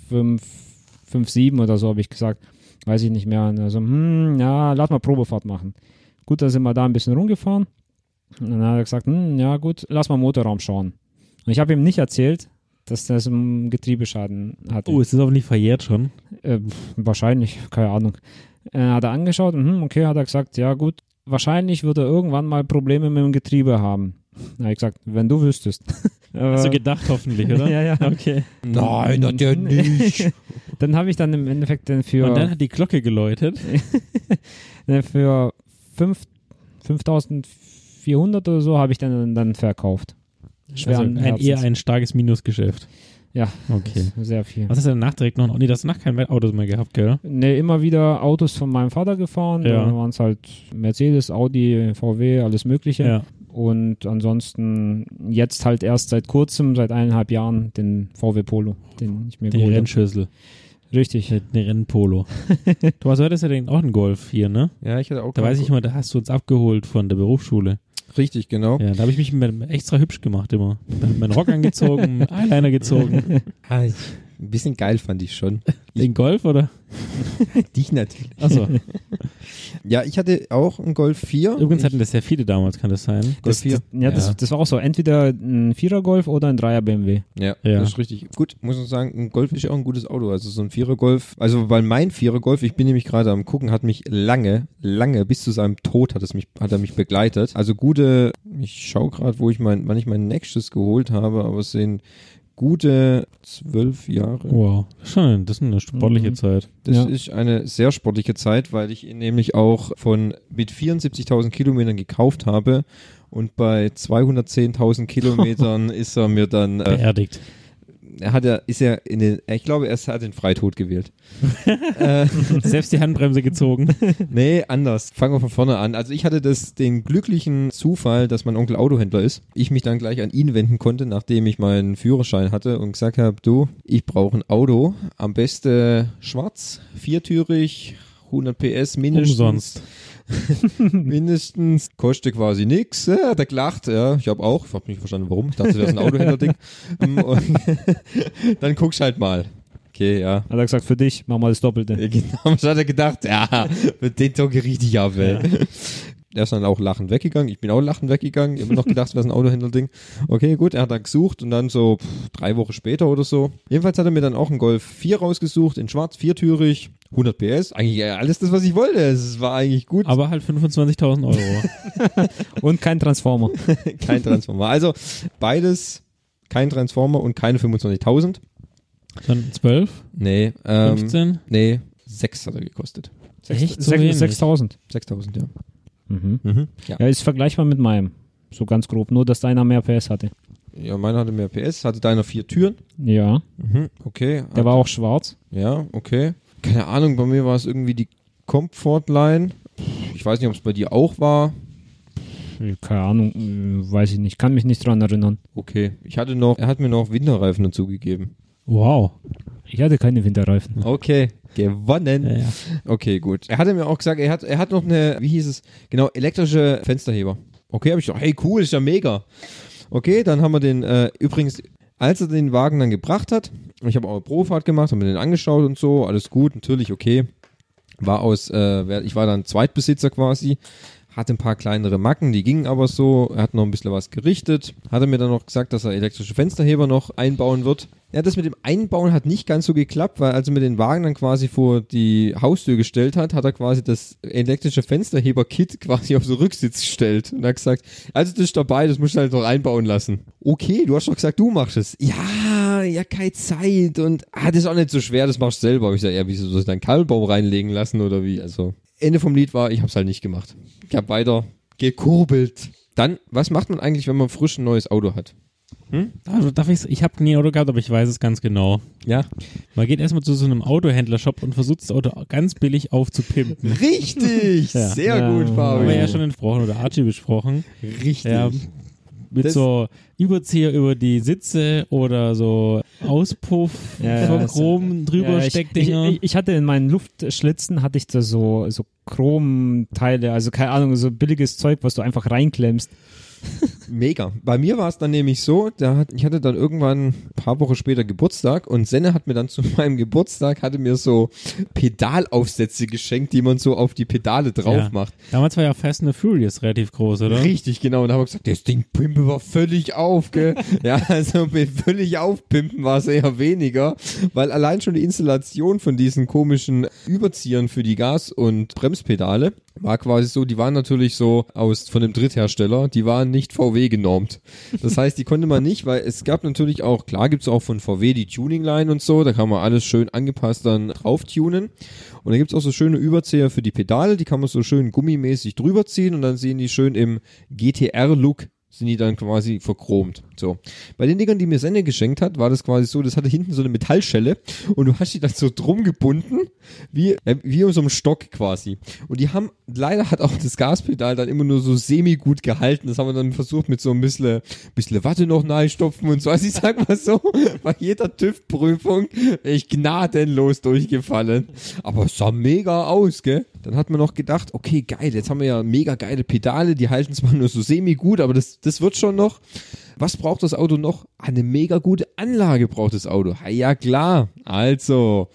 5, fünf 7 oder so habe ich gesagt. Weiß ich nicht mehr. Und er so, hm, ja, lass mal Probefahrt machen. Gut, dann sind wir da ein bisschen rumgefahren. Und dann hat er gesagt, hm, ja gut, lass mal Motorraum schauen. Und ich habe ihm nicht erzählt, dass das einen Getriebeschaden hat. Oh, es ist hoffentlich verjährt schon. Äh, pf, wahrscheinlich, keine Ahnung. Äh, hat er angeschaut, mhm, okay, hat er gesagt, ja gut, wahrscheinlich wird er irgendwann mal Probleme mit dem Getriebe haben. Na, ich gesagt, wenn du wüsstest. Hast du Aber- gedacht, hoffentlich, oder? Ja, ja. Okay. Nein, hat der nicht. Dann habe ich dann im Endeffekt den für, Und dann hat die Glocke geläutet. den für fünf- 5400 oder so habe ich dann, dann verkauft. Schweren also ein, Herzens. eher ein starkes Minusgeschäft. Ja. Okay. Sehr viel. Was hast du denn nachträglich noch? Oh, nee, du hast nach kein Autos mehr gehabt, gell? Ne, immer wieder Autos von meinem Vater gefahren. Ja. Da waren es halt Mercedes, Audi, VW, alles Mögliche. Und ansonsten jetzt halt erst seit kurzem, seit eineinhalb Jahren, den VW Polo, den ich mir Den geholt habe. Rennschüssel. Richtig. Den Rennpolo. Thomas, du hattest ja den auch einen Golf hier, ne? Ja, ich hatte auch Da weiß ich immer, da hast du uns abgeholt von der Berufsschule. Richtig, genau. Ja, da habe ich mich mit- extra hübsch gemacht immer. Da hab ich meinen Rock angezogen, Eyeliner gezogen. Ah, ich- Ein bisschen geil fand ich schon. Den Golf, oder? Dich natürlich. Achso. Ja, ich hatte auch einen Golf 4. Übrigens ich, hatten das sehr viele damals, kann das sein? Golf Das, 4. das, ja, Das, das war auch so. Entweder ein Vierer-Golf oder ein Dreier-BMW. Ja, Ja. das ist richtig. Gut, muss ich sagen, ein Golf ist ja auch ein gutes Auto. Also so ein Vierer-Golf, also weil mein Vierer-Golf, ich bin nämlich gerade am gucken, hat mich lange, lange, bis zu seinem Tod hat, es mich, hat er mich begleitet. Also gute, ich schaue gerade, wo ich mein, wann ich mein nächstes geholt habe, aber es sind gute zwölf Jahre. Wow. Schon, das ist eine sportliche Mhm. Zeit. Das Ja. ist eine sehr sportliche Zeit, weil ich ihn nämlich auch von mit 74.000 Kilometern gekauft habe und bei 210.000 Kilometern ist er mir dann äh, Beerdigt. er hat ja, ist ja in den, ich glaube, er hat den Freitod gewählt. Selbst die Handbremse gezogen. Nee, anders. Fangen wir von vorne an. Also ich hatte das, den glücklichen Zufall, dass mein Onkel Autohändler ist. Ich mich dann gleich an ihn wenden konnte, nachdem ich meinen Führerschein hatte und gesagt habe, du, ich brauche ein Auto. Am besten schwarz, viertürig, 100 PS mindestens. Umsonst. mindestens. Kostet quasi nichts. Ja, hat er gelacht. Ja, ich habe auch. Ich habe nicht verstanden, warum. Ich dachte, das ist ein Autohändler-Ding. Ähm, und dann guckst halt mal. Okay, ja. Hat er gesagt, für dich, mach mal das Doppelte. Ja, Genau, was hat er gedacht? Ja, mit den Ton geh richtig ab, ey. Er ist dann auch lachend weggegangen. Ich bin auch lachend weggegangen. Ich habe noch gedacht, das wäre ein Autohändler-Ding. Okay, gut, er hat dann gesucht und dann so pff, drei Wochen später oder so. Jedenfalls hat er mir dann auch einen Golf 4 rausgesucht, in schwarz, viertürig, 100 PS. Eigentlich äh, alles das, was ich wollte. Es war eigentlich gut. Aber halt 25.000 Euro. Und kein Transformer. kein Transformer. Also beides, kein Transformer und keine 25.000. Dann 12, Nee, ähm, 15. nee, 6 hat er gekostet. Echt so wenig? 6000. 6.000, ja. Mhm. Ja. Ja, ist vergleichbar mit meinem. So ganz grob. Nur, dass deiner mehr PS hatte. ja, meiner hatte mehr PS, hatte deiner vier Türen. Ja. Mhm, okay. Der war auch schwarz. Ja, okay. Keine Ahnung, bei mir war es irgendwie die Comfortline. Ich weiß nicht, ob es bei dir auch war. Keine Ahnung, äh, weiß ich nicht. Kann mich nicht dran erinnern. Okay. Ich hatte noch, er hat mir noch Winterreifen dazugegeben. Wow. Ich hatte keine Winterreifen. Okay. Gewonnen. Ja, ja. Okay, gut. Er hatte mir auch gesagt, er hat, er hat noch eine, wie hieß es, genau, elektrische Fensterheber. Okay, habe ich gedacht, hey, cool, ist ja mega. Okay, dann haben wir den, äh, übrigens, als er den Wagen dann gebracht hat, ich habe auch eine Probefahrt gemacht, habe mir den angeschaut und so, alles gut, natürlich, okay. War aus, äh, wer- ich war dann Zweitbesitzer quasi, hatte ein paar kleinere Macken, die gingen aber so, er hat noch ein bisschen was gerichtet, hatte mir dann noch gesagt, dass er elektrische Fensterheber noch einbauen wird. Ja, das mit dem Einbauen hat nicht ganz so geklappt, weil als er mir den Wagen dann quasi vor die Haustür gestellt hat, hat er quasi das elektrische Fensterheber-Kit quasi auf den Rücksitz gestellt und hat gesagt, also das ist dabei, das musst du halt noch einbauen lassen. Okay, du hast doch gesagt, du machst es. Ja, Ah, ja, keine Zeit und ah, das ist auch nicht so schwer, das machst du selber. Hab Ich sage, ja, wieso soll ich da einen Kabelbaum reinlegen lassen oder wie? Also, Ende vom Lied war, ich hab's halt nicht gemacht. Ich hab weiter gekurbelt. Dann, was macht man eigentlich, wenn man frisch ein neues Auto hat? Also darf ich's? Ich habe nie ein Auto gehabt, aber ich weiß es ganz genau. Ja. Man geht erstmal zu so einem Autohändlershop und versucht das Auto ganz billig aufzupimpen. Richtig! Ja. Sehr Ja. gut, Haben Fabian. wir ja schon besprochen oder Archie besprochen. Richtig. Ja, mit Das- so Überzieher über die Sitze oder so Auspuff Ja, von ja, Chrom drüber Ja, ich, ich, Steckdinger. ich, ich hatte in meinen Luftschlitzen hatte ich da so, so Chromteile, also keine Ahnung, so billiges Zeug, was du einfach reinklemmst. Mega. Bei mir war es dann nämlich so, da hat, ich hatte dann irgendwann ein paar Wochen später Geburtstag und Senne hat mir dann zu meinem Geburtstag hatte mir so Pedalaufsätze geschenkt, die man so auf die Pedale drauf Ja. macht. Damals war ja Fast and the Furious relativ groß, oder? Richtig, genau. Und da haben wir gesagt, das Ding pimpen wir völlig auf, gell? ja, also mit völlig aufpimpen war es eher weniger, weil allein schon die Installation von diesen komischen Überziehern für die Gas- und Bremspedale war quasi so, die waren natürlich so aus, von dem Dritthersteller, die waren nicht VW genormt. Das heißt, die konnte man nicht, weil es gab natürlich auch, klar gibt's auch von VW die Tuning-Line und so, da kann man alles schön angepasst dann drauf tunen. Und da gibt's auch so schöne Überzieher für die Pedale, die kann man so schön gummimäßig drüber ziehen und dann sehen die schön im GTR-Look sind die dann quasi verchromt. So. Bei den Dingern, die mir Senne geschenkt hat, war das quasi so, das hatte hinten so eine Metallschelle und du hast die dann so drum gebunden, wie, äh, wie um so einem Stock quasi. Und die haben, leider hat auch das Gaspedal dann immer nur so semi-gut gehalten. Das haben wir dann versucht mit so ein bisschen, bisschen Watte noch reinstopfen und so. Also ich sag mal so, bei jeder TÜV-Prüfung ich gnadenlos durchgefallen. Aber es sah mega aus, gell? Dann hat man noch gedacht, okay, geil, jetzt haben wir ja mega geile Pedale, die halten zwar nur so semi-gut, aber das, das wird schon noch. Was braucht das Auto noch? Eine mega gute Anlage braucht das Auto. Ha, Ja, klar. Also,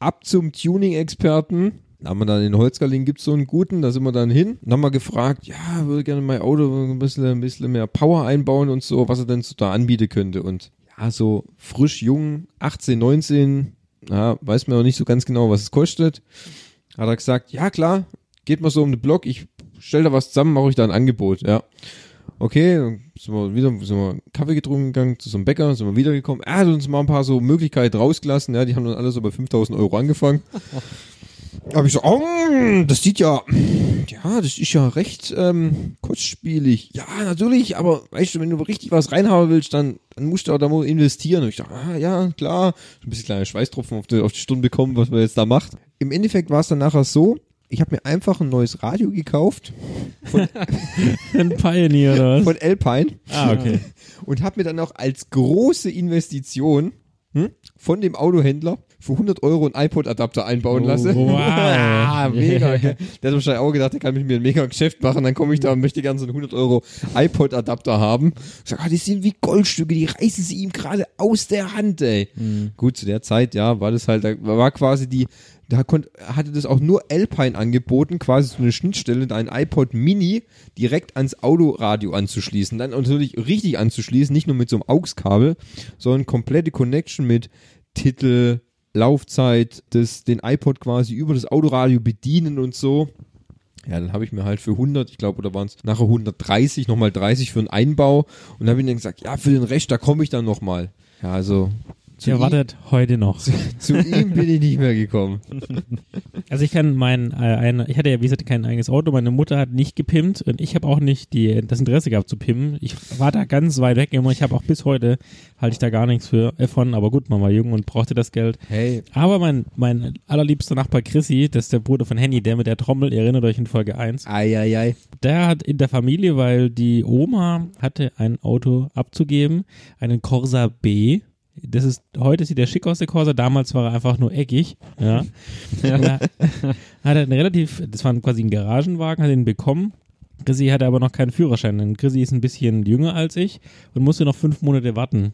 ab zum Tuning-Experten. Da haben wir dann in Holzgerlingen gibt es so einen guten, da sind wir dann hin und haben mal gefragt, ja, würde gerne mein Auto ein bisschen, ein bisschen mehr Power einbauen und so, was er denn so da anbieten könnte. Und ja, so frisch, jung, 18, 19, ja, weiß man noch nicht so ganz genau, was es kostet. Hat er gesagt, ja klar, geht mal so um den Block, ich stell da was zusammen, mache ich da ein Angebot, ja. Okay, dann sind wir wieder sind wir Kaffee getrunken gegangen zu so einem Bäcker, sind wir wiedergekommen. Er hat uns mal ein paar so Möglichkeiten rausgelassen, ja, die haben dann alle so bei 5000 Euro angefangen. habe ich so, oh, das sieht ja, ja, das ist ja recht ähm, kurzspielig. Ja, natürlich, aber weißt du, wenn du richtig was reinhaben willst, dann, dann musst du auch da mal investieren. Und ich dachte, ah, ja, klar, ein bisschen kleine Schweißtropfen auf die, auf die Stunde bekommen, was man jetzt da macht. Im Endeffekt war es dann nachher so, ich habe mir einfach ein neues Radio gekauft Ein Pioneer oder was? von Alpine Ah, okay. und habe mir dann auch als große Investition hm, von dem Autohändler für 100 Euro einen iPod-Adapter einbauen lassen. Oh, wow. ah, mega. gell? Der hat wahrscheinlich auch gedacht, der kann mit mir ein mega Geschäft machen. Dann komme ich da und möchte gerne so einen 100 Euro iPod-Adapter haben. Ich sage, ah, die sind wie Goldstücke, die reißen sie ihm gerade aus der Hand, ey. Hm. Gut, zu der Zeit, ja, war das halt, da war quasi die, da konnt, hatte das auch nur Alpine angeboten, quasi so eine Schnittstelle, einen iPod Mini direkt ans Autoradio anzuschließen. Dann natürlich richtig anzuschließen, nicht nur mit so einem AUX-Kabel, sondern komplette Connection mit Titel, Laufzeit, das, den iPod quasi über das Autoradio bedienen und so. Ja, dann habe ich mir halt für 100, ich glaube, oder waren es nachher 130, nochmal 30 für einen Einbau. Und habe ich dann gesagt, ja, für den Rest, da komme ich dann nochmal. Ja, also zu, Ihr ihm, wartet heute noch. zu ihm bin ich nicht mehr gekommen. Also ich kann mein, äh, ein, ich hatte ja wie gesagt kein eigenes Auto, meine Mutter hat nicht gepimpt und ich habe auch nicht die, das Interesse gehabt zu pimmen. Ich war da ganz weit weg immer, ich habe auch bis heute, halte ich da gar nichts für, äh, von, aber gut, man war jung und brauchte das Geld. Hey, Aber mein, mein allerliebster Nachbar Chrissy, das ist der Bruder von Henny, der mit der Trommel, ihr erinnert euch in Folge 1, ei, ei, ei. der hat in der Familie, weil die Oma hatte ein Auto abzugeben, einen Corsa B. Das ist, heute sieht der schick aus, der Corsa, damals war er einfach nur eckig. Ja. Und da hat er einen relativ, das war quasi ein Garagenwagen, hat ihn bekommen. Chrissy hatte aber noch keinen Führerschein, denn Chrissy ist ein bisschen jünger als ich und musste noch fünf Monate warten.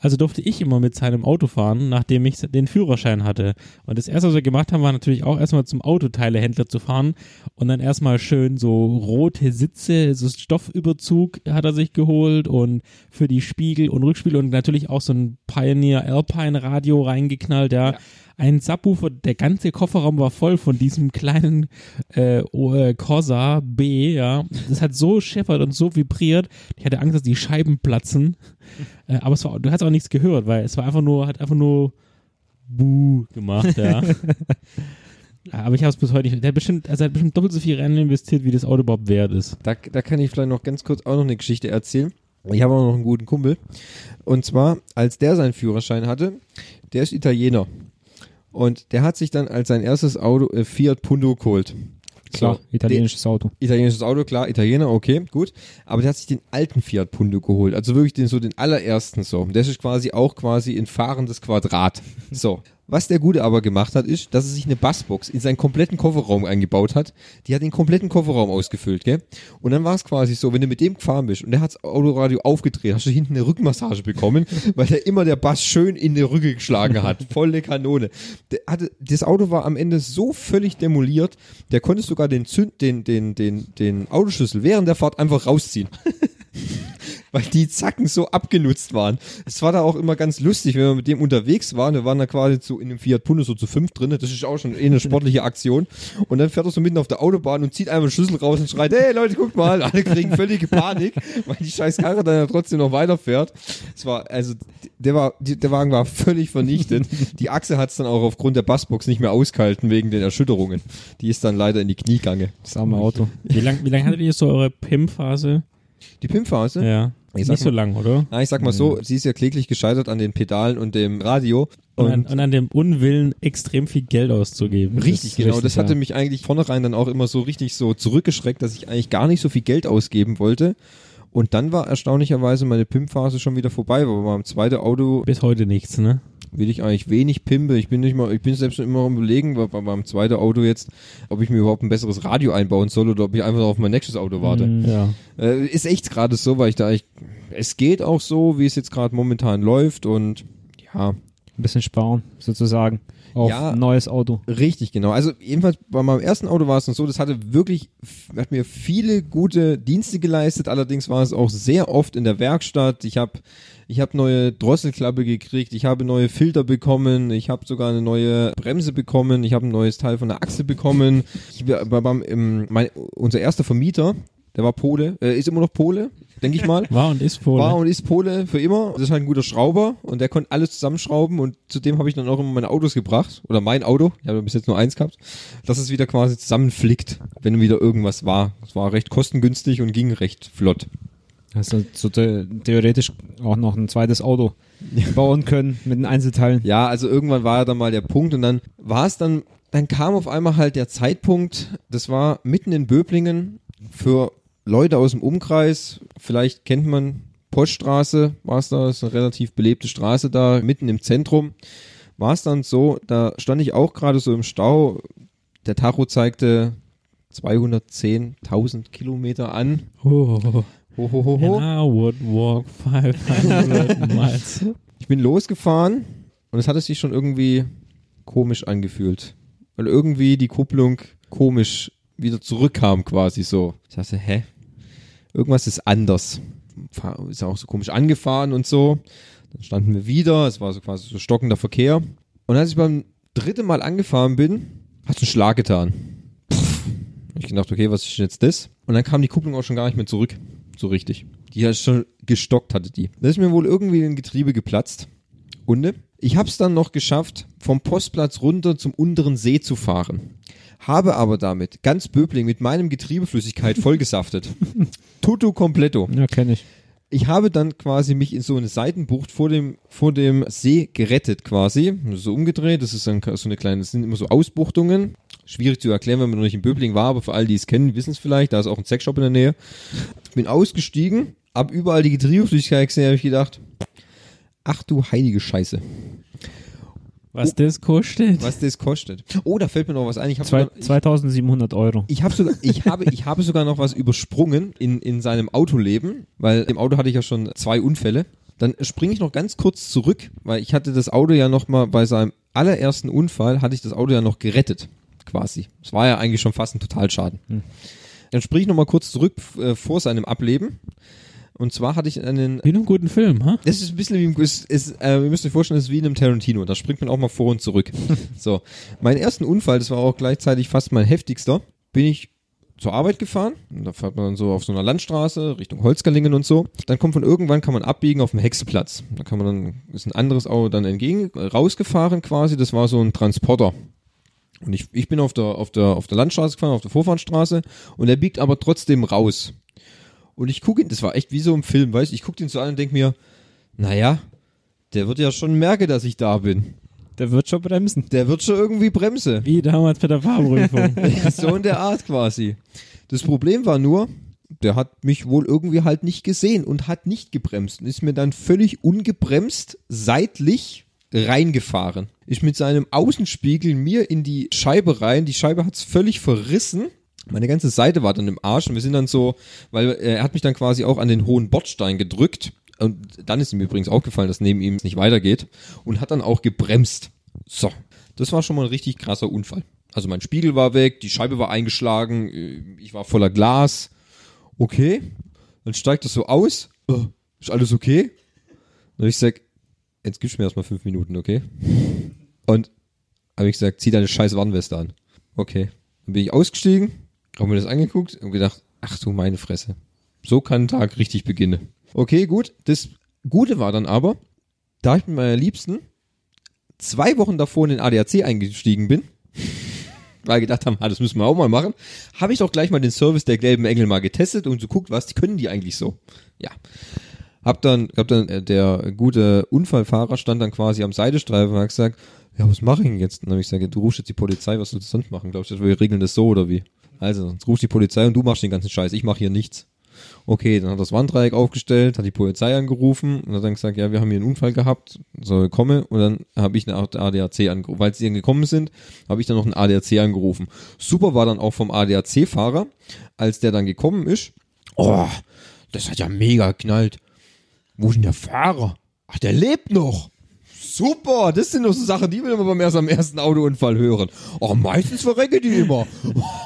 Also durfte ich immer mit seinem Auto fahren, nachdem ich den Führerschein hatte. Und das erste, was wir gemacht haben, war natürlich auch erstmal zum Autoteilehändler zu fahren und dann erstmal schön so rote Sitze, so Stoffüberzug hat er sich geholt und für die Spiegel und Rückspiegel und natürlich auch so ein Pioneer Alpine Radio reingeknallt, ja. Ein Subwoofer, der ganze Kofferraum war voll von diesem kleinen äh, oh, äh, Corsa B, ja. Das hat so scheppert und so vibriert. Ich hatte Angst, dass die Scheiben platzen. Äh, aber es war, du hast auch nichts gehört, weil es war einfach nur, hat einfach nur Buh gemacht, ja. aber ich habe es bis heute nicht. Der hat bestimmt, also er hat bestimmt doppelt so viel rein investiert, wie das Auto überhaupt wert ist. Da, da kann ich vielleicht noch ganz kurz auch noch eine Geschichte erzählen. Ich habe auch noch einen guten Kumpel. Und zwar, als der seinen Führerschein hatte, der ist Italiener. Und der hat sich dann als sein erstes Auto äh, Fiat Punto geholt. Klar, italienisches Auto. Italienisches Auto, klar, Italiener, okay, gut. Aber der hat sich den alten Fiat Punto geholt. Also wirklich den, so den allerersten so. Und Das ist quasi auch quasi ein fahrendes Quadrat. So. Was der Gute aber gemacht hat, ist, dass er sich eine Bassbox in seinen kompletten Kofferraum eingebaut hat. Die hat den kompletten Kofferraum ausgefüllt, gell? Und dann war es quasi so, wenn du mit dem gefahren bist und der hat das Autoradio aufgedreht, hast du hinten eine Rückmassage bekommen, weil der immer der Bass schön in die Rücke geschlagen hat. Volle Kanone. Der hatte, das Auto war am Ende so völlig demoliert, der konnte sogar den, Zünd, den, den, den, den Autoschlüssel während der Fahrt einfach rausziehen. Weil die Zacken so abgenutzt waren. Es war da auch immer ganz lustig, wenn wir mit dem unterwegs waren. Wir waren da quasi so in dem Fiat Punto so zu fünf drin. Das ist auch schon eh eine sportliche Aktion. Und dann fährt er so mitten auf der Autobahn und zieht einmal den Schlüssel raus und schreit, hey Leute, guckt mal. Alle kriegen völlige Panik, weil die scheiß Karre dann ja trotzdem noch weiterfährt. Es war, also, der war, die- der Wagen war völlig vernichtet. Die Achse hat es dann auch aufgrund der Bassbox nicht mehr ausgehalten wegen den Erschütterungen. Die ist dann leider in die Knie gegangen. Samme Auto. Wie lange wie lang hattet ihr so eure Pimp-Phase? Die Pimpphase? Ja. Ich Nicht sag so mal- lang, oder? Na, ich sag mal Mhm. so, sie ist ja kläglich gescheitert an den Pedalen und dem Radio. Und, an, und an dem Unwillen, extrem viel Geld auszugeben. Richtig, ist genau. das hatte ja. mich eigentlich vornherein dann auch immer so richtig so zurückgeschreckt, dass ich eigentlich gar nicht so viel Geld ausgeben wollte. Und dann war erstaunlicherweise meine Pimpphase schon wieder vorbei, weil beim zweiten Auto bis heute nichts, ne? will ich eigentlich wenig pimpe. Ich bin nicht mal, ich bin selbst schon immer am überlegen, weil bei meinem zweiten Auto jetzt, ob ich mir überhaupt ein besseres Radio einbauen soll oder ob ich einfach auf mein nächstes Auto warte. Ja. Äh, ist echt gerade so, weil ich da echt, es geht auch so, wie es jetzt gerade momentan läuft und ja, Ein bisschen sparen, sozusagen. Auf Ja. ein neues Auto. Richtig, genau. Also jedenfalls bei meinem ersten Auto war es noch so, das hatte wirklich, hat mir viele gute Dienste geleistet, allerdings war es auch sehr oft in der Werkstatt. Ich habe ich hab neue Drosselklappe gekriegt, ich habe neue Filter bekommen, ich habe sogar eine neue Bremse bekommen, ich habe ein neues Teil von der Achse bekommen. Ich, bei, beim, im, mein, unser erster Vermieter, der war Pole, äh, ist immer noch Pole, denke ich mal. War und ist ne? Pole. War und ist Pole für immer. Das ist halt ein guter Schrauber und der konnte alles zusammenschrauben und zudem habe ich dann auch immer meine Autos gebracht oder mein Auto, ich habe bis jetzt nur eins gehabt, dass es wieder quasi zusammenflickt, wenn wieder irgendwas war. Es war recht kostengünstig und ging recht flott. Also so the theoretisch auch noch ein zweites Auto bauen können mit den Einzelteilen. Ja, also irgendwann war ja dann mal der Punkt und dann war es dann, dann kam auf einmal halt der Zeitpunkt, das war mitten in Böblingen für Leute aus dem Umkreis, vielleicht kennt man Poststraße, war es da, ist eine relativ belebte Straße da, mitten im Zentrum, war es dann so, da stand ich auch gerade so im Stau, der Tacho zeigte 210.000 Kilometer an. oh, oh, oh. Ho, ho, ho, ho. And I would walk 500 miles. Ich bin losgefahren und es hatte sich schon irgendwie komisch angefühlt. Weil irgendwie die Kupplung komisch wieder zurückkam quasi so. Ich dachte, hä? Irgendwas ist anders. Fahr- Ist auch so komisch angefahren und so. Dann standen wir wieder, es war so quasi so stockender Verkehr. Und als ich beim dritten Mal angefahren bin, hat es einen Schlag getan. Pff. Ich gedacht, okay, was ist denn jetzt das? Und dann kam die Kupplung auch schon gar nicht mehr zurück. So richtig. Die hat schon gestockt, hatte die. Da ist mir wohl irgendwie ein Getriebe geplatzt. Hunde. Ich habe es dann noch geschafft, vom Postplatz runter zum unteren See zu fahren. Habe aber damit ganz Böbling mit meinem Getriebeflüssigkeit vollgesaftet. Tutto completo. Ja, kenne ich. Ich habe dann quasi mich in so eine Seitenbucht vor dem, vor dem See gerettet quasi. So umgedreht, das ist dann so eine kleine, das sind immer so Ausbuchtungen. Schwierig zu erklären, wenn man noch nicht in Böbling war, aber für all die es kennen, wissen es vielleicht. Da ist auch ein Sexshop in der Nähe. Ich bin ausgestiegen, hab überall die Getriebeflüssigkeit gesehen, habe ich gedacht, ach du heilige Scheiße. Was das kostet. was das kostet. Oh, da fällt mir noch was ein. Ich habe Zwei, sogar, 2700 Euro. ich habe sogar, ich habe, ich habe sogar noch was übersprungen in, in seinem Autoleben, weil im Auto hatte ich ja schon zwei Unfälle. Dann springe ich noch ganz kurz zurück, weil ich hatte das Auto ja noch mal bei seinem allerersten Unfall hatte ich das Auto ja noch gerettet, quasi. Es war ja eigentlich schon fast ein Totalschaden. Dann springe ich noch mal kurz zurück äh, vor seinem Ableben. Und zwar hatte ich einen Wie in einem guten Film, ha? das ist ein bisschen wie im, ist, ist, äh, ihr müsst euch vorstellen, das ist wie in einem Tarantino. Da springt man auch mal vor und zurück. so. Meinen ersten Unfall, das war auch gleichzeitig fast mein heftigster, bin ich zur Arbeit gefahren. Und da fährt man so auf so einer Landstraße Richtung Holzgerlingen und so. Dann kommt von irgendwann, kann man abbiegen auf dem Hexeplatz. Da kann man dann, ist ein anderes Auto dann entgegen, äh, rausgefahren quasi. Das war so ein Transporter. Und ich, ich bin auf der, auf der, auf der Landstraße gefahren, auf der Vorfahrtsstraße. Und er biegt aber trotzdem raus. Und ich gucke ihn, das war echt wie so im Film, weißt du, ich gucke ihn so an und denke mir, naja, der wird ja schon merken, dass ich da bin. Der wird schon bremsen. Der wird schon irgendwie Bremse. Wie damals bei der Fahrprüfung. so in der Art quasi. Das Problem war nur, der hat mich wohl irgendwie halt nicht gesehen und hat nicht gebremst und ist mir dann völlig ungebremst seitlich reingefahren. Ist mit seinem Außenspiegel mir in die Scheibe rein. Die Scheibe hat's völlig verrissen. Meine ganze Seite war dann im Arsch und wir sind dann so, weil äh, er hat mich dann quasi auch an den hohen Bordstein gedrückt. Und dann ist ihm übrigens aufgefallen, dass neben ihm es nicht weitergeht und hat dann auch gebremst. So, das war schon mal ein richtig krasser Unfall. Also mein Spiegel war weg, die Scheibe war eingeschlagen, äh, ich war voller Glas. Okay, dann steigt das so aus. Äh, Ist alles okay? Und ich sag, jetzt gibst du mir erstmal fünf Minuten, okay? Und habe ich gesagt, zieh deine scheiß Warnweste an. Okay. Dann bin ich ausgestiegen, habe mir das angeguckt und gedacht, ach du meine Fresse. So kann ein Tag richtig beginnen. Okay, gut. Das Gute war dann aber, da ich mit meiner Liebsten zwei Wochen davor in den ADAC eingestiegen bin, weil wir gedacht haben, ah, das müssen wir auch mal machen, habe ich doch gleich mal den Service der gelben Engel mal getestet und so guckt, was können die eigentlich so. Ja. Hab dann, hab dann äh, der gute Unfallfahrer stand dann quasi am Seidestreifen und hat gesagt, ja, was mache ich denn jetzt? Und dann habe ich gesagt, ja, du rufst jetzt die Polizei, was sollst du sonst machen? Glaubst du, wir regeln das so oder wie? Also, jetzt rufst die Polizei und du machst den ganzen Scheiß, ich mache hier nichts. Okay, dann hat das Warndreieck aufgestellt, hat die Polizei angerufen und hat dann gesagt, ja, wir haben hier einen Unfall gehabt, soll komme. Und dann habe ich eine Art ADAC angerufen. Weil sie dann gekommen sind, habe ich dann noch einen ADAC angerufen. Super war dann auch vom ADAC-Fahrer, als der dann gekommen ist. Oh, das hat ja mega geknallt. Wo ist denn der Fahrer? Ach, der lebt noch. Super, das sind doch so Sachen, die will man beim ersten, am ersten Autounfall hören. Oh, meistens verrecke die immer.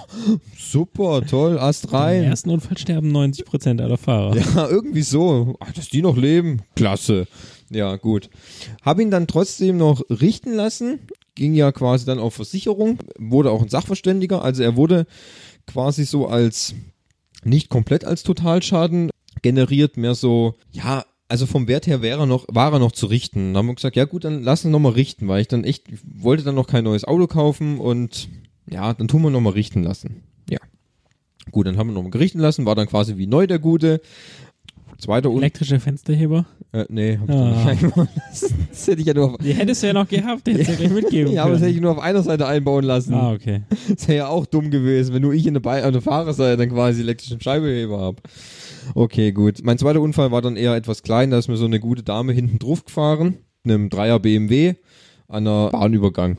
Super, toll, Ast Im rein. ersten Unfall sterben 90% aller Fahrer. Ja, irgendwie so. Ach, dass die noch leben. Klasse. Ja, gut. Hab ihn dann trotzdem noch richten lassen. Ging ja quasi dann auf Versicherung. Wurde auch ein Sachverständiger. Also er wurde quasi so als, nicht komplett als Totalschaden generiert, mehr so, ja, also vom Wert her wäre er noch, war er noch zu richten. Dann haben wir gesagt, ja gut, dann lass ihn nochmal richten, weil ich dann echt, ich wollte dann noch kein neues Auto kaufen und ja, dann tun wir nochmal richten lassen. Ja. Gut, dann haben wir nochmal gerichten lassen, war dann quasi wie neu der Gute. Zweiter Un Elektrische Fensterheber. äh, nee, hab ich Ah. noch nicht einbauen lassen. Das hätte ich ja nur auf, Die hättest du ja noch gehabt, die hättest du ja gleich mitgeben ja, aber das hätte können. ich nur auf einer Seite einbauen lassen. Ah, okay. Das wäre ja auch dumm gewesen, wenn nur ich in der, Be an der Fahrerseite dann quasi elektrischen Scheibeheber habe. Okay, gut. Mein zweiter Unfall war dann eher etwas klein, da ist mir so eine gute Dame hinten drauf gefahren, mit einem Dreier BMW an einer Bahnübergang.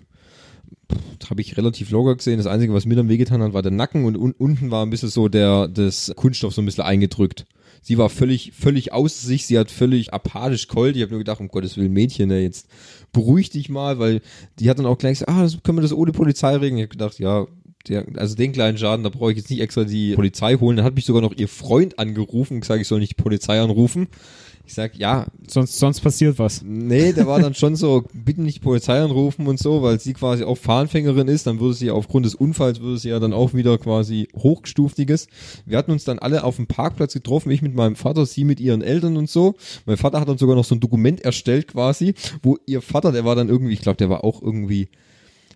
Habe ich relativ locker gesehen. Das Einzige, was mir dann wehgetan hat, war der Nacken und un unten war ein bisschen so der das Kunststoff so ein bisschen eingedrückt. Sie war völlig, völlig aus sich, sie hat völlig apathisch keult. Ich habe nur gedacht, um Gottes Willen, Mädchen, ey, jetzt beruhig dich mal, weil die hat dann auch gleich gesagt, ah, das, können wir das ohne Polizei regeln? Ich habe gedacht, ja, der, also den kleinen Schaden, da brauche ich jetzt nicht extra die Polizei holen. Dann hat mich sogar noch ihr Freund angerufen und gesagt, ich soll nicht die Polizei anrufen. Ich sag, ja, Sonst, sonst passiert was. Nee, der war dann schon so, bitte nicht die Polizei anrufen und so, weil sie quasi auch Fahranfängerin ist, dann würde sie aufgrund des Unfalls, würde sie ja dann auch wieder quasi hochgestuftiges. Wir hatten uns dann alle auf dem Parkplatz getroffen, ich mit meinem Vater, sie mit ihren Eltern und so. Mein Vater hat dann sogar noch so ein Dokument erstellt quasi, wo ihr Vater, der war dann irgendwie, ich glaube, der war auch irgendwie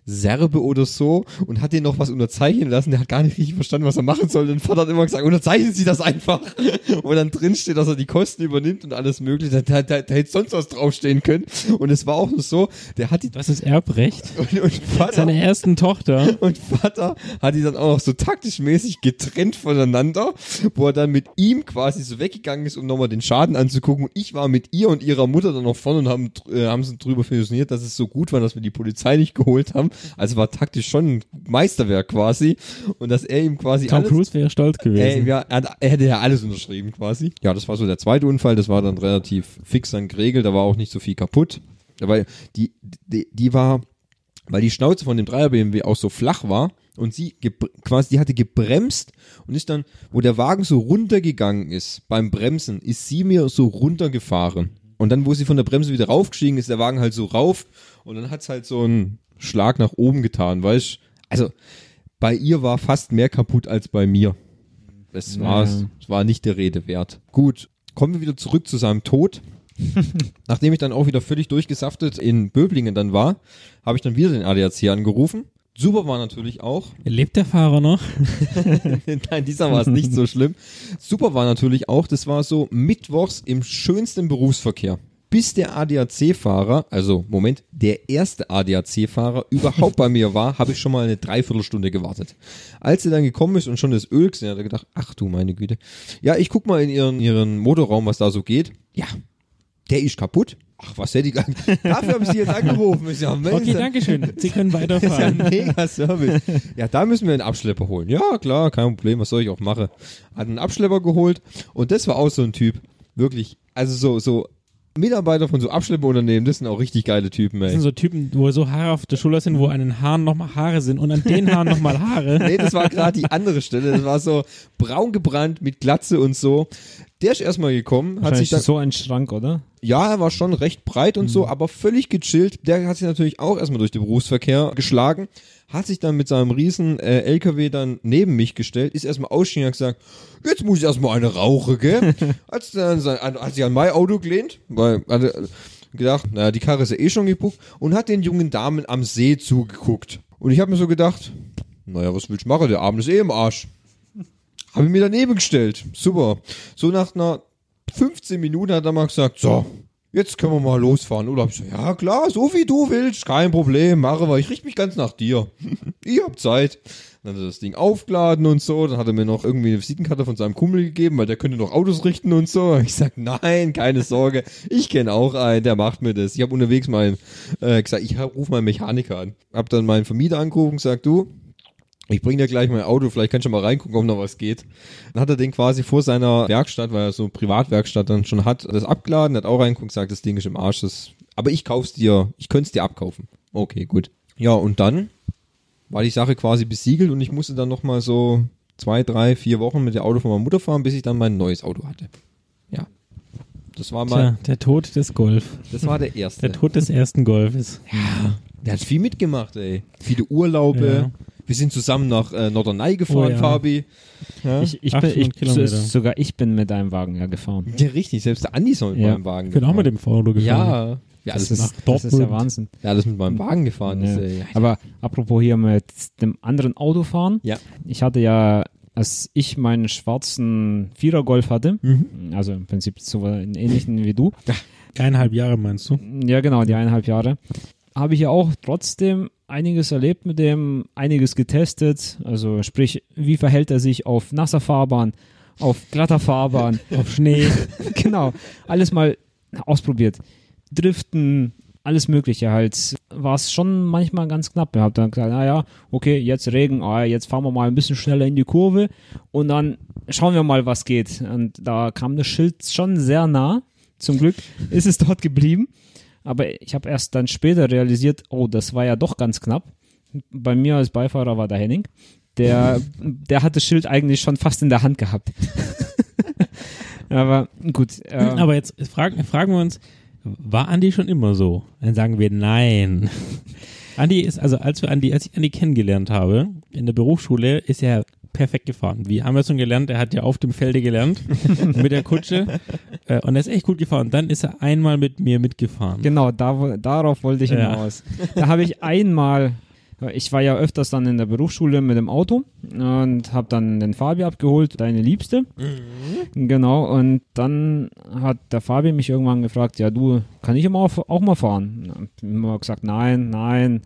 Serbe oder so und hat den noch was unterzeichnen lassen. Der hat gar nicht richtig verstanden, was er machen soll. Den Vater hat immer gesagt, unterzeichnen Sie das einfach. Und dann drin steht, dass er die Kosten übernimmt und alles mögliche. Da, da, da, da hätte sonst was draufstehen können. Und es war auch so, der hat die Das ist Erbrecht. und, und Vater, Seine ersten Tochter. und Vater hat die dann auch noch so taktisch mäßig getrennt voneinander, wo er dann mit ihm quasi so weggegangen ist, um nochmal den Schaden anzugucken. Und ich war mit ihr und ihrer Mutter dann noch vorne und haben, äh, haben sie drüber fusioniert, dass es so gut war, dass wir die Polizei nicht geholt haben. Also war taktisch schon ein Meisterwerk quasi. Und dass er ihm quasi Tom alles, Cruise wäre stolz gewesen. Ey, ja, er, hat, er hätte ja alles unterschrieben quasi. Ja, das war so der zweite Unfall. Das war dann relativ fix dann geregelt. Da war auch nicht so viel kaputt. Weil die, die, die war, weil die Schnauze von dem Dreier BMW auch so flach war und sie gebr- quasi, die hatte gebremst und ist dann, wo der Wagen so runtergegangen ist beim Bremsen, ist sie mir so runtergefahren. Und dann, wo sie von der Bremse wieder raufgestiegen ist, der Wagen halt so rauf und dann hat's halt so einen Schlag nach oben getan, weißt Also, bei ihr war fast mehr kaputt als bei mir. Es war, Naja. es war nicht der Rede wert. Gut, kommen wir wieder zurück zu seinem Tod. Nachdem ich dann auch wieder völlig durchgesaftet in Böblingen dann war, habe ich dann wieder den ADAC angerufen. Super war natürlich auch. Lebt der Fahrer noch? Nein, dieser war es nicht so schlimm. Super war natürlich auch, das war so mittwochs im schönsten Berufsverkehr. Bis der ADAC-Fahrer, also Moment, der erste ADAC-Fahrer überhaupt bei mir war, habe ich schon mal eine Dreiviertelstunde gewartet. Als er dann gekommen ist und schon das Öl gesehen hat, hat er gedacht, ach du meine Güte. Ja, ich guck mal in ihren, ihren Motorraum, was da so geht. Ja, der ist kaputt. Ach, was hätte ich... Dafür habe ich sie jetzt angerufen. Ist ja, Okay, Mensch, danke schön. Sie können das ist ja weiterfahren. ein mega Service. Ja, da müssen wir einen Abschlepper holen. Ja, klar, kein Problem, was soll ich auch machen. Hat einen Abschlepper geholt und das war auch so ein Typ. Wirklich, also so, so Mitarbeiter von so Abschlepperunternehmen, das sind auch richtig geile Typen, Das sind ey. so Typen, wo so Haare auf der Schulter sind, wo an den Haaren nochmal Haare sind und an den Haaren nochmal Haare. Nee, das war gerade die andere Stelle. Das war so braun gebrannt mit Glatze und so. Der ist erstmal gekommen, hat sich Wahrscheinlich dann so ein Schrank, oder? Ja, er war schon recht breit und so, aber völlig gechillt. Der hat sich natürlich auch erstmal durch den Berufsverkehr geschlagen, hat sich dann mit seinem riesen äh, LKW dann neben mich gestellt, ist erstmal ausgestiegen und hat gesagt, jetzt muss ich erstmal eine rauche, gell? hat, sich dann sein, an, hat sich an mein Auto gelehnt, weil hat er gedacht, naja, die Karre ist ja eh schon gebucht und hat den jungen Damen am See zugeguckt. Und ich habe mir so gedacht, naja, was willst du machen? Der Abend ist eh im Arsch. Habe ich mir daneben gestellt. Super. So nach einer 15 Minuten hat er mal gesagt, so, jetzt können wir mal losfahren. Oder hab ich so, ja klar, so wie du willst, kein Problem, mache wir. Ich richte mich ganz nach dir. ich hab Zeit. Dann hat er das Ding aufgeladen und so. Dann hat er mir noch irgendwie eine Visitenkarte von seinem Kumpel gegeben, weil der könnte noch Autos richten und so. Ich sag, nein, keine Sorge. Ich kenne auch einen, der macht mir das. Ich habe unterwegs meinen, äh, gesagt, ich rufe meinen Mechaniker an. Hab dann meinen Vermieter angerufen und gesagt, du, ich bring dir gleich mein Auto, vielleicht kannst du mal reingucken, ob noch was geht. Dann hat er den quasi vor seiner Werkstatt, weil er so eine Privatwerkstatt dann schon hat, das abgeladen, hat auch reinguckt, sagt, das Ding ist im Arsch, das Aber ich kauf's dir, ich könnte es dir abkaufen. Okay, gut. Ja, und dann war die Sache quasi besiegelt und ich musste dann nochmal so zwei, drei, vier Wochen mit dem Auto von meiner Mutter fahren, bis ich dann mein neues Auto hatte. Ja. Das war mal, Tja, der Tod des Golf. das war der erste. Der Tod des ersten Golfes. Der hat viel mitgemacht, ey. Viele Urlaube. Wir sind zusammen nach äh, Norderney gefahren, Oh, ja. Fabi. Ja? Ich, ich 800 bin, ich, Kilometer. sogar ich bin mit einem Wagen ja gefahren. ja, richtig. Selbst der Andi soll mit Ja. Genau, meinem Wagen Ich bin auch mit gefahren. dem Auto gefahren. Ja. Ja, Das das, ist, nach das ist ja Dortmund. Wahnsinn. ja, das mit meinem Wagen gefahren ist, Ja. ey. Aber apropos hier mit dem anderen Auto fahren. Ja. Ich hatte ja, als ich meinen schwarzen Vierer-Golf hatte, also im Prinzip so einen ähnlichen wie du, Eineinhalb Jahre meinst du? ja genau, die eineinhalb Jahre, habe ich ja auch trotzdem einiges erlebt mit dem, einiges getestet. Also sprich, wie verhält er sich auf nasser Fahrbahn, auf glatter Fahrbahn, Auf Schnee. genau. Alles mal ausprobiert. Driften, alles Mögliche halt. War es schon manchmal ganz knapp. Ich habe dann gesagt, naja, okay, jetzt Regen, ah, jetzt fahren wir mal ein bisschen schneller in die Kurve und dann schauen wir mal, was geht. Und da kam das Schild schon sehr nah. Zum Glück ist es dort geblieben. Aber ich habe erst dann später realisiert, oh, das war ja doch ganz knapp. Bei mir als Beifahrer war der Henning. Der, der hat das Schild eigentlich schon fast in der Hand gehabt. Aber gut. Ähm, Aber jetzt fragen, fragen wir uns, war Andi schon immer so? Dann sagen wir nein. Andi ist, also als wir Andi, als ich Andi kennengelernt habe, in der Berufsschule, ist er perfekt gefahren. Wie haben wir schon gelernt, er hat ja auf dem Felde gelernt mit der Kutsche äh, und er ist echt gut gefahren. Dann ist er einmal mit mir mitgefahren. Genau, da, wo- darauf wollte ich Ja. hinaus. Da habe ich einmal, ich war ja öfters dann in der Berufsschule mit dem Auto und habe dann den Fabi abgeholt, deine Liebste. Genau, und dann hat der Fabi mich irgendwann gefragt, ja du, kann ich immer auch, auch mal fahren? Und ich hab immer gesagt, nein, nein.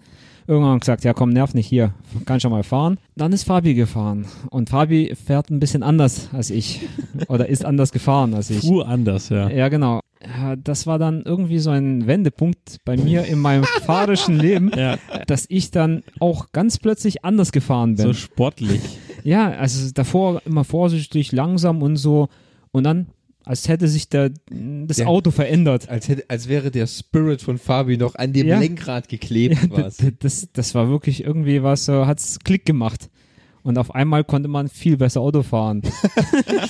Irgendwann gesagt, ja komm, nerv nicht hier, kann schon mal fahren. Dann ist Fabi gefahren und Fabi fährt ein bisschen anders als ich oder ist anders gefahren als ich. Fuhr anders, ja. Ja, genau. Äh, Das war dann irgendwie so ein Wendepunkt bei mir in meinem fahrischen Leben, Ja, dass ich dann auch ganz plötzlich anders gefahren bin. so sportlich. ja, also davor immer vorsichtig, langsam und so. Und dann, als hätte sich der, das Ja. Auto verändert. Als, hätte, als wäre der Spirit von Fabi noch an dem Ja. Lenkrad geklebt. Das, was. das, das war wirklich irgendwie was, so hat's Klick gemacht. Und auf einmal konnte man viel besser Auto fahren.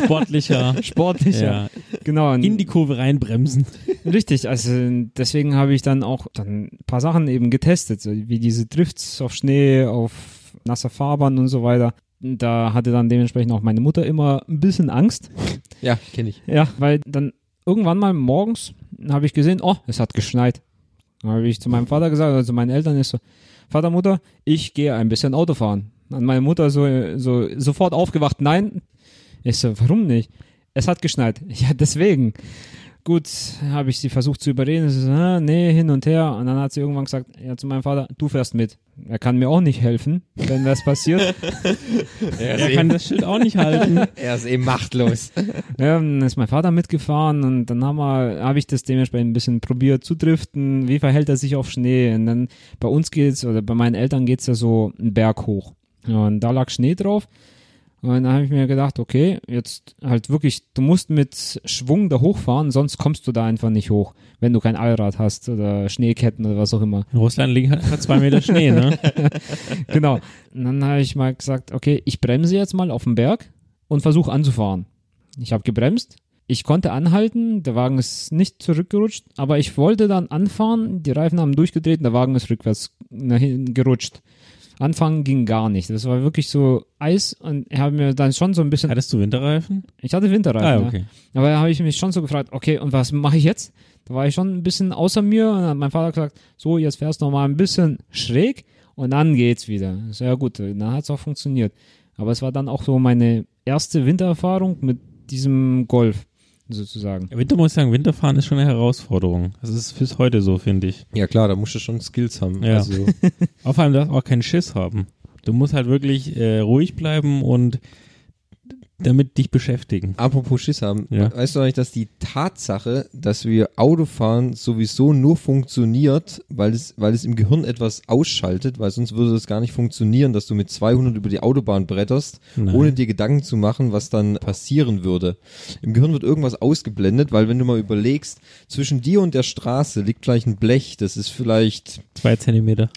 Sportlicher. Sportlicher. Ja. Genau. und- In die Kurve reinbremsen. Richtig, also deswegen habe ich dann auch dann ein paar Sachen eben getestet, so wie diese Drifts auf Schnee, auf nasser Fahrbahn und so weiter. Da hatte dann dementsprechend auch meine Mutter immer ein bisschen Angst. Ja, kenne ich. Ja, weil dann irgendwann mal morgens habe ich gesehen, oh, es hat geschneit. Dann habe ich zu meinem Vater gesagt, also meinen Eltern ist so, Vater, Mutter, ich gehe ein bisschen Auto fahren. Dann meine Mutter so, so sofort aufgewacht, nein. Ich so, warum nicht? Es hat geschneit. Ja, deswegen. Gut, habe ich sie versucht zu überreden. Sie so, ah, nee, hin und her. Und dann hat sie irgendwann gesagt, ja, zu meinem Vater, du fährst mit. Er kann mir auch nicht helfen, wenn was passiert. Er Er kann das Schild auch nicht halten. er ist eben machtlos. Ja, dann ist mein Vater mitgefahren und dann haben wir, habe ich das dementsprechend ein bisschen probiert zu driften. Wie verhält er sich auf Schnee? Und dann bei uns geht's oder bei meinen Eltern geht's ja so einen Berg hoch. Und da lag Schnee drauf. Und dann habe ich mir gedacht, okay, jetzt halt wirklich, du musst mit Schwung da hochfahren, sonst kommst du da einfach nicht hoch, wenn du kein Allrad hast oder Schneeketten oder was auch immer. In Russland liegen halt einfach zwei Meter Schnee, ne? genau. Und dann habe ich mal gesagt, okay, ich bremse jetzt mal auf den Berg und versuche anzufahren. Ich habe gebremst. Ich konnte anhalten, der Wagen ist nicht zurückgerutscht, aber ich wollte dann anfahren, die Reifen haben durchgedreht und der Wagen ist rückwärts nach hinten gerutscht. Anfangen ging gar nicht. Das war wirklich so Eis und ich habe mir dann schon so ein bisschen. Hattest du Winterreifen? Ich hatte Winterreifen. Ah, ja. okay. Aber da habe ich mich schon so gefragt, okay, und was mache ich jetzt? Da war ich schon ein bisschen außer mir und dann hat mein Vater gesagt, so, jetzt fährst du noch mal ein bisschen schräg und dann geht's wieder. Ich So, ja gut, dann hat's auch funktioniert. Aber es war dann auch so meine erste Wintererfahrung mit diesem Golf sozusagen. Ja, Winter muss ich sagen, Winterfahren ist schon eine Herausforderung. Das ist bis heute so, finde ich. Ja klar, da musst du schon Skills haben. Ja. Also, Auf allem darfst du auch keinen Schiss haben. Du musst halt wirklich äh, ruhig bleiben und damit dich beschäftigen. Apropos Schiss haben, Ja. weißt du eigentlich, dass die Tatsache, dass wir Autofahren sowieso nur funktioniert, weil es, weil es im Gehirn etwas ausschaltet, weil sonst würde es gar nicht funktionieren, dass du mit 200 über die Autobahn bretterst, Nein. ohne dir Gedanken zu machen, was dann passieren würde. Im Gehirn wird irgendwas ausgeblendet, weil wenn du mal überlegst, zwischen dir und der Straße liegt gleich ein Blech, das ist vielleicht Zwei Zentimeter.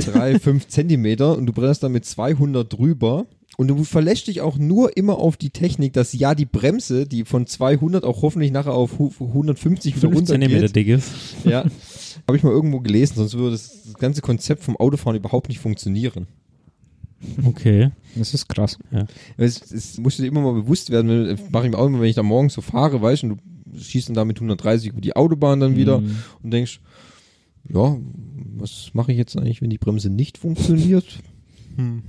drei, fünf Zentimeter und du brennst dann mit 200 drüber. Und du verlässt dich auch nur immer auf die Technik, dass ja die Bremse, die von 200 auch hoffentlich nachher auf hu- 150 wieder Fünf Zentimeter runtergeht. dick ist. Ja, habe ich mal irgendwo gelesen, sonst würde das, das ganze Konzept vom Autofahren überhaupt nicht funktionieren. Okay. Das ist krass. Es, es musst du dir immer mal bewusst werden, wenn du- mache ich mir auch immer, wenn ich da morgens so fahre, weißt du, und du schießt dann da mit 130 über die Autobahn dann wieder Mhm. und denkst, ja, was mache ich jetzt eigentlich, wenn die Bremse nicht funktioniert?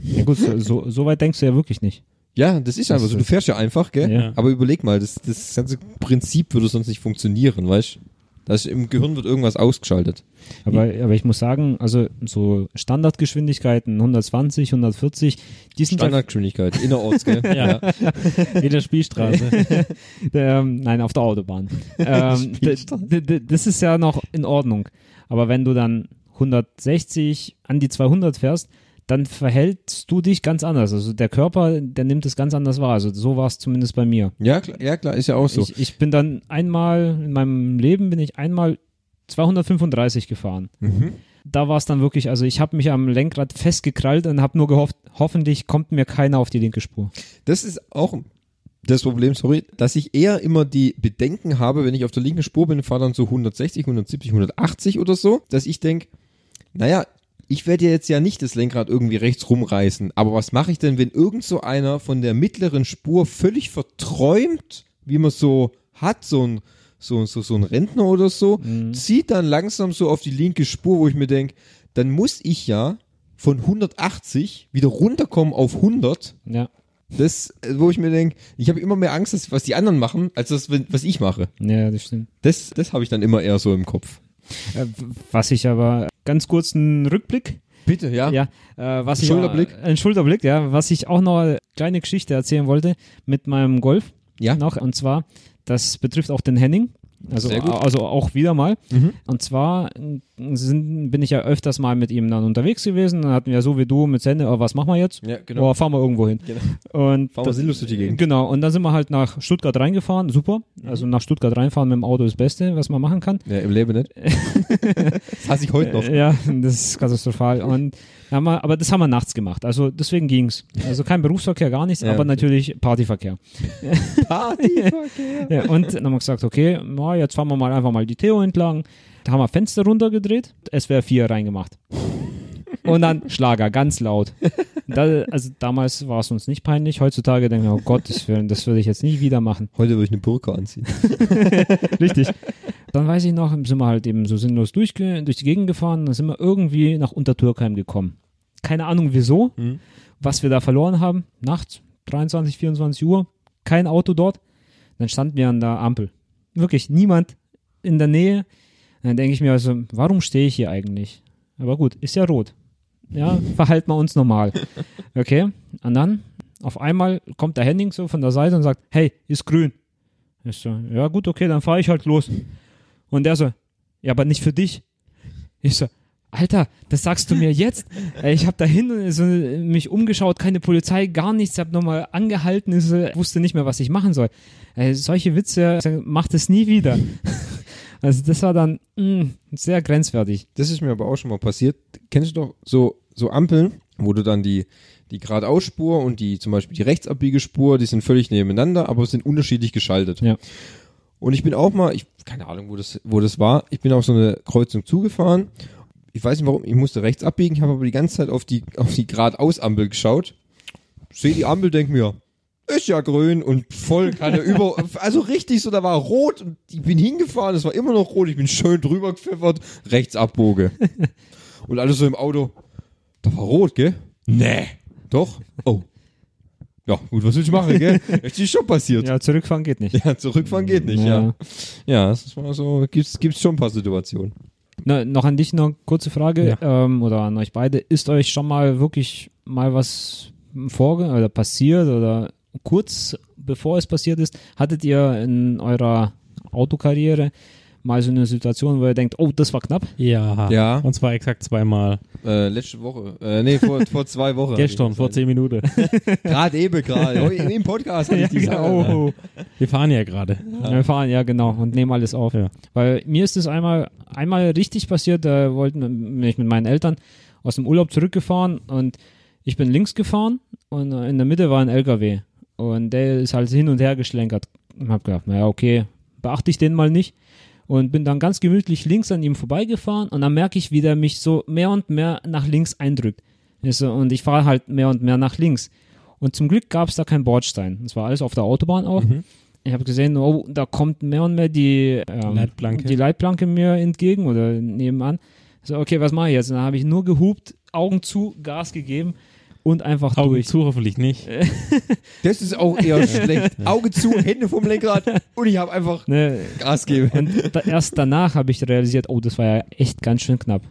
Ja gut, so, so, so weit denkst du ja wirklich nicht. Ja, das ist einfach so. Du fährst ja einfach, gell? Ja. Aber überleg mal, das, das ganze Prinzip würde sonst nicht funktionieren, weißt du? Das Im Gehirn wird irgendwas ausgeschaltet. Aber, aber ich muss sagen, also so Standardgeschwindigkeiten 120, 140, die sind ja Standardgeschwindigkeit, innerorts, gell? Ja. In der Spielstraße. Ähm, nein, auf der Autobahn. ähm, d- d- d- das ist ja noch in Ordnung. Aber wenn du dann 160 an die 200 fährst, dann verhältst du dich ganz anders. Also der Körper, der nimmt es ganz anders wahr. Also so war es zumindest bei mir. Ja, klar, ja, klar, ist ja auch so. Ich, ich bin dann einmal, in meinem Leben bin ich einmal 235 gefahren. mhm. Da war es dann wirklich, also ich habe mich am Lenkrad festgekrallt und habe nur gehofft, hoffentlich kommt mir keiner auf die linke Spur. Das ist auch das Problem, sorry, dass ich eher immer die Bedenken habe, wenn ich auf der linken Spur bin, fahre dann so 160, 170, 180 oder so, dass ich denke, naja, ich werde ja jetzt ja nicht das Lenkrad irgendwie rechts rumreißen, aber was mache ich denn, wenn irgend so einer von der mittleren Spur völlig verträumt, wie man so hat, so ein, so, so, so ein Rentner oder so, zieht dann langsam so auf die linke Spur, wo ich mir denke, dann muss ich ja von 180 wieder runterkommen auf 100, Ja, das, äh, wo ich mir denke, ich habe immer mehr Angst, dass, was die anderen machen, als das, wenn- was ich mache. ja das stimmt. Das, das habe ich dann immer eher so im Kopf. Äh, was ich aber ganz kurz einen Rückblick. Bitte, ja. Ja, äh, was ich Schulterblick. Auch, ein Schulterblick, ja. Was ich auch noch eine kleine Geschichte erzählen wollte mit meinem Golf Ja. noch. Und zwar, das betrifft auch den Henning. Also, Sehr gut. also auch wieder mal. Mhm. Und zwar äh, sind, bin ich ja öfters mal mit ihm dann unterwegs gewesen. Dann hatten wir so wie du mit Sende, oh, was machen wir jetzt? Ja, Oh, fahren wir irgendwo hin. Genau. Und Fahren wir sinnlos durch die Gegend. Mhm. Genau, und dann sind wir halt nach Stuttgart reingefahren. Super. Also nach Stuttgart reinfahren mit dem Auto ist das Beste, was man machen kann. Ja, im Leben nicht. das hasse ich heute noch. Äh, Ja, das ist katastrophal. Und da haben wir, aber das haben wir nachts gemacht. Also deswegen ging's. Also kein Berufsverkehr, gar nichts, Ja, aber okay. natürlich Partyverkehr. Partyverkehr. ja, und dann haben wir gesagt, okay, na, jetzt fahren wir mal einfach mal die Theo entlang. Da haben wir Fenster runtergedreht, SWR4 reingemacht. Und dann Schlager, ganz laut. Da, also damals war es uns nicht peinlich. Heutzutage denken wir, oh Gottes Willen, das würde ich jetzt nie wieder machen. Heute würde ich eine Burka anziehen. Richtig. Dann weiß ich noch, sind wir halt eben so sinnlos durchge durch die Gegend gefahren. Dann sind wir irgendwie nach Untertürkheim gekommen. Keine Ahnung wieso, Mhm. was wir da verloren haben. Nachts, 23, 24 Uhr, kein Auto dort. Dann standen wir an der Ampel. Wirklich niemand in der Nähe. Dann denke ich mir also, warum stehe ich hier eigentlich? Aber gut, ist ja rot. Ja, verhalten wir uns normal. Okay, und dann auf einmal kommt der Henning so von der Seite und sagt, hey, ist grün. Ich so, ja gut, okay, dann fahre ich halt los. Und der so, ja, aber nicht für dich. Ich so, Alter, das sagst du mir jetzt? Ey, Ich habe dahin so, mich umgeschaut, keine Polizei, gar nichts, habe nochmal angehalten, ich so, wusste nicht mehr, was ich machen soll. Ey, Solche Witze, äh, macht es nie wieder. Also das war dann mm, sehr grenzwertig. Das ist mir aber auch schon mal passiert. Kennst du doch so, so Ampeln, wo du dann die, die Geradeausspur und die zum Beispiel die Rechtsabbiegespur, die sind völlig nebeneinander, aber sind unterschiedlich geschaltet. Ja. Und ich bin auch mal, ich keine Ahnung, wo das, wo das war, ich bin auf so eine Kreuzung zugefahren. Ich weiß nicht warum, ich musste rechts abbiegen, ich habe aber die ganze Zeit auf die, auf die Geradeausampel geschaut. Sehe die Ampel, denk mir, ist ja grün und voll keine über. Also richtig so, da war rot und ich bin hingefahren, es war immer noch rot, ich bin schön drüber gepfeffert, rechts abboge. Und alles so im Auto, da war rot, gell? Nee. Doch? Oh. Ja, gut, was will ich machen, gell? Ist dir schon passiert. Ja, zurückfahren geht nicht. Ja, zurückfahren geht nicht, ja. Ja, das ist mal so, gibt's, gibt's schon ein paar Situationen. Na, Ne, noch an dich noch eine kurze Frage ähm, oder an euch beide. Ist euch schon mal wirklich mal was vorge oder passiert oder kurz bevor es passiert ist, hattet ihr in eurer Autokarriere mal so eine Situation, wo ihr denkt, oh, das war knapp? Ja. Ja. Und zwar exakt zweimal. Äh, letzte Woche. Äh, nee, vor, vor zwei Wochen. Gestern, vor zehn Minuten. Gerade eben gerade. Oh, In dem Podcast hatte ich die Sache. Oh, Wir fahren ja gerade. Wir fahren, ja genau, und nehmen alles auf. Ja. Weil mir ist es einmal, einmal richtig passiert, da wollten mich mit meinen Eltern aus dem Urlaub zurückgefahren und ich bin links gefahren und in der Mitte war ein LKW. Und der ist halt hin und her geschlenkert. Und hab gedacht, naja, okay, beachte ich den mal nicht. Und bin dann ganz gemütlich links an ihm vorbeigefahren und dann merke ich, wie der mich so mehr und mehr nach links eindrückt. Ich so, Und ich fahre halt mehr und mehr nach links. Und zum Glück gab es da keinen Bordstein. Es war alles auf der Autobahn auch. Ich habe gesehen, oh, da kommt mehr und mehr die, ähm, Leitplanke. die Leitplanke mir entgegen oder nebenan. So, okay, was mache ich jetzt? Und dann habe ich nur gehupt, Augen zu, Gas gegeben und einfach Augen durch. zu hoffentlich nicht. Das ist auch eher schlecht. Auge zu, Hände vom Lenkrad und ich habe einfach Ne, Gas gegeben. und da, erst danach habe ich realisiert, oh, das war ja echt ganz schön knapp.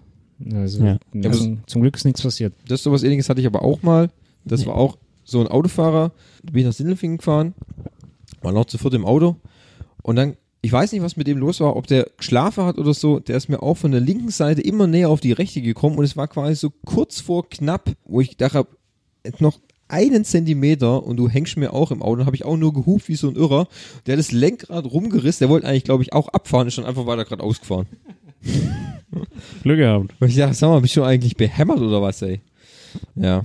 Also, Ja. ja, zum, zum Glück ist nichts passiert. Das sowas ähnliches hatte ich aber auch mal. Das war auch so ein Autofahrer. Da bin ich nach Sindelfingen gefahren, war noch zu viert im Auto. Und dann, ich weiß nicht, was mit dem los war, ob der geschlafen hat oder so. Der ist mir auch von der linken Seite immer näher auf die rechte gekommen. Und es war quasi so kurz vor knapp, wo ich gedacht habe, jetzt noch einen Zentimeter und du hängst mir auch im Auto. Dann habe ich auch nur gehupt wie so ein Irrer. Der hat das Lenkrad rumgerissen. Der wollte eigentlich, glaube ich, auch abfahren. Ist dann einfach weiter gerade ausgefahren. Glück gehabt. Und ich dachte, sag mal, bist du eigentlich behämmert oder was, ey? Ja.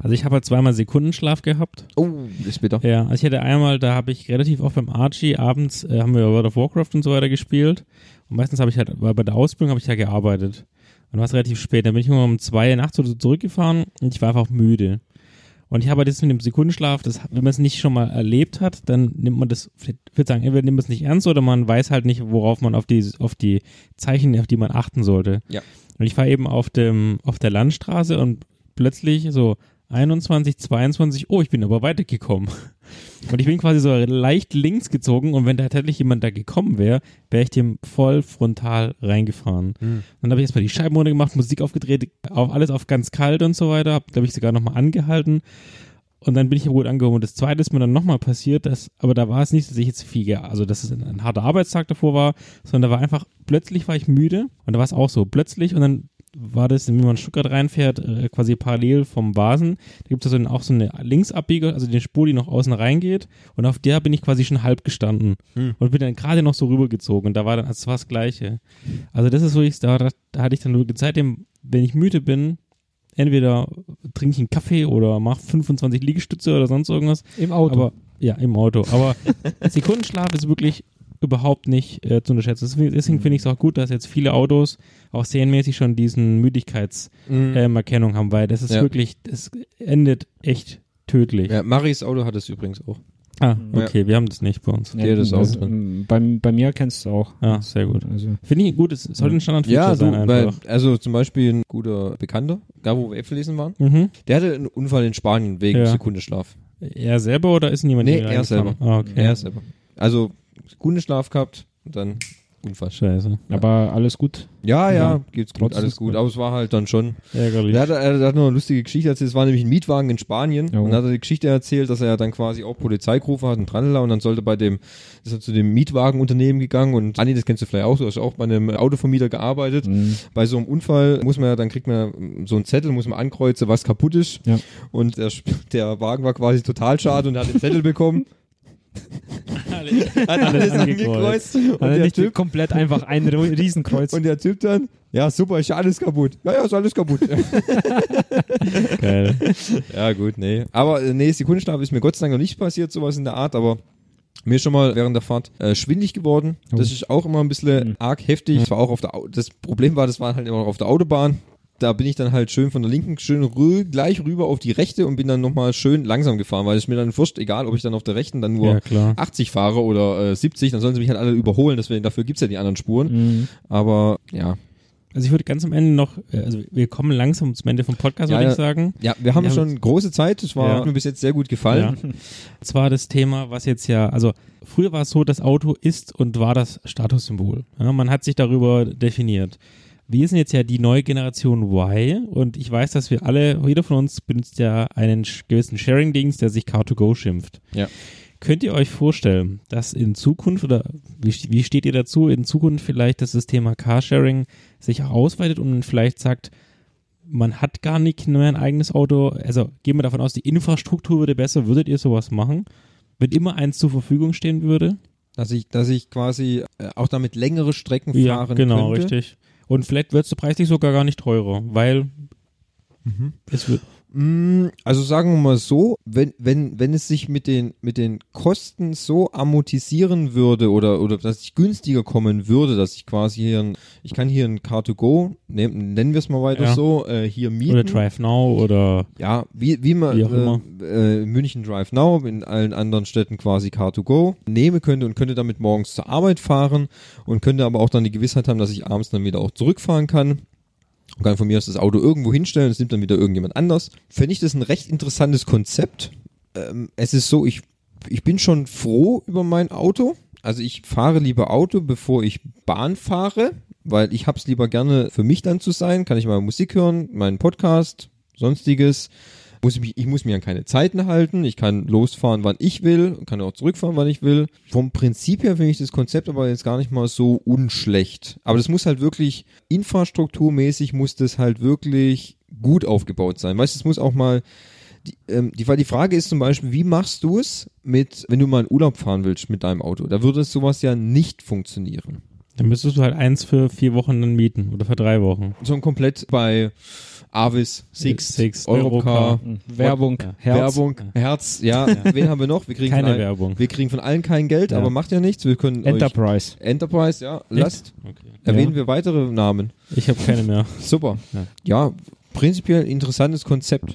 Also ich habe halt zweimal Sekundenschlaf gehabt. Oh, ist bitter. Ja, also ich hatte einmal, da habe ich relativ oft beim Archie abends, äh, haben wir World of Warcraft und so weiter gespielt. Und meistens habe ich halt, weil bei der Ausbildung habe ich ja gearbeitet. Und war es relativ spät. Dann bin ich irgendwann um zwei nachts oder so zurückgefahren und ich war einfach müde. Und ich habe halt jetzt mit dem Sekundenschlaf, das, wenn man es nicht schon mal erlebt hat, dann nimmt man das, ich würde sagen, entweder nimmt man es nicht ernst oder man weiß halt nicht, worauf man auf die, auf die Zeichen, auf die man achten sollte. Ja. Und ich war eben auf dem, auf der Landstraße und plötzlich so 21, 22, oh, ich bin aber weitergekommen. Und ich bin quasi so leicht links gezogen und wenn da tatsächlich jemand da gekommen wäre, wäre ich dem voll frontal reingefahren. Dann habe ich erstmal die Scheiben runtergemacht, Musik aufgedreht, auf alles auf ganz kalt und so weiter, habe, glaube ich, sogar nochmal angehalten. Und dann bin ich ja gut angehoben. Und das zweite ist mir dann nochmal passiert, dass, aber da war es nicht, dass ich jetzt viel, ge- also dass es ein, ein harter Arbeitstag davor war, sondern da war einfach, plötzlich war ich müde und da war es auch so, plötzlich und dann war das, wenn man in Stuttgart reinfährt, äh, quasi parallel vom Basen, da gibt es also auch so eine Linksabbieger, also den Spur, die noch außen reingeht und auf der bin ich quasi schon halb gestanden Hm. und bin dann gerade noch so rübergezogen und da war dann, also das war das Gleiche. Also das ist wirklich, da, da, da hatte ich dann nur seitdem, wenn ich müde bin, entweder trinke ich einen Kaffee oder mache 25 Liegestütze oder sonst irgendwas. Im Auto. Aber ja, im Auto. Aber Sekundenschlaf ist wirklich überhaupt nicht äh, zu unterschätzen. Deswegen deswegen Hm. finde ich es auch gut, dass jetzt viele Autos auch serienmäßig schon diesen Müdigkeitserkennung ähm, Erkennung haben, weil das ist Mhm. Ja. wirklich, das endet echt tödlich. Ja, Mhm. Maris Auto hat es übrigens auch. Ah, okay, wir haben das nicht bei uns. Der ist auch m, also, bei, bei mir kennst du auch. Ah, sehr gut. Also, Finde ich gut, es sollte ein Standardfeature Mhm. Ja, sein du, weil, einfach. also zum Beispiel ein guter Bekannter, da wo wir Äpfel lesen waren, Mhm. der hatte einen Unfall in Spanien wegen Ja. Sekundenschlaf. Er selber oder ist niemand Nee, hier er reingefahren? selber. Ah, okay. Er selber. Also Sekundenschlaf gehabt und dann Unfall. Scheiße. Aber alles gut. Ja, ja, Ja. geht's gut, Trotzdem alles ist gut. gut. Aber es war halt dann schon. Ärgerlich. Er hat, er hat noch eine lustige Geschichte erzählt. Es war nämlich ein Mietwagen in Spanien. Jo. Und dann hat er die Geschichte erzählt, dass er ja dann quasi auch Polizei gerufen hat und Tralala. Und dann sollte bei dem, ist er zu dem Mietwagenunternehmen gegangen. Und Anni, das kennst du vielleicht auch. Du hast auch bei einem Autovermieter gearbeitet. bei so einem Unfall muss man ja, dann kriegt man ja so einen Zettel, muss man ankreuzen, was kaputt ist. Ja. Und der, Sp- der Wagen war quasi total schade und hat den Zettel bekommen, hat alles angekreuzt. Und Also der, nicht typ, komplett einfach ein Ru- Riesenkreuz. und der Typ dann, ja super, ist ja alles kaputt. Ja, ja, ist alles kaputt. Geil. ja gut, nee. Aber äh, nee, Sekundenschlaf ist mir Gott sei Dank noch nicht passiert, sowas in der Art, aber mir ist schon mal während der Fahrt äh, schwindig geworden. Das ist auch immer ein bisschen arg heftig. Das, war auch auf der Au das Problem war, das war halt immer noch auf der Autobahn. Da bin ich dann halt schön von der linken schön rü gleich rüber auf die rechte und bin dann nochmal schön langsam gefahren, weil es mir dann wurscht, egal ob ich dann auf der rechten dann nur Ja, klar. 80 fahre oder äh, 70, dann sollen sie mich halt alle überholen. Deswegen, dafür gibt's ja die anderen Spuren. Mhm. Aber ja. Also ich würde ganz am Ende noch, äh, also wir kommen langsam zum Ende vom Podcast, Ja, würde ja. ich sagen. Ja, wir haben Ja, schon große Zeit. Es war Ja. hat mir bis jetzt sehr gut gefallen. Ja. Zwar das Thema, was jetzt ja, also früher war es so, das Auto ist und war das Statussymbol. Ja, man hat sich darüber definiert. Wir sind jetzt ja die neue Generation Y und ich weiß, dass wir alle, jeder von uns benutzt ja einen sch- gewissen Sharing-Dings, der sich Car2Go schimpft. Ja. Könnt ihr euch vorstellen, dass in Zukunft oder wie, st- wie steht ihr dazu, in Zukunft vielleicht dass das Thema Carsharing sich auch ausweitet und vielleicht sagt, man hat gar nicht mehr ein eigenes Auto. Also gehen wir davon aus, die Infrastruktur würde besser. Würdet ihr sowas machen? Wenn immer eins zur Verfügung stehen würde? Dass ich, dass ich quasi äh, auch damit längere Strecken fahren genau, könnte. richtig. Und vielleicht wird es preislich sogar gar nicht teurer, weil Mhm. es wird. Mm, Also sagen wir mal so, wenn, wenn, wenn es sich mit den, mit den Kosten so amortisieren würde oder, oder dass ich günstiger kommen würde, dass ich quasi hier ein, ich kann hier ein Car2Go, nehm, nennen wir es mal weiter Ja. so, äh, hier mieten. Oder Drive Now oder Ja, wie, wie man Wie auch immer. äh, äh, München Drive Now, in allen anderen Städten quasi Car2Go nehmen könnte und könnte damit morgens zur Arbeit fahren und könnte aber auch dann die Gewissheit haben, dass ich abends dann wieder auch zurückfahren kann. Und kann von mir aus das Auto irgendwo hinstellen, es nimmt dann wieder irgendjemand anders. Fände ich das ein recht interessantes Konzept. Ähm, es ist so, ich, ich bin schon froh über mein Auto. Also ich fahre lieber Auto, bevor ich Bahn fahre, weil ich hab's lieber gerne für mich dann zu sein. Kann ich mal Musik hören, meinen Podcast, sonstiges. Muss ich, mich, ich muss mir an keine Zeiten halten. Ich kann losfahren, wann ich will, kann auch zurückfahren, wann ich will. Vom Prinzip her finde ich das Konzept aber jetzt gar nicht mal so unschlecht. Aber das muss halt wirklich infrastrukturmäßig muss das halt wirklich gut aufgebaut sein. Weißt, du, es muss auch mal die, ähm, die, weil die Frage ist zum Beispiel, wie machst du es mit, wenn du mal in Urlaub fahren willst mit deinem Auto? Da würde sowas ja nicht funktionieren. dann müsstest du halt eins für vier Wochen dann mieten oder für drei Wochen. So ein komplett bei Avis, Sixt, Sixt, Europcar, Europcar, Werbung, Herz. Werbung, Herz, ja. Wen haben wir noch? Wir kriegen Keine von allen- Werbung. Wir kriegen von allen kein Geld, Ja. aber macht ja nichts. Wir können Enterprise. euch Enterprise, ja, lasst. Okay. Erwähnen wir weitere Namen. Ich habe keine mehr. Super. Ja. Ja, prinzipiell interessantes Konzept.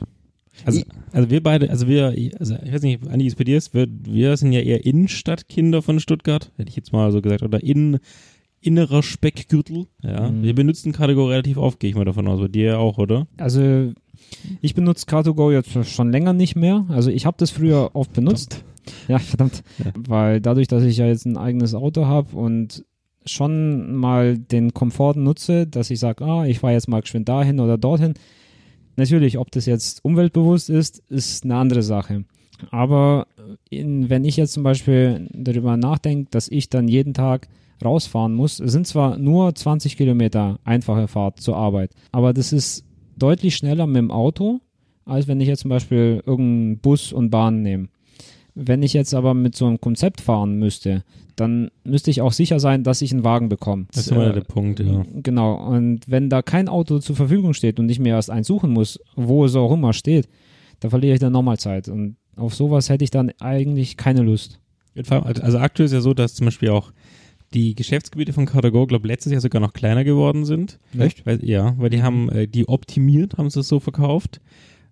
Also, also wir beide, also wir, also ich weiß nicht, Andi, wie es bei dir ist, wir, wir sind ja eher Innenstadtkinder von Stuttgart, hätte ich jetzt mal so gesagt, oder in, innerer Speckgürtel. Ja, Mhm. wir benutzen Kategorie relativ oft, gehe ich mal davon aus, bei dir auch, oder? Also ich benutze Car2Go jetzt schon länger nicht mehr. Also ich habe das früher oft benutzt. Ja, verdammt. Ja. Weil dadurch, dass ich ja jetzt ein eigenes Auto habe und schon mal den Komfort nutze, dass ich sage, ah, ich fahre jetzt mal geschwind dahin oder dorthin. Natürlich, ob das jetzt umweltbewusst ist, ist eine andere Sache. Aber äh, in, wenn ich jetzt zum Beispiel darüber nachdenke, dass ich dann jeden Tag rausfahren muss, es sind zwar nur 20 Kilometer einfache Fahrt zur Arbeit, aber das ist deutlich schneller mit dem Auto, als wenn ich jetzt zum Beispiel irgendeinen Bus und Bahn nehme. Wenn ich jetzt aber mit so einem Konzept fahren müsste, dann müsste ich auch sicher sein, dass ich einen Wagen bekomme. Äh, Das ist immer der Punkt, ja. Genau, und wenn da kein Auto zur Verfügung steht und ich mir erst eins suchen muss, wo es auch immer steht, da verliere ich dann nochmal Zeit. Und auf sowas hätte ich dann eigentlich keine Lust. Vor allem, Also also aktuell ist ja so, dass zum Beispiel auch die Geschäftsgebiete von Cartago, glaube letztes Jahr sogar noch kleiner geworden sind. Echt? Weil, ja, weil Mhm. die haben äh, die optimiert, haben sie es so verkauft.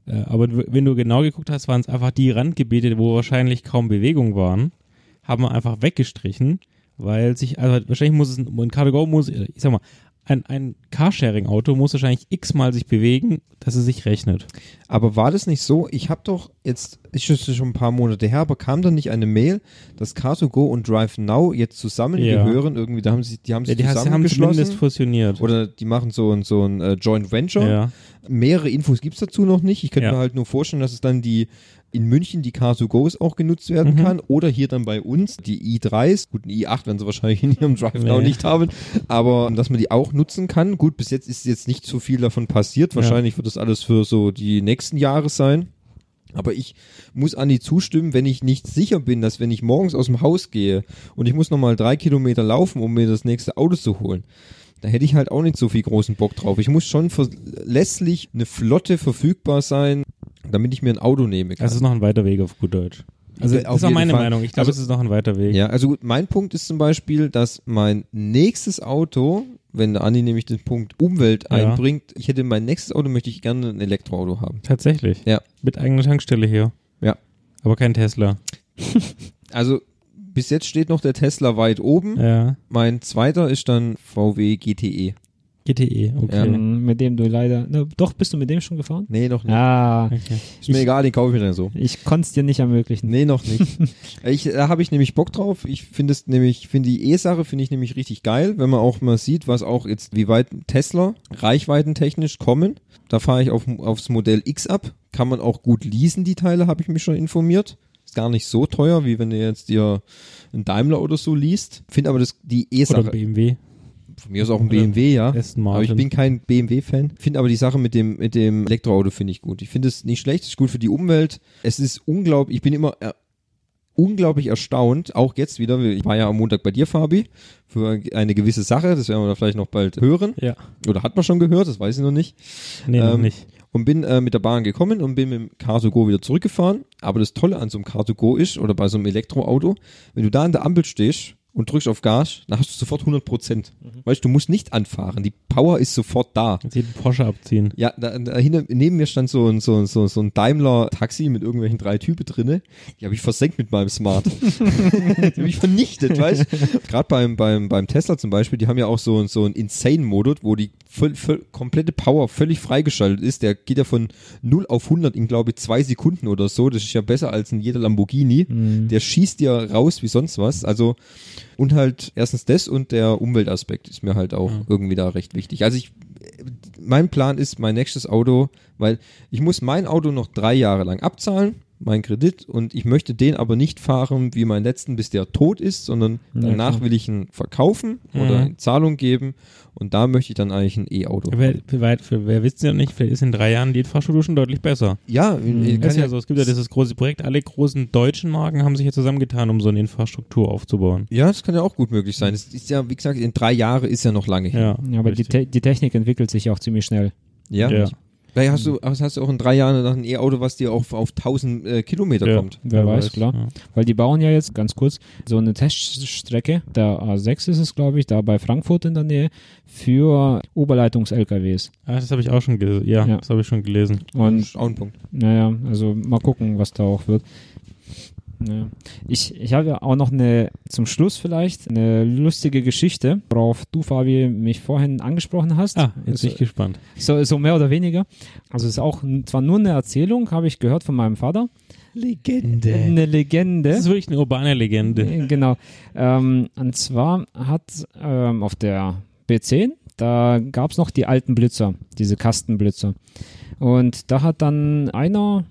Äh, aber w- wenn du genau geguckt hast, waren es einfach die Randgebiete, wo wahrscheinlich kaum Bewegung waren, haben wir einfach weggestrichen, weil sich, also wahrscheinlich muss es, ein- ein Cartago muss, äh, ich sag mal, ein, ein Carsharing-Auto muss wahrscheinlich x-mal sich bewegen, dass es sich rechnet. Aber war das nicht so? Ich habe doch jetzt, ich ist schon ein paar Monate her, aber kam dann nicht eine Mail, dass Car2Go und Drive Now jetzt zusammengehören? Irgendwie, da haben sie, die haben sie Ja, die hast- haben zumindest zusammengeschlossen. fusioniert. Oder die machen so ein, so ein äh, Joint Venture. ja. Mehrere Infos gibt's dazu noch nicht. Ich könnte Ja. mir halt nur vorstellen, dass es dann die in München die Car2Gos auch genutzt werden Mhm. kann oder hier dann bei uns die i3s. Gut, ein i8 werden sie wahrscheinlich in ihrem Drive Now Nee. nicht haben, aber ähm, dass man die auch nutzen kann. Gut, bis jetzt ist jetzt nicht so viel davon passiert. Ja. Wahrscheinlich wird das alles für so die nächsten Jahre sein. Aber ich muss Andi zustimmen, wenn ich nicht sicher bin, dass wenn ich morgens aus dem Haus gehe und ich muss nochmal drei Kilometer laufen, um mir das nächste Auto zu holen, da hätte ich halt auch nicht so viel großen Bock drauf. Ich muss schon verlässlich eine Flotte verfügbar sein, damit ich mir ein Auto nehme. Kann. Das Also ist noch ein weiter Weg auf gut Deutsch. Also, Ja, auf das ist auch jeden meine Fall. Meinung. Ich glaube, Also- es ist noch ein weiter Weg. ja, also gut, mein Punkt ist zum Beispiel, dass mein nächstes Auto, wenn der Andi nämlich den Punkt Umwelt Ja. einbringt, ich hätte mein nächstes Auto, möchte ich gerne ein Elektroauto haben. Tatsächlich. Ja. Mit eigener Tankstelle hier. Ja. Aber kein Tesla. Also bis Mhm. jetzt steht noch der Tesla weit oben. Ja. E. Mein zweiter ist dann VW GTE. GTE, E, okay. Ja. Mhm, Mit dem du leider. Na, doch, bist du mit dem schon gefahren? Nee, noch nicht. Ja, okay. Ist mir egal, den kaufe ich mir dann so. ich konnte es dir nicht ermöglichen. Nee, noch nicht. ich, da habe ich nämlich Bock drauf. Ich finde es nämlich, finde die E-Sache finde ich nämlich richtig geil, wenn man auch mal sieht, was auch jetzt, wie weit Tesla reichweitentechnisch kommen. Da fahre ich auf, aufs Modell X ab. Kann man auch gut leasen, die Teile, habe ich mich schon informiert. Ist gar nicht so teuer, wie wenn du jetzt dir einen Daimler oder so liest. Finde aber das, die Oder ein E-Sache. BMW. Von mir ist auch ein BMW, ja. Aston Aber ich Martin. bin kein BMW-Fan. Finde aber die Sache mit dem, mit dem Elektroauto finde ich gut. Ich finde es nicht schlecht, es ist gut für die Umwelt. Es ist unglaublich, ich bin immer äh, unglaublich erstaunt, auch jetzt wieder. Ich war ja am Montag bei dir, Fabi, für eine gewisse Sache. Das werden wir da vielleicht noch bald hören. Ja, Oder hat man schon gehört, das weiß ich noch nicht. nee, noch Ähm, nicht. Und bin äh, mit der Bahn gekommen und bin mit dem Car to Go wieder zurückgefahren. Aber das Tolle an so einem Car to Go ist, oder bei so einem Elektroauto, wenn du da an der Ampel stehst und drückst auf Gas, dann hast du sofort 100 Prozent. Weißt du, du musst nicht anfahren. Die Power ist sofort da. Jetzt jeden Porsche abziehen. Ja, da, da hinter, neben mir stand so ein, so, ein- so, ein- so ein Daimler-Taxi mit irgendwelchen drei Typen drinne. Die habe ich versenkt mit meinem Smart. die habe ich vernichtet, weißt du? Gerade beim, beim, beim Tesla zum Beispiel, die haben ja auch so, ein- so einen Insane-Modus, wo die voll, voll, komplette Power völlig freigeschaltet ist. Der geht ja von 0 auf 100 in, glaube ich, zwei Sekunden oder so. Das ist ja besser als in jeder Lamborghini. Der schießt ja raus wie sonst was. Also, und halt erstens das und der Umweltaspekt ist mir halt auch irgendwie da recht wichtig. Also ich, mein Plan ist mein nächstes Auto, weil ich muss mein Auto noch drei Jahre lang abzahlen, meinen Kredit und ich möchte den aber nicht fahren wie meinen letzten, bis der tot ist, sondern danach will ich ihn verkaufen oder Mhm. in Zahlung geben und da möchte ich dann eigentlich ein E-Auto. Wer, für, weit- für, wer wisst ja nicht, vielleicht ist in drei Jahren die Infrastruktur schon deutlich besser. Ja, äh, Das kann ist ja so, es gibt ja dieses große Projekt, alle großen deutschen Marken haben sich ja zusammengetan, um so eine Infrastruktur aufzubauen. ja, das kann ja auch gut möglich sein. Es ist ja, wie gesagt, in drei Jahre ist ja noch lange hin. Ja, Ja, aber die, richtig. Te die Technik entwickelt sich auch ziemlich schnell. Ja. ja. Vielleicht hast du, hast, hast du auch in drei Jahren nach ein E-Auto, was dir auf, auf 1000 äh, Kilometer Ja. kommt. Wer, weiß, klar. Ja. Weil die bauen ja jetzt, ganz kurz, so eine Teststrecke, der A6 ist es, glaube ich, da bei Frankfurt in der Nähe, für Oberleitungs-LKWs. Ah, das habe ich auch schon gelesen. Ja, Ja. das habe ich schon gelesen. Und Auch ein Punkt. naja, also mal gucken, was da auch wird. Naja. Ich, ich habe ja auch noch eine, zum Schluss vielleicht, eine lustige Geschichte, worauf du, Fabi, mich vorhin angesprochen hast. Ah, jetzt bin so, ich gespannt. so, so mehr oder weniger. Also es ist auch n- zwar nur eine Erzählung, habe ich gehört von meinem Vater. Legende. Eine Legende. Das ist wirklich eine urbane Legende. Äh, Genau. Ähm, und zwar hat ähm, auf der B10, da gab es noch die alten Blitzer, diese Kastenblitzer. Und da hat dann einer,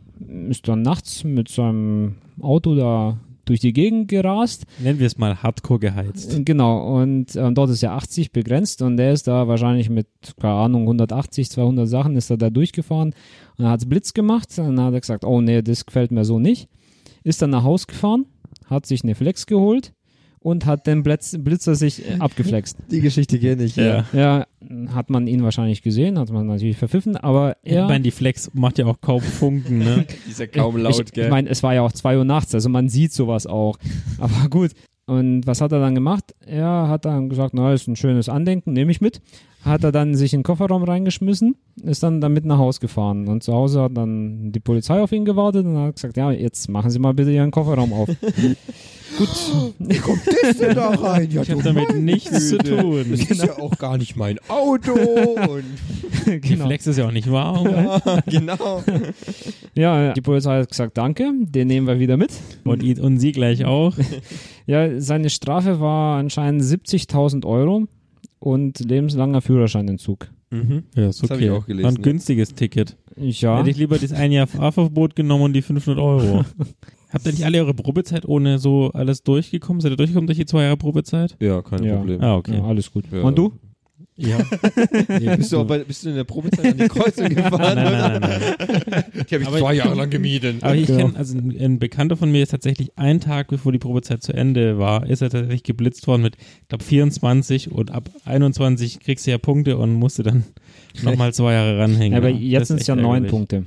ist dann nachts mit seinem Auto da durch die Gegend gerast. Nennen wir es mal Hardcore geheizt. Äh, Genau, und ähm, dort ist ja 80 begrenzt und der ist da wahrscheinlich mit, keine Ahnung, 180, 200 Sachen ist er da durchgefahren und dann hat es Blitz gemacht und dann hat er gesagt, oh nee, das gefällt mir so nicht. Ist dann nach Haus gefahren, hat sich eine Flex geholt und hat den Blitz, Blitzer sich äh, abgeflext. Die Geschichte kenne ich, ja. Ja, hat man ihn wahrscheinlich gesehen, hat man natürlich verpfiffen, aber Ich er... meine, die Flex macht ja auch kaum Funken, ne? Die ist ja ich, Ich meine, es war ja auch 2 Uhr nachts, also man sieht sowas auch. Aber gut. Und was hat er dann gemacht? Er hat dann gesagt, na, ist ein schönes Andenken, nehme ich mit. Hat er dann sich in den Kofferraum reingeschmissen, ist dann damit nach Hause gefahren. Und zu Hause hat dann die Polizei auf ihn gewartet und hat gesagt, ja, jetzt machen Sie mal bitte Ihren Kofferraum auf. gut. Ist denn da rein? Ja, Ich habe du damit meine nichts zu Güte. tun. Das ist ja auch gar nicht mein Auto. Und Die genau. Flex ist ja auch nicht warm. genau. Ja, die Polizei hat gesagt, danke, den nehmen wir wieder mit. Und, ihn- und sie gleich auch. Ja, seine Strafe war anscheinend 70.000 Euro und lebenslanger Führerscheinentzug. Ja, ist Das hab ich auch gelesen, War ein ja. günstiges Ticket. Ja. ne? Hätte ich lieber das ein Jahr Fahrverbot genommen und die 500 Euro. Habt ihr nicht alle eure Probezeit ohne so alles durchgekommen? Seid ihr durchgekommen durch die zwei Jahre Probezeit? Ja, kein Ja. Problem. Ah, okay. Ja, alles gut. Ja. Und du? Ja. Bist, du auch bei, bist du in der Probezeit an die Kreuzung gefahren? Nein, nein, nein, nein. Die habe ich Aber- zwei Jahre lang gemieden. Aber ich Ja. kenne, also ein, ein Bekannter von mir ist tatsächlich einen Tag, bevor die Probezeit zu Ende war, ist er tatsächlich geblitzt worden mit, ich glaube, 24 und ab 21 kriegst du ja Punkte und musste dann nochmal zwei Jahre ranhängen. aber Ja, jetzt das sind es echt ja neun ärgerlich. Punkte.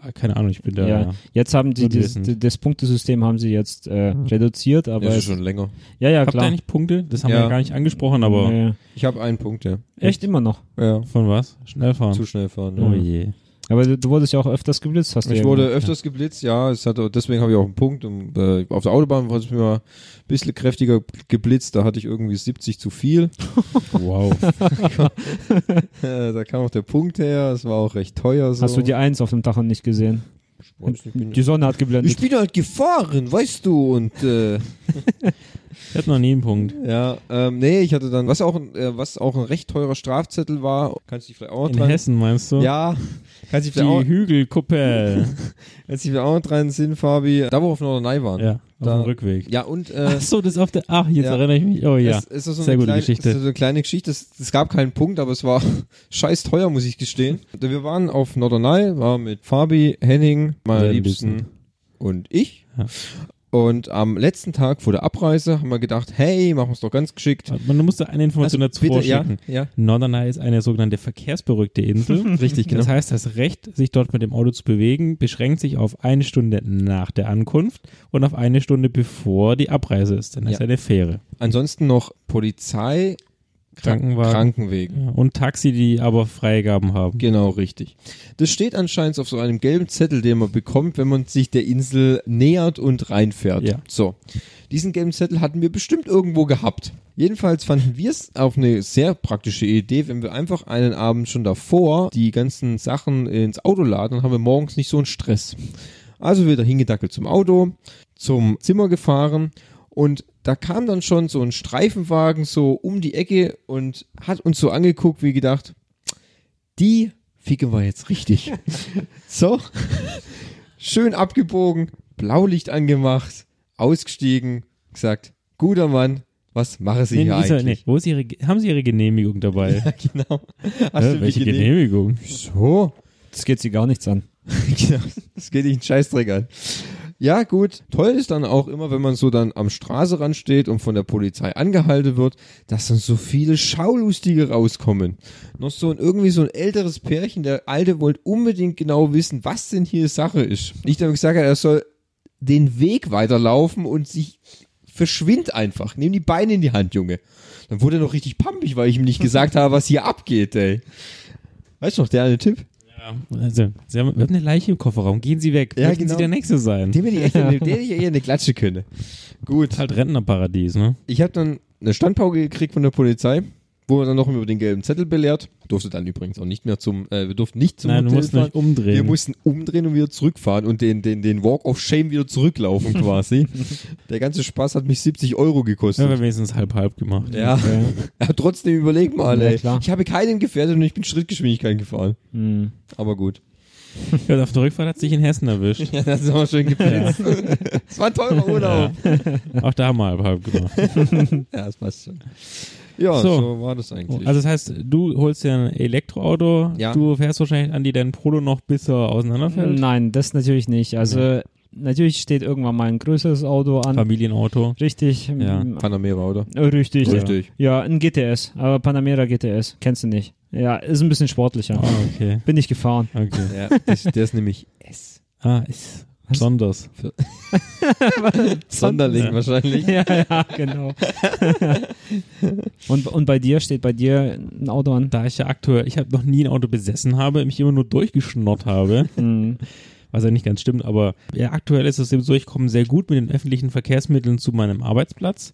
Ah, Keine Ahnung, ich bin da. Ja. Jetzt haben sie Gut das, wissen. das Punktesystem haben sie jetzt äh, reduziert, aber Das ist es- schon länger. ja, ja, Habt ihr klar. eigentlich Punkte? Das haben Ja. wir ja gar nicht angesprochen, aber Ja, ja. Ich habe einen Punkt, ja. echt immer noch. Ja. von was? Schnellfahren. Zu schnell fahren. Oh Ja. je. Aber du, du wurdest ja auch öfters geblitzt, hast du Ich ja wurde gesagt, öfters geblitzt, ja, es hatte, deswegen habe ich auch einen Punkt. Und, äh, auf der Autobahn wurde es mir mal ein bisschen kräftiger geblitzt, da hatte ich irgendwie 70 zu viel. Wow. Äh, da kam auch der Punkt her, es war auch recht teuer. ja. So. Hast du die Eins auf dem Tacho nicht gesehen? Weiß also nicht, bin- Die Sonne hat ich geblendet. bin halt gefahren, weißt du, und äh, Ich hatte noch nie einen Punkt. ja, ähm, nee, ich hatte dann, was auch, ein, äh, was auch ein recht teurer Strafzettel war, kannst du dich vielleicht auch noch In dran Hessen meinst du? Ja, kannst Die du dich vielleicht auch, Hügelkuppe. kannst dich vielleicht auch noch dran entsinnen, Fabi, da wo wir auf Norderney waren. ja, auf Da- dem Rückweg. Ja, und äh, Ach so, das ist auf der. Ach, jetzt Ja. erinnere ich mich. Oh ja. Es, es ist so Sehr eine gute kleine, Geschichte. Es ist so eine kleine Geschichte. Es, es gab keinen Punkt, aber es war scheiß teuer, muss ich gestehen. Wir waren auf Norderney, war mit Fabi, Henning, meiner Sehr Liebsten und ich. Ja. Und am letzten Tag vor der Abreise haben wir gedacht, hey, machen wir es doch ganz geschickt. Also Man muss da eine Information dazu bitte, ja, vorschicken. ja. Norderney ist eine sogenannte verkehrsberückte Insel. Richtig, genau. Das heißt, das Recht, sich dort mit dem Auto zu bewegen, beschränkt sich auf eine Stunde nach der Ankunft und auf eine Stunde bevor die Abreise ist. Dann ist Ja. eine Fähre. Ansonsten noch Polizei, Krankenwagen. Krankenwegen. Ja, und Taxi, die aber Freigaben haben. Genau, richtig. Das steht anscheinend auf so einem gelben Zettel, den man bekommt, wenn man sich der Insel nähert und reinfährt. Ja. So. Diesen gelben Zettel hatten wir bestimmt irgendwo gehabt. Jedenfalls fanden wir es auf eine sehr praktische Idee, wenn wir einfach einen Abend schon davor die ganzen Sachen ins Auto laden, dann haben wir morgens nicht so einen Stress. Also wieder hingedackelt zum Auto, zum Zimmer gefahren und da kam dann schon so ein Streifenwagen so um die Ecke und hat uns so angeguckt, wie gedacht, die ficken wir jetzt richtig. so, schön abgebogen, Blaulicht angemacht, ausgestiegen, gesagt, guter Mann, was machen Sie Nee, halt hier nee, ist ja- eigentlich? nee. Wo ist ihre, Ge- haben sie ihre Genehmigung dabei? Genau. Hast Hä, die welche Genehmigung? Genehmigung? So, Das geht sie gar nichts an. genau. Das geht dich einen Scheißdreck an. Ja, gut. Toll ist dann auch immer, wenn man so dann am Straßenrand steht und von der Polizei angehalten wird, dass dann so viele Schaulustige rauskommen. Noch so ein, irgendwie so ein älteres Pärchen, der Alte wollte unbedingt genau wissen, was denn hier Sache ist. Ich dann gesagt, habe, er soll den Weg weiterlaufen und sich verschwind einfach. Nimm die Beine in die Hand, Junge. Dann wurde er noch richtig pampig, weil ich ihm nicht gesagt habe, was hier abgeht, ey. Weißt du noch, der eine Tipp? Also, sie haben, wir haben eine Leiche im Kofferraum. Gehen Sie weg. Ja, Möchten genau. Sie der Nächste sein? Dem hätte ich echt eine, dem hätte ich eher eine Klatsche können. Gut. Halt Rentnerparadies, ne? Ich habe dann eine Standpauke gekriegt von der Polizei, wo wir dann noch über den gelben Zettel belehrt. Durfte dann übrigens auch nicht mehr zum, äh, wir durften nicht zum Nein, du Hotel musst fahren. nicht umdrehen. Wir mussten umdrehen und wieder zurückfahren und den, den, den Walk of Shame wieder zurücklaufen quasi. der ganze Spaß hat mich 70 Euro ja, wir gekostet. haben wenigstens halb-halb gemacht. Ja, aber trotzdem überleg mal, Ja, ey. klar. Ich habe keinen gefährdet und ich bin Schrittgeschwindigkeit gefahren. Hm. Aber gut. Ja, und auf der Rückfahrt hat sich in Hessen erwischt. Ja, das ist aber schön geblitzt. Es war ein teurer Urlaub. Auch da haben wir halb-halb gemacht. Ja, das passt schon. Ja, So. so, war das eigentlich. Also das heißt, du holst dir ein Elektroauto, Ja. du fährst wahrscheinlich an die deinen Polo noch, bis er auseinanderfällt. Nein, das natürlich nicht. Also natürlich steht irgendwann mal ein größeres Auto an. Familienauto. Richtig. Ja. m- Panamera, oder? äh, Richtig. Richtig. Ja, ein GTS, aber Panamera GTS, kennst du nicht. Ja, ist ein bisschen sportlicher. Ah, okay. Bin ich gefahren. Okay. Ja, das, der ist nämlich S. Ah, ist besonders. Sonderling Ja. wahrscheinlich. ja, ja, genau. und, und bei dir steht bei dir ein Auto an? Da ich ja aktuell, ich habe noch nie ein Auto besessen habe, mich immer nur durchgeschnurrt habe, Hm. was ja nicht ganz stimmt, aber ja, aktuell ist es eben so, ich komme sehr gut mit den öffentlichen Verkehrsmitteln zu meinem Arbeitsplatz,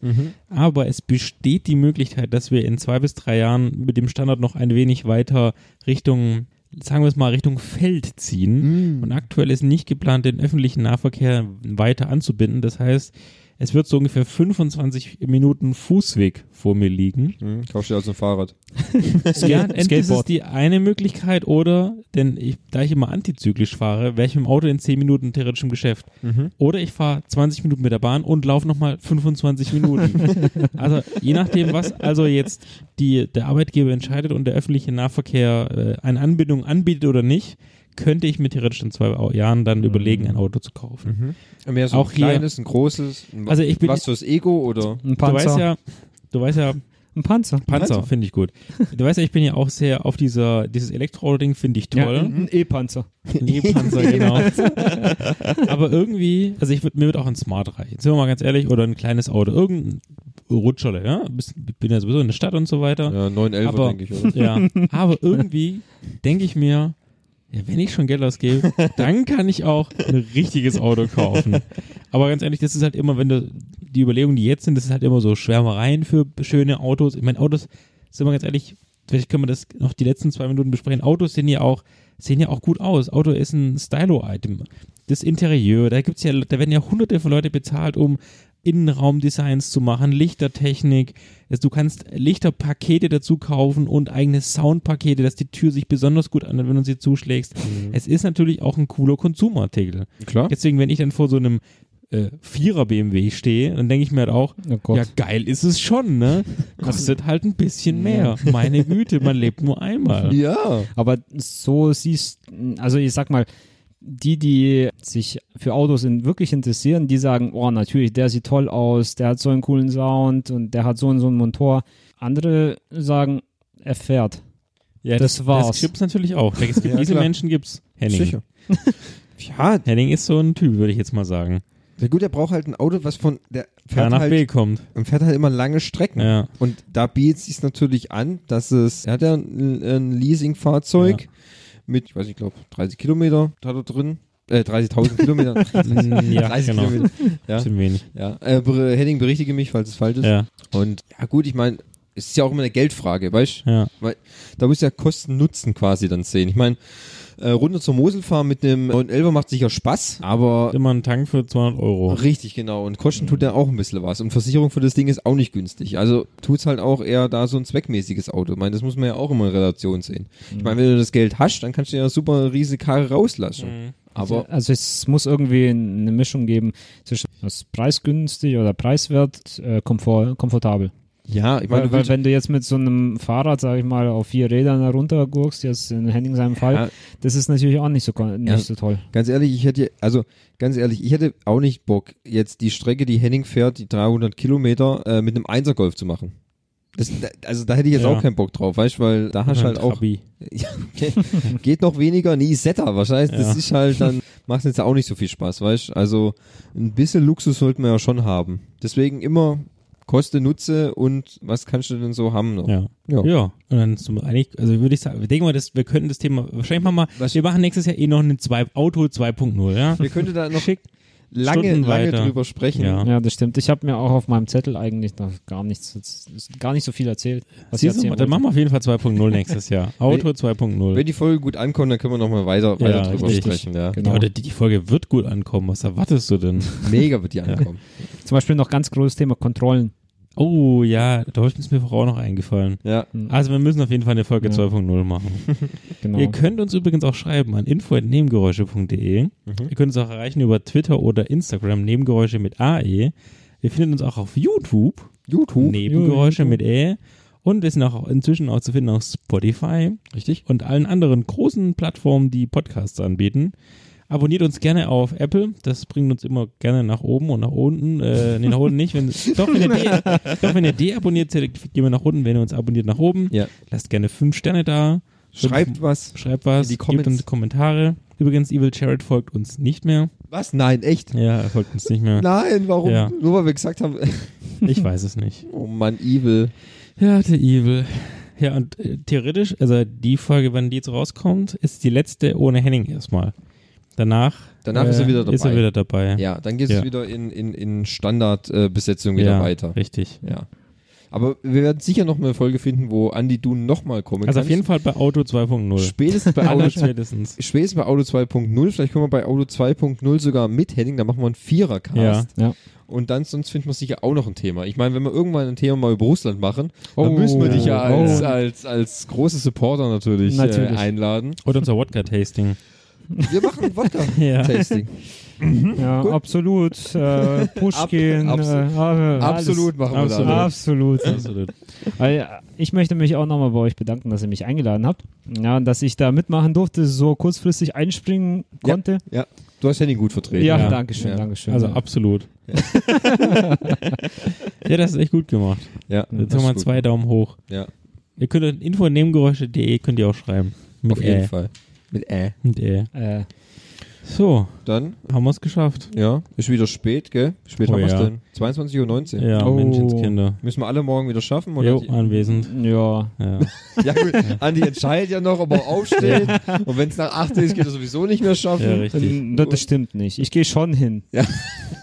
aber es besteht die Möglichkeit, dass wir in zwei bis drei Jahren mit dem Standard noch ein wenig weiter Richtung, sagen wir es mal, Richtung Feld ziehen. Und aktuell ist nicht geplant, den öffentlichen Nahverkehr weiter anzubinden. Das heißt, es wird so ungefähr 25 Minuten Fußweg vor mir liegen. Mhm. Kaufst du also ein Fahrrad. Ja, entweder ist es Skateboard. die eine Möglichkeit oder, denn ich, da ich immer antizyklisch fahre, wäre ich mit dem Auto in 10 Minuten theoretisch im Geschäft. Oder ich fahre 20 Minuten mit der Bahn und laufe nochmal 25 Minuten. also je nachdem, was also jetzt die, der Arbeitgeber entscheidet und der öffentliche Nahverkehr äh, eine Anbindung anbietet oder nicht, könnte ich mir theoretisch in zwei Au- Jahren dann überlegen, ein Auto zu kaufen. Mehr so Auch ein hier- kleines, ein großes. Ein Also ich bin- was fürs Ego oder? Ein Du Panzer. weißt ja, du weißt ja, ein Panzer. Panzer finde ich gut. Du weißt ja, ich bin ja auch sehr auf dieser, dieses Elektroauto-Ding finde ich Ja, mhm. toll. Mhm. ein E-Panzer. E-Panzer, genau. Aber irgendwie, also ich würd, mir wird auch ein Smart reichen. Sind wir mal ganz ehrlich, oder ein kleines Auto, irgendein Rutscherle, ja? Bis- Ich bin ja sowieso in der Stadt und so weiter. Ja, 911 Aber- denke ich, oder? Ja. Aber irgendwie denke ich mir, ja, wenn ich schon Geld ausgebe, dann kann ich auch ein richtiges Auto kaufen. Aber ganz ehrlich, das ist halt immer, wenn du die Überlegungen, die jetzt sind, das ist halt immer so Schwärmereien für schöne Autos. Ich meine, Autos, sind wir ganz ehrlich, vielleicht können wir das noch die letzten zwei Minuten besprechen. Autos sehen ja auch, sehen ja auch gut aus. Auto ist ein Stylo-Item. Das Interieur, da gibt's ja, da werden ja hunderte von Leute bezahlt, um Innenraumdesigns zu machen, Lichtertechnik. Also du kannst Lichterpakete dazu kaufen und eigene Soundpakete, dass die Tür sich besonders gut anhört, wenn du sie zuschlägst. Mhm. Es ist natürlich auch ein cooler Konsumartikel. Klar. Deswegen, wenn ich dann vor so einem äh, Vierer BMW stehe, dann denke ich mir halt auch, Oh Gott. ja geil ist es schon, ne? Kostet halt ein bisschen mehr. Meine Güte, man lebt nur einmal. Ja. Aber so siehst, also ich sag mal, die, die sich für Autos in, wirklich interessieren, die sagen, oh natürlich, der sieht toll aus, der hat so einen coolen Sound und der hat so und so einen Motor. Andere sagen, er fährt. Ja, das war's. Das gibt's natürlich auch. Es gibt Ja, diese klar. Menschen gibt's. Henning. Sicher. ja, Henning ist so ein Typ, würde ich jetzt mal sagen. der gut, der braucht halt ein Auto, was von der Fährt fährt nach B halt, kommt. und fährt halt immer lange Strecken. Ja. Und da bietet sich natürlich an, dass es, er hat ja ein, ein Leasingfahrzeug mit, ich weiß nicht, ich glaube 30 Kilometer hat er drin. Äh, 30.000 Kilometer. ja, 30 genau. Kilometer. Ja, Bisschen wenig. ja. Äh, ber- Henning, berichtige mich, falls es falsch ist. Ja, Und ja gut, ich meine, es ist ja auch immer eine Geldfrage, weißt du? ja. Weil da musst du ja Kosten-Nutzen quasi dann sehen. Ich meine, äh, runter zur Mosel fahren mit einem 911 macht sicher Spaß, aber Immer einen Tank für 200 Euro. richtig, genau. Und Kosten tut ja auch ein bisschen was. Und Versicherung für das Ding ist auch nicht günstig. Also tut's halt auch eher da so ein zweckmäßiges Auto. Ich meine, das muss man ja auch immer in Relation sehen. Ich meine, wenn du das Geld hast, dann kannst du ja super riesige Karre Mhm. rauslassen. Aber also es muss irgendwie eine Mischung geben zwischen was preisgünstig oder preiswert, äh, komfort, komfortabel. ja, ich meine, Weil, du weil willst, wenn du jetzt mit so einem Fahrrad, sag ich mal, auf vier Rädern heruntergurkst, jetzt in Henning seinem Fall, Ja. das ist natürlich auch nicht so, kon- nicht Ja. so toll. ganz ehrlich, ich hätte, also ganz ehrlich, ich hätte auch nicht Bock, jetzt die Strecke, die Henning fährt, die 300 Kilometer, äh, mit einem Einser-Golf zu machen. Das, da- also da hätte ich jetzt Ja. auch keinen Bock drauf, weißt du, weil da hast du halt auch Trabi. Ja, okay. geht noch weniger, nie Setter, wahrscheinlich. Das Ja. ist halt dann, macht jetzt auch nicht so viel Spaß, weißt Also ein bisschen Luxus sollte man ja schon haben. Deswegen immer Koste, Nutze und was kannst du denn so haben noch? Ja. Ja. ja. Und dann zum, eigentlich, also würde ich sagen, wir denken mal, das, wir könnten das Thema, wahrscheinlich machen wir, Was- wir machen nächstes Jahr eh noch ein zwei, Auto 2.0, ja? Wir könnten da noch Schick. lange, Stunden lange weiter. drüber sprechen. Ja. Ja, das stimmt. Ich habe mir auch auf meinem Zettel eigentlich noch gar nichts, jetzt- gar nicht so viel erzählt. Was ich Siehst du, erzählen dann wollte. machen wir auf jeden Fall 2.0 nächstes Jahr. Auto 2.0. Wenn die Folge gut ankommt, dann können wir nochmal weiter, Ja, weiter drüber richtig. sprechen. Ja. Genau. Ja, oder die, die Folge wird gut ankommen. Was erwartest du denn? Mega wird die ankommen. Zum Beispiel noch ganz großes Thema Kontrollen. Oh ja, da ist mir vorher auch noch eingefallen. Ja. Also wir müssen auf jeden Fall eine Folge Ja. 2.0 machen. Genau. Ihr könnt uns übrigens auch schreiben an info.nebengeräusche.de. Mhm. Ihr könnt uns auch erreichen über Twitter oder Instagram, Nebengeräusche mit AE. Ihr findet uns auch auf YouTube, YouTube. Nebengeräusche mit E. Und wir sind auch inzwischen auch zu finden auf Spotify. Richtig? und allen anderen großen Plattformen, die Podcasts anbieten. Abonniert uns gerne auf Apple, das bringt uns immer gerne nach oben und nach unten. Äh, nee, nach unten nicht. Wenn, doch, wenn ihr de, doch, wenn ihr deabonniert, seid, gehen wir nach unten. Wenn ihr uns abonniert, nach oben. Ja. Lasst gerne fünf Sterne da. Schreibt was. Schreibt was, Die gebt Comments. uns Kommentare. Übrigens, Evil Jared folgt uns nicht mehr. Was? Nein, echt? Ja, er folgt uns nicht mehr. Nein, warum? Ja. Nur weil wir gesagt haben, Ich weiß es nicht. oh Mann, evil. Ja, der Evil. Ja, und äh, theoretisch, also die Folge, wenn die jetzt rauskommt, ist die letzte ohne Henning erstmal. Danach, Danach ist er wieder Äh, Ist er dabei. wieder dabei. Ja, dann geht es Ja. wieder in, in, in Standardbesetzung äh, Besetzung wieder Ja, weiter. Richtig. Ja. Aber wir werden sicher noch mal eine Folge finden, wo Andy du nochmal kommen Also auf kannst. jeden Fall bei Auto 2.0. Spätestens bei Auto, Aller spätestens. spätestens bei Auto 2.0, vielleicht können wir bei Auto 2.0 sogar mit Henning, da machen wir einen Vierercast. Ja. Ja. Und dann, sonst finden wir sicher auch noch ein Thema. Ich meine, wenn wir irgendwann ein Thema mal über Russland machen, Oh. dann müssen wir dich ja Oh. als, als, als große Supporter natürlich, Äh, Natürlich. einladen. Oder unser Wodka-Tasting. Wir machen ein Ja. Wodka-Tasting. ja, Hm? Gut. absolut. Äh, Pushkin. Ab- abso- äh, ah, äh, Absolut machen wir Alles. Absolut. das. Absolut. Absolut. Äh, Ich möchte mich auch nochmal bei euch bedanken, dass ihr mich eingeladen habt. Ja, und dass ich da mitmachen durfte, so kurzfristig einspringen konnte. Ja, du hast Henning gut Ja, vertreten. Ja. danke schön, Ja. danke schön. Also ja. absolut. ja, das ist echt gut gemacht. Ja, Jetzt das haben ist wir gut. zwei Daumen hoch. Ja. Ihr könnt an Äh. info.nebengeräusche.de könnt ihr auch schreiben. Mit Auf jeden Ä. Fall. Mit Ä. Mit Ä. Äh, E. So, Dann, haben wir es geschafft. ja, ist wieder spät, gell? Spät Oh haben wir's ja. denn? 22.19 Uhr. Ja, Oh. Menschenskinder. Müssen wir alle morgen wieder schaffen? Oder Jo, Oh, die- anwesend. Ja. Ja. Ja gut, Andi entscheidet ja noch, ob er aufsteht. Und wenn es nach 8 ist, geht er sowieso nicht mehr schaffen. Ja, richtig. Das, das stimmt nicht. Ich gehe schon hin.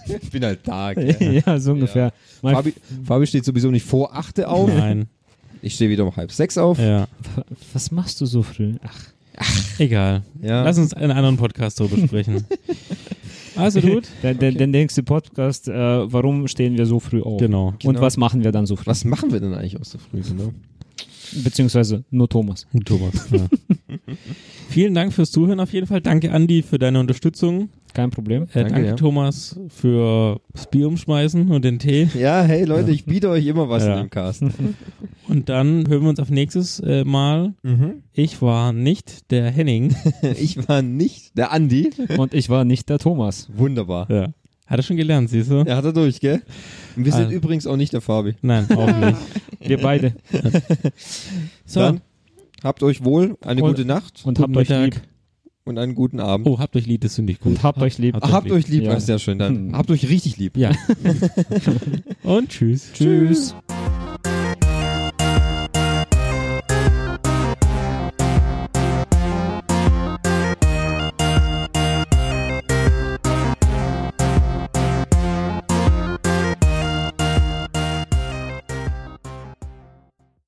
Ich bin halt da. gell. ja, so ungefähr. Mal Fabi, Fabi steht sowieso nicht vor 8 auf. Nein. Ich stehe wieder um halb 6 auf. Ja. Was machst du so früh? Ach, Egal. Ja. Lass uns einen anderen Podcast darüber sprechen. Also gut. der, der, der nächste Podcast, äh, warum stehen wir so früh auf? Genau. Und Genau. was machen wir dann so früh? Was machen wir denn eigentlich auch so früh? Genau? Beziehungsweise nur Thomas. Und Thomas. Ja. Vielen Dank fürs Zuhören auf jeden Fall. Danke, Andi, für deine Unterstützung. Kein Problem. Äh, Danke, danke, ja. Thomas, für das Bier umschmeißen und den Tee. Ja, hey Leute, ich biete euch immer was Ja. in dem Cast. Und dann hören wir uns auf nächstes äh, Mal. Ich war nicht der Henning. Ich war nicht der Andi. Und ich war nicht der Thomas. Wunderbar. Ja. Hat er schon gelernt, siehst du? Er hat er durch, gell? Und wir sind Also. übrigens auch nicht der Fabi. Nein, auch nicht. Wir beide. So. Dann habt euch wohl, eine Und- gute Nacht Und Guten habt euch Mittag. lieb. und einen guten Abend. Oh, habt euch lieb, das finde ich gut. Und habt euch lieb. Habt habt euch lieb, Ja. ja. sehr schön dann. Hm. Habt euch richtig lieb. Ja. Und tschüss. Tschüss.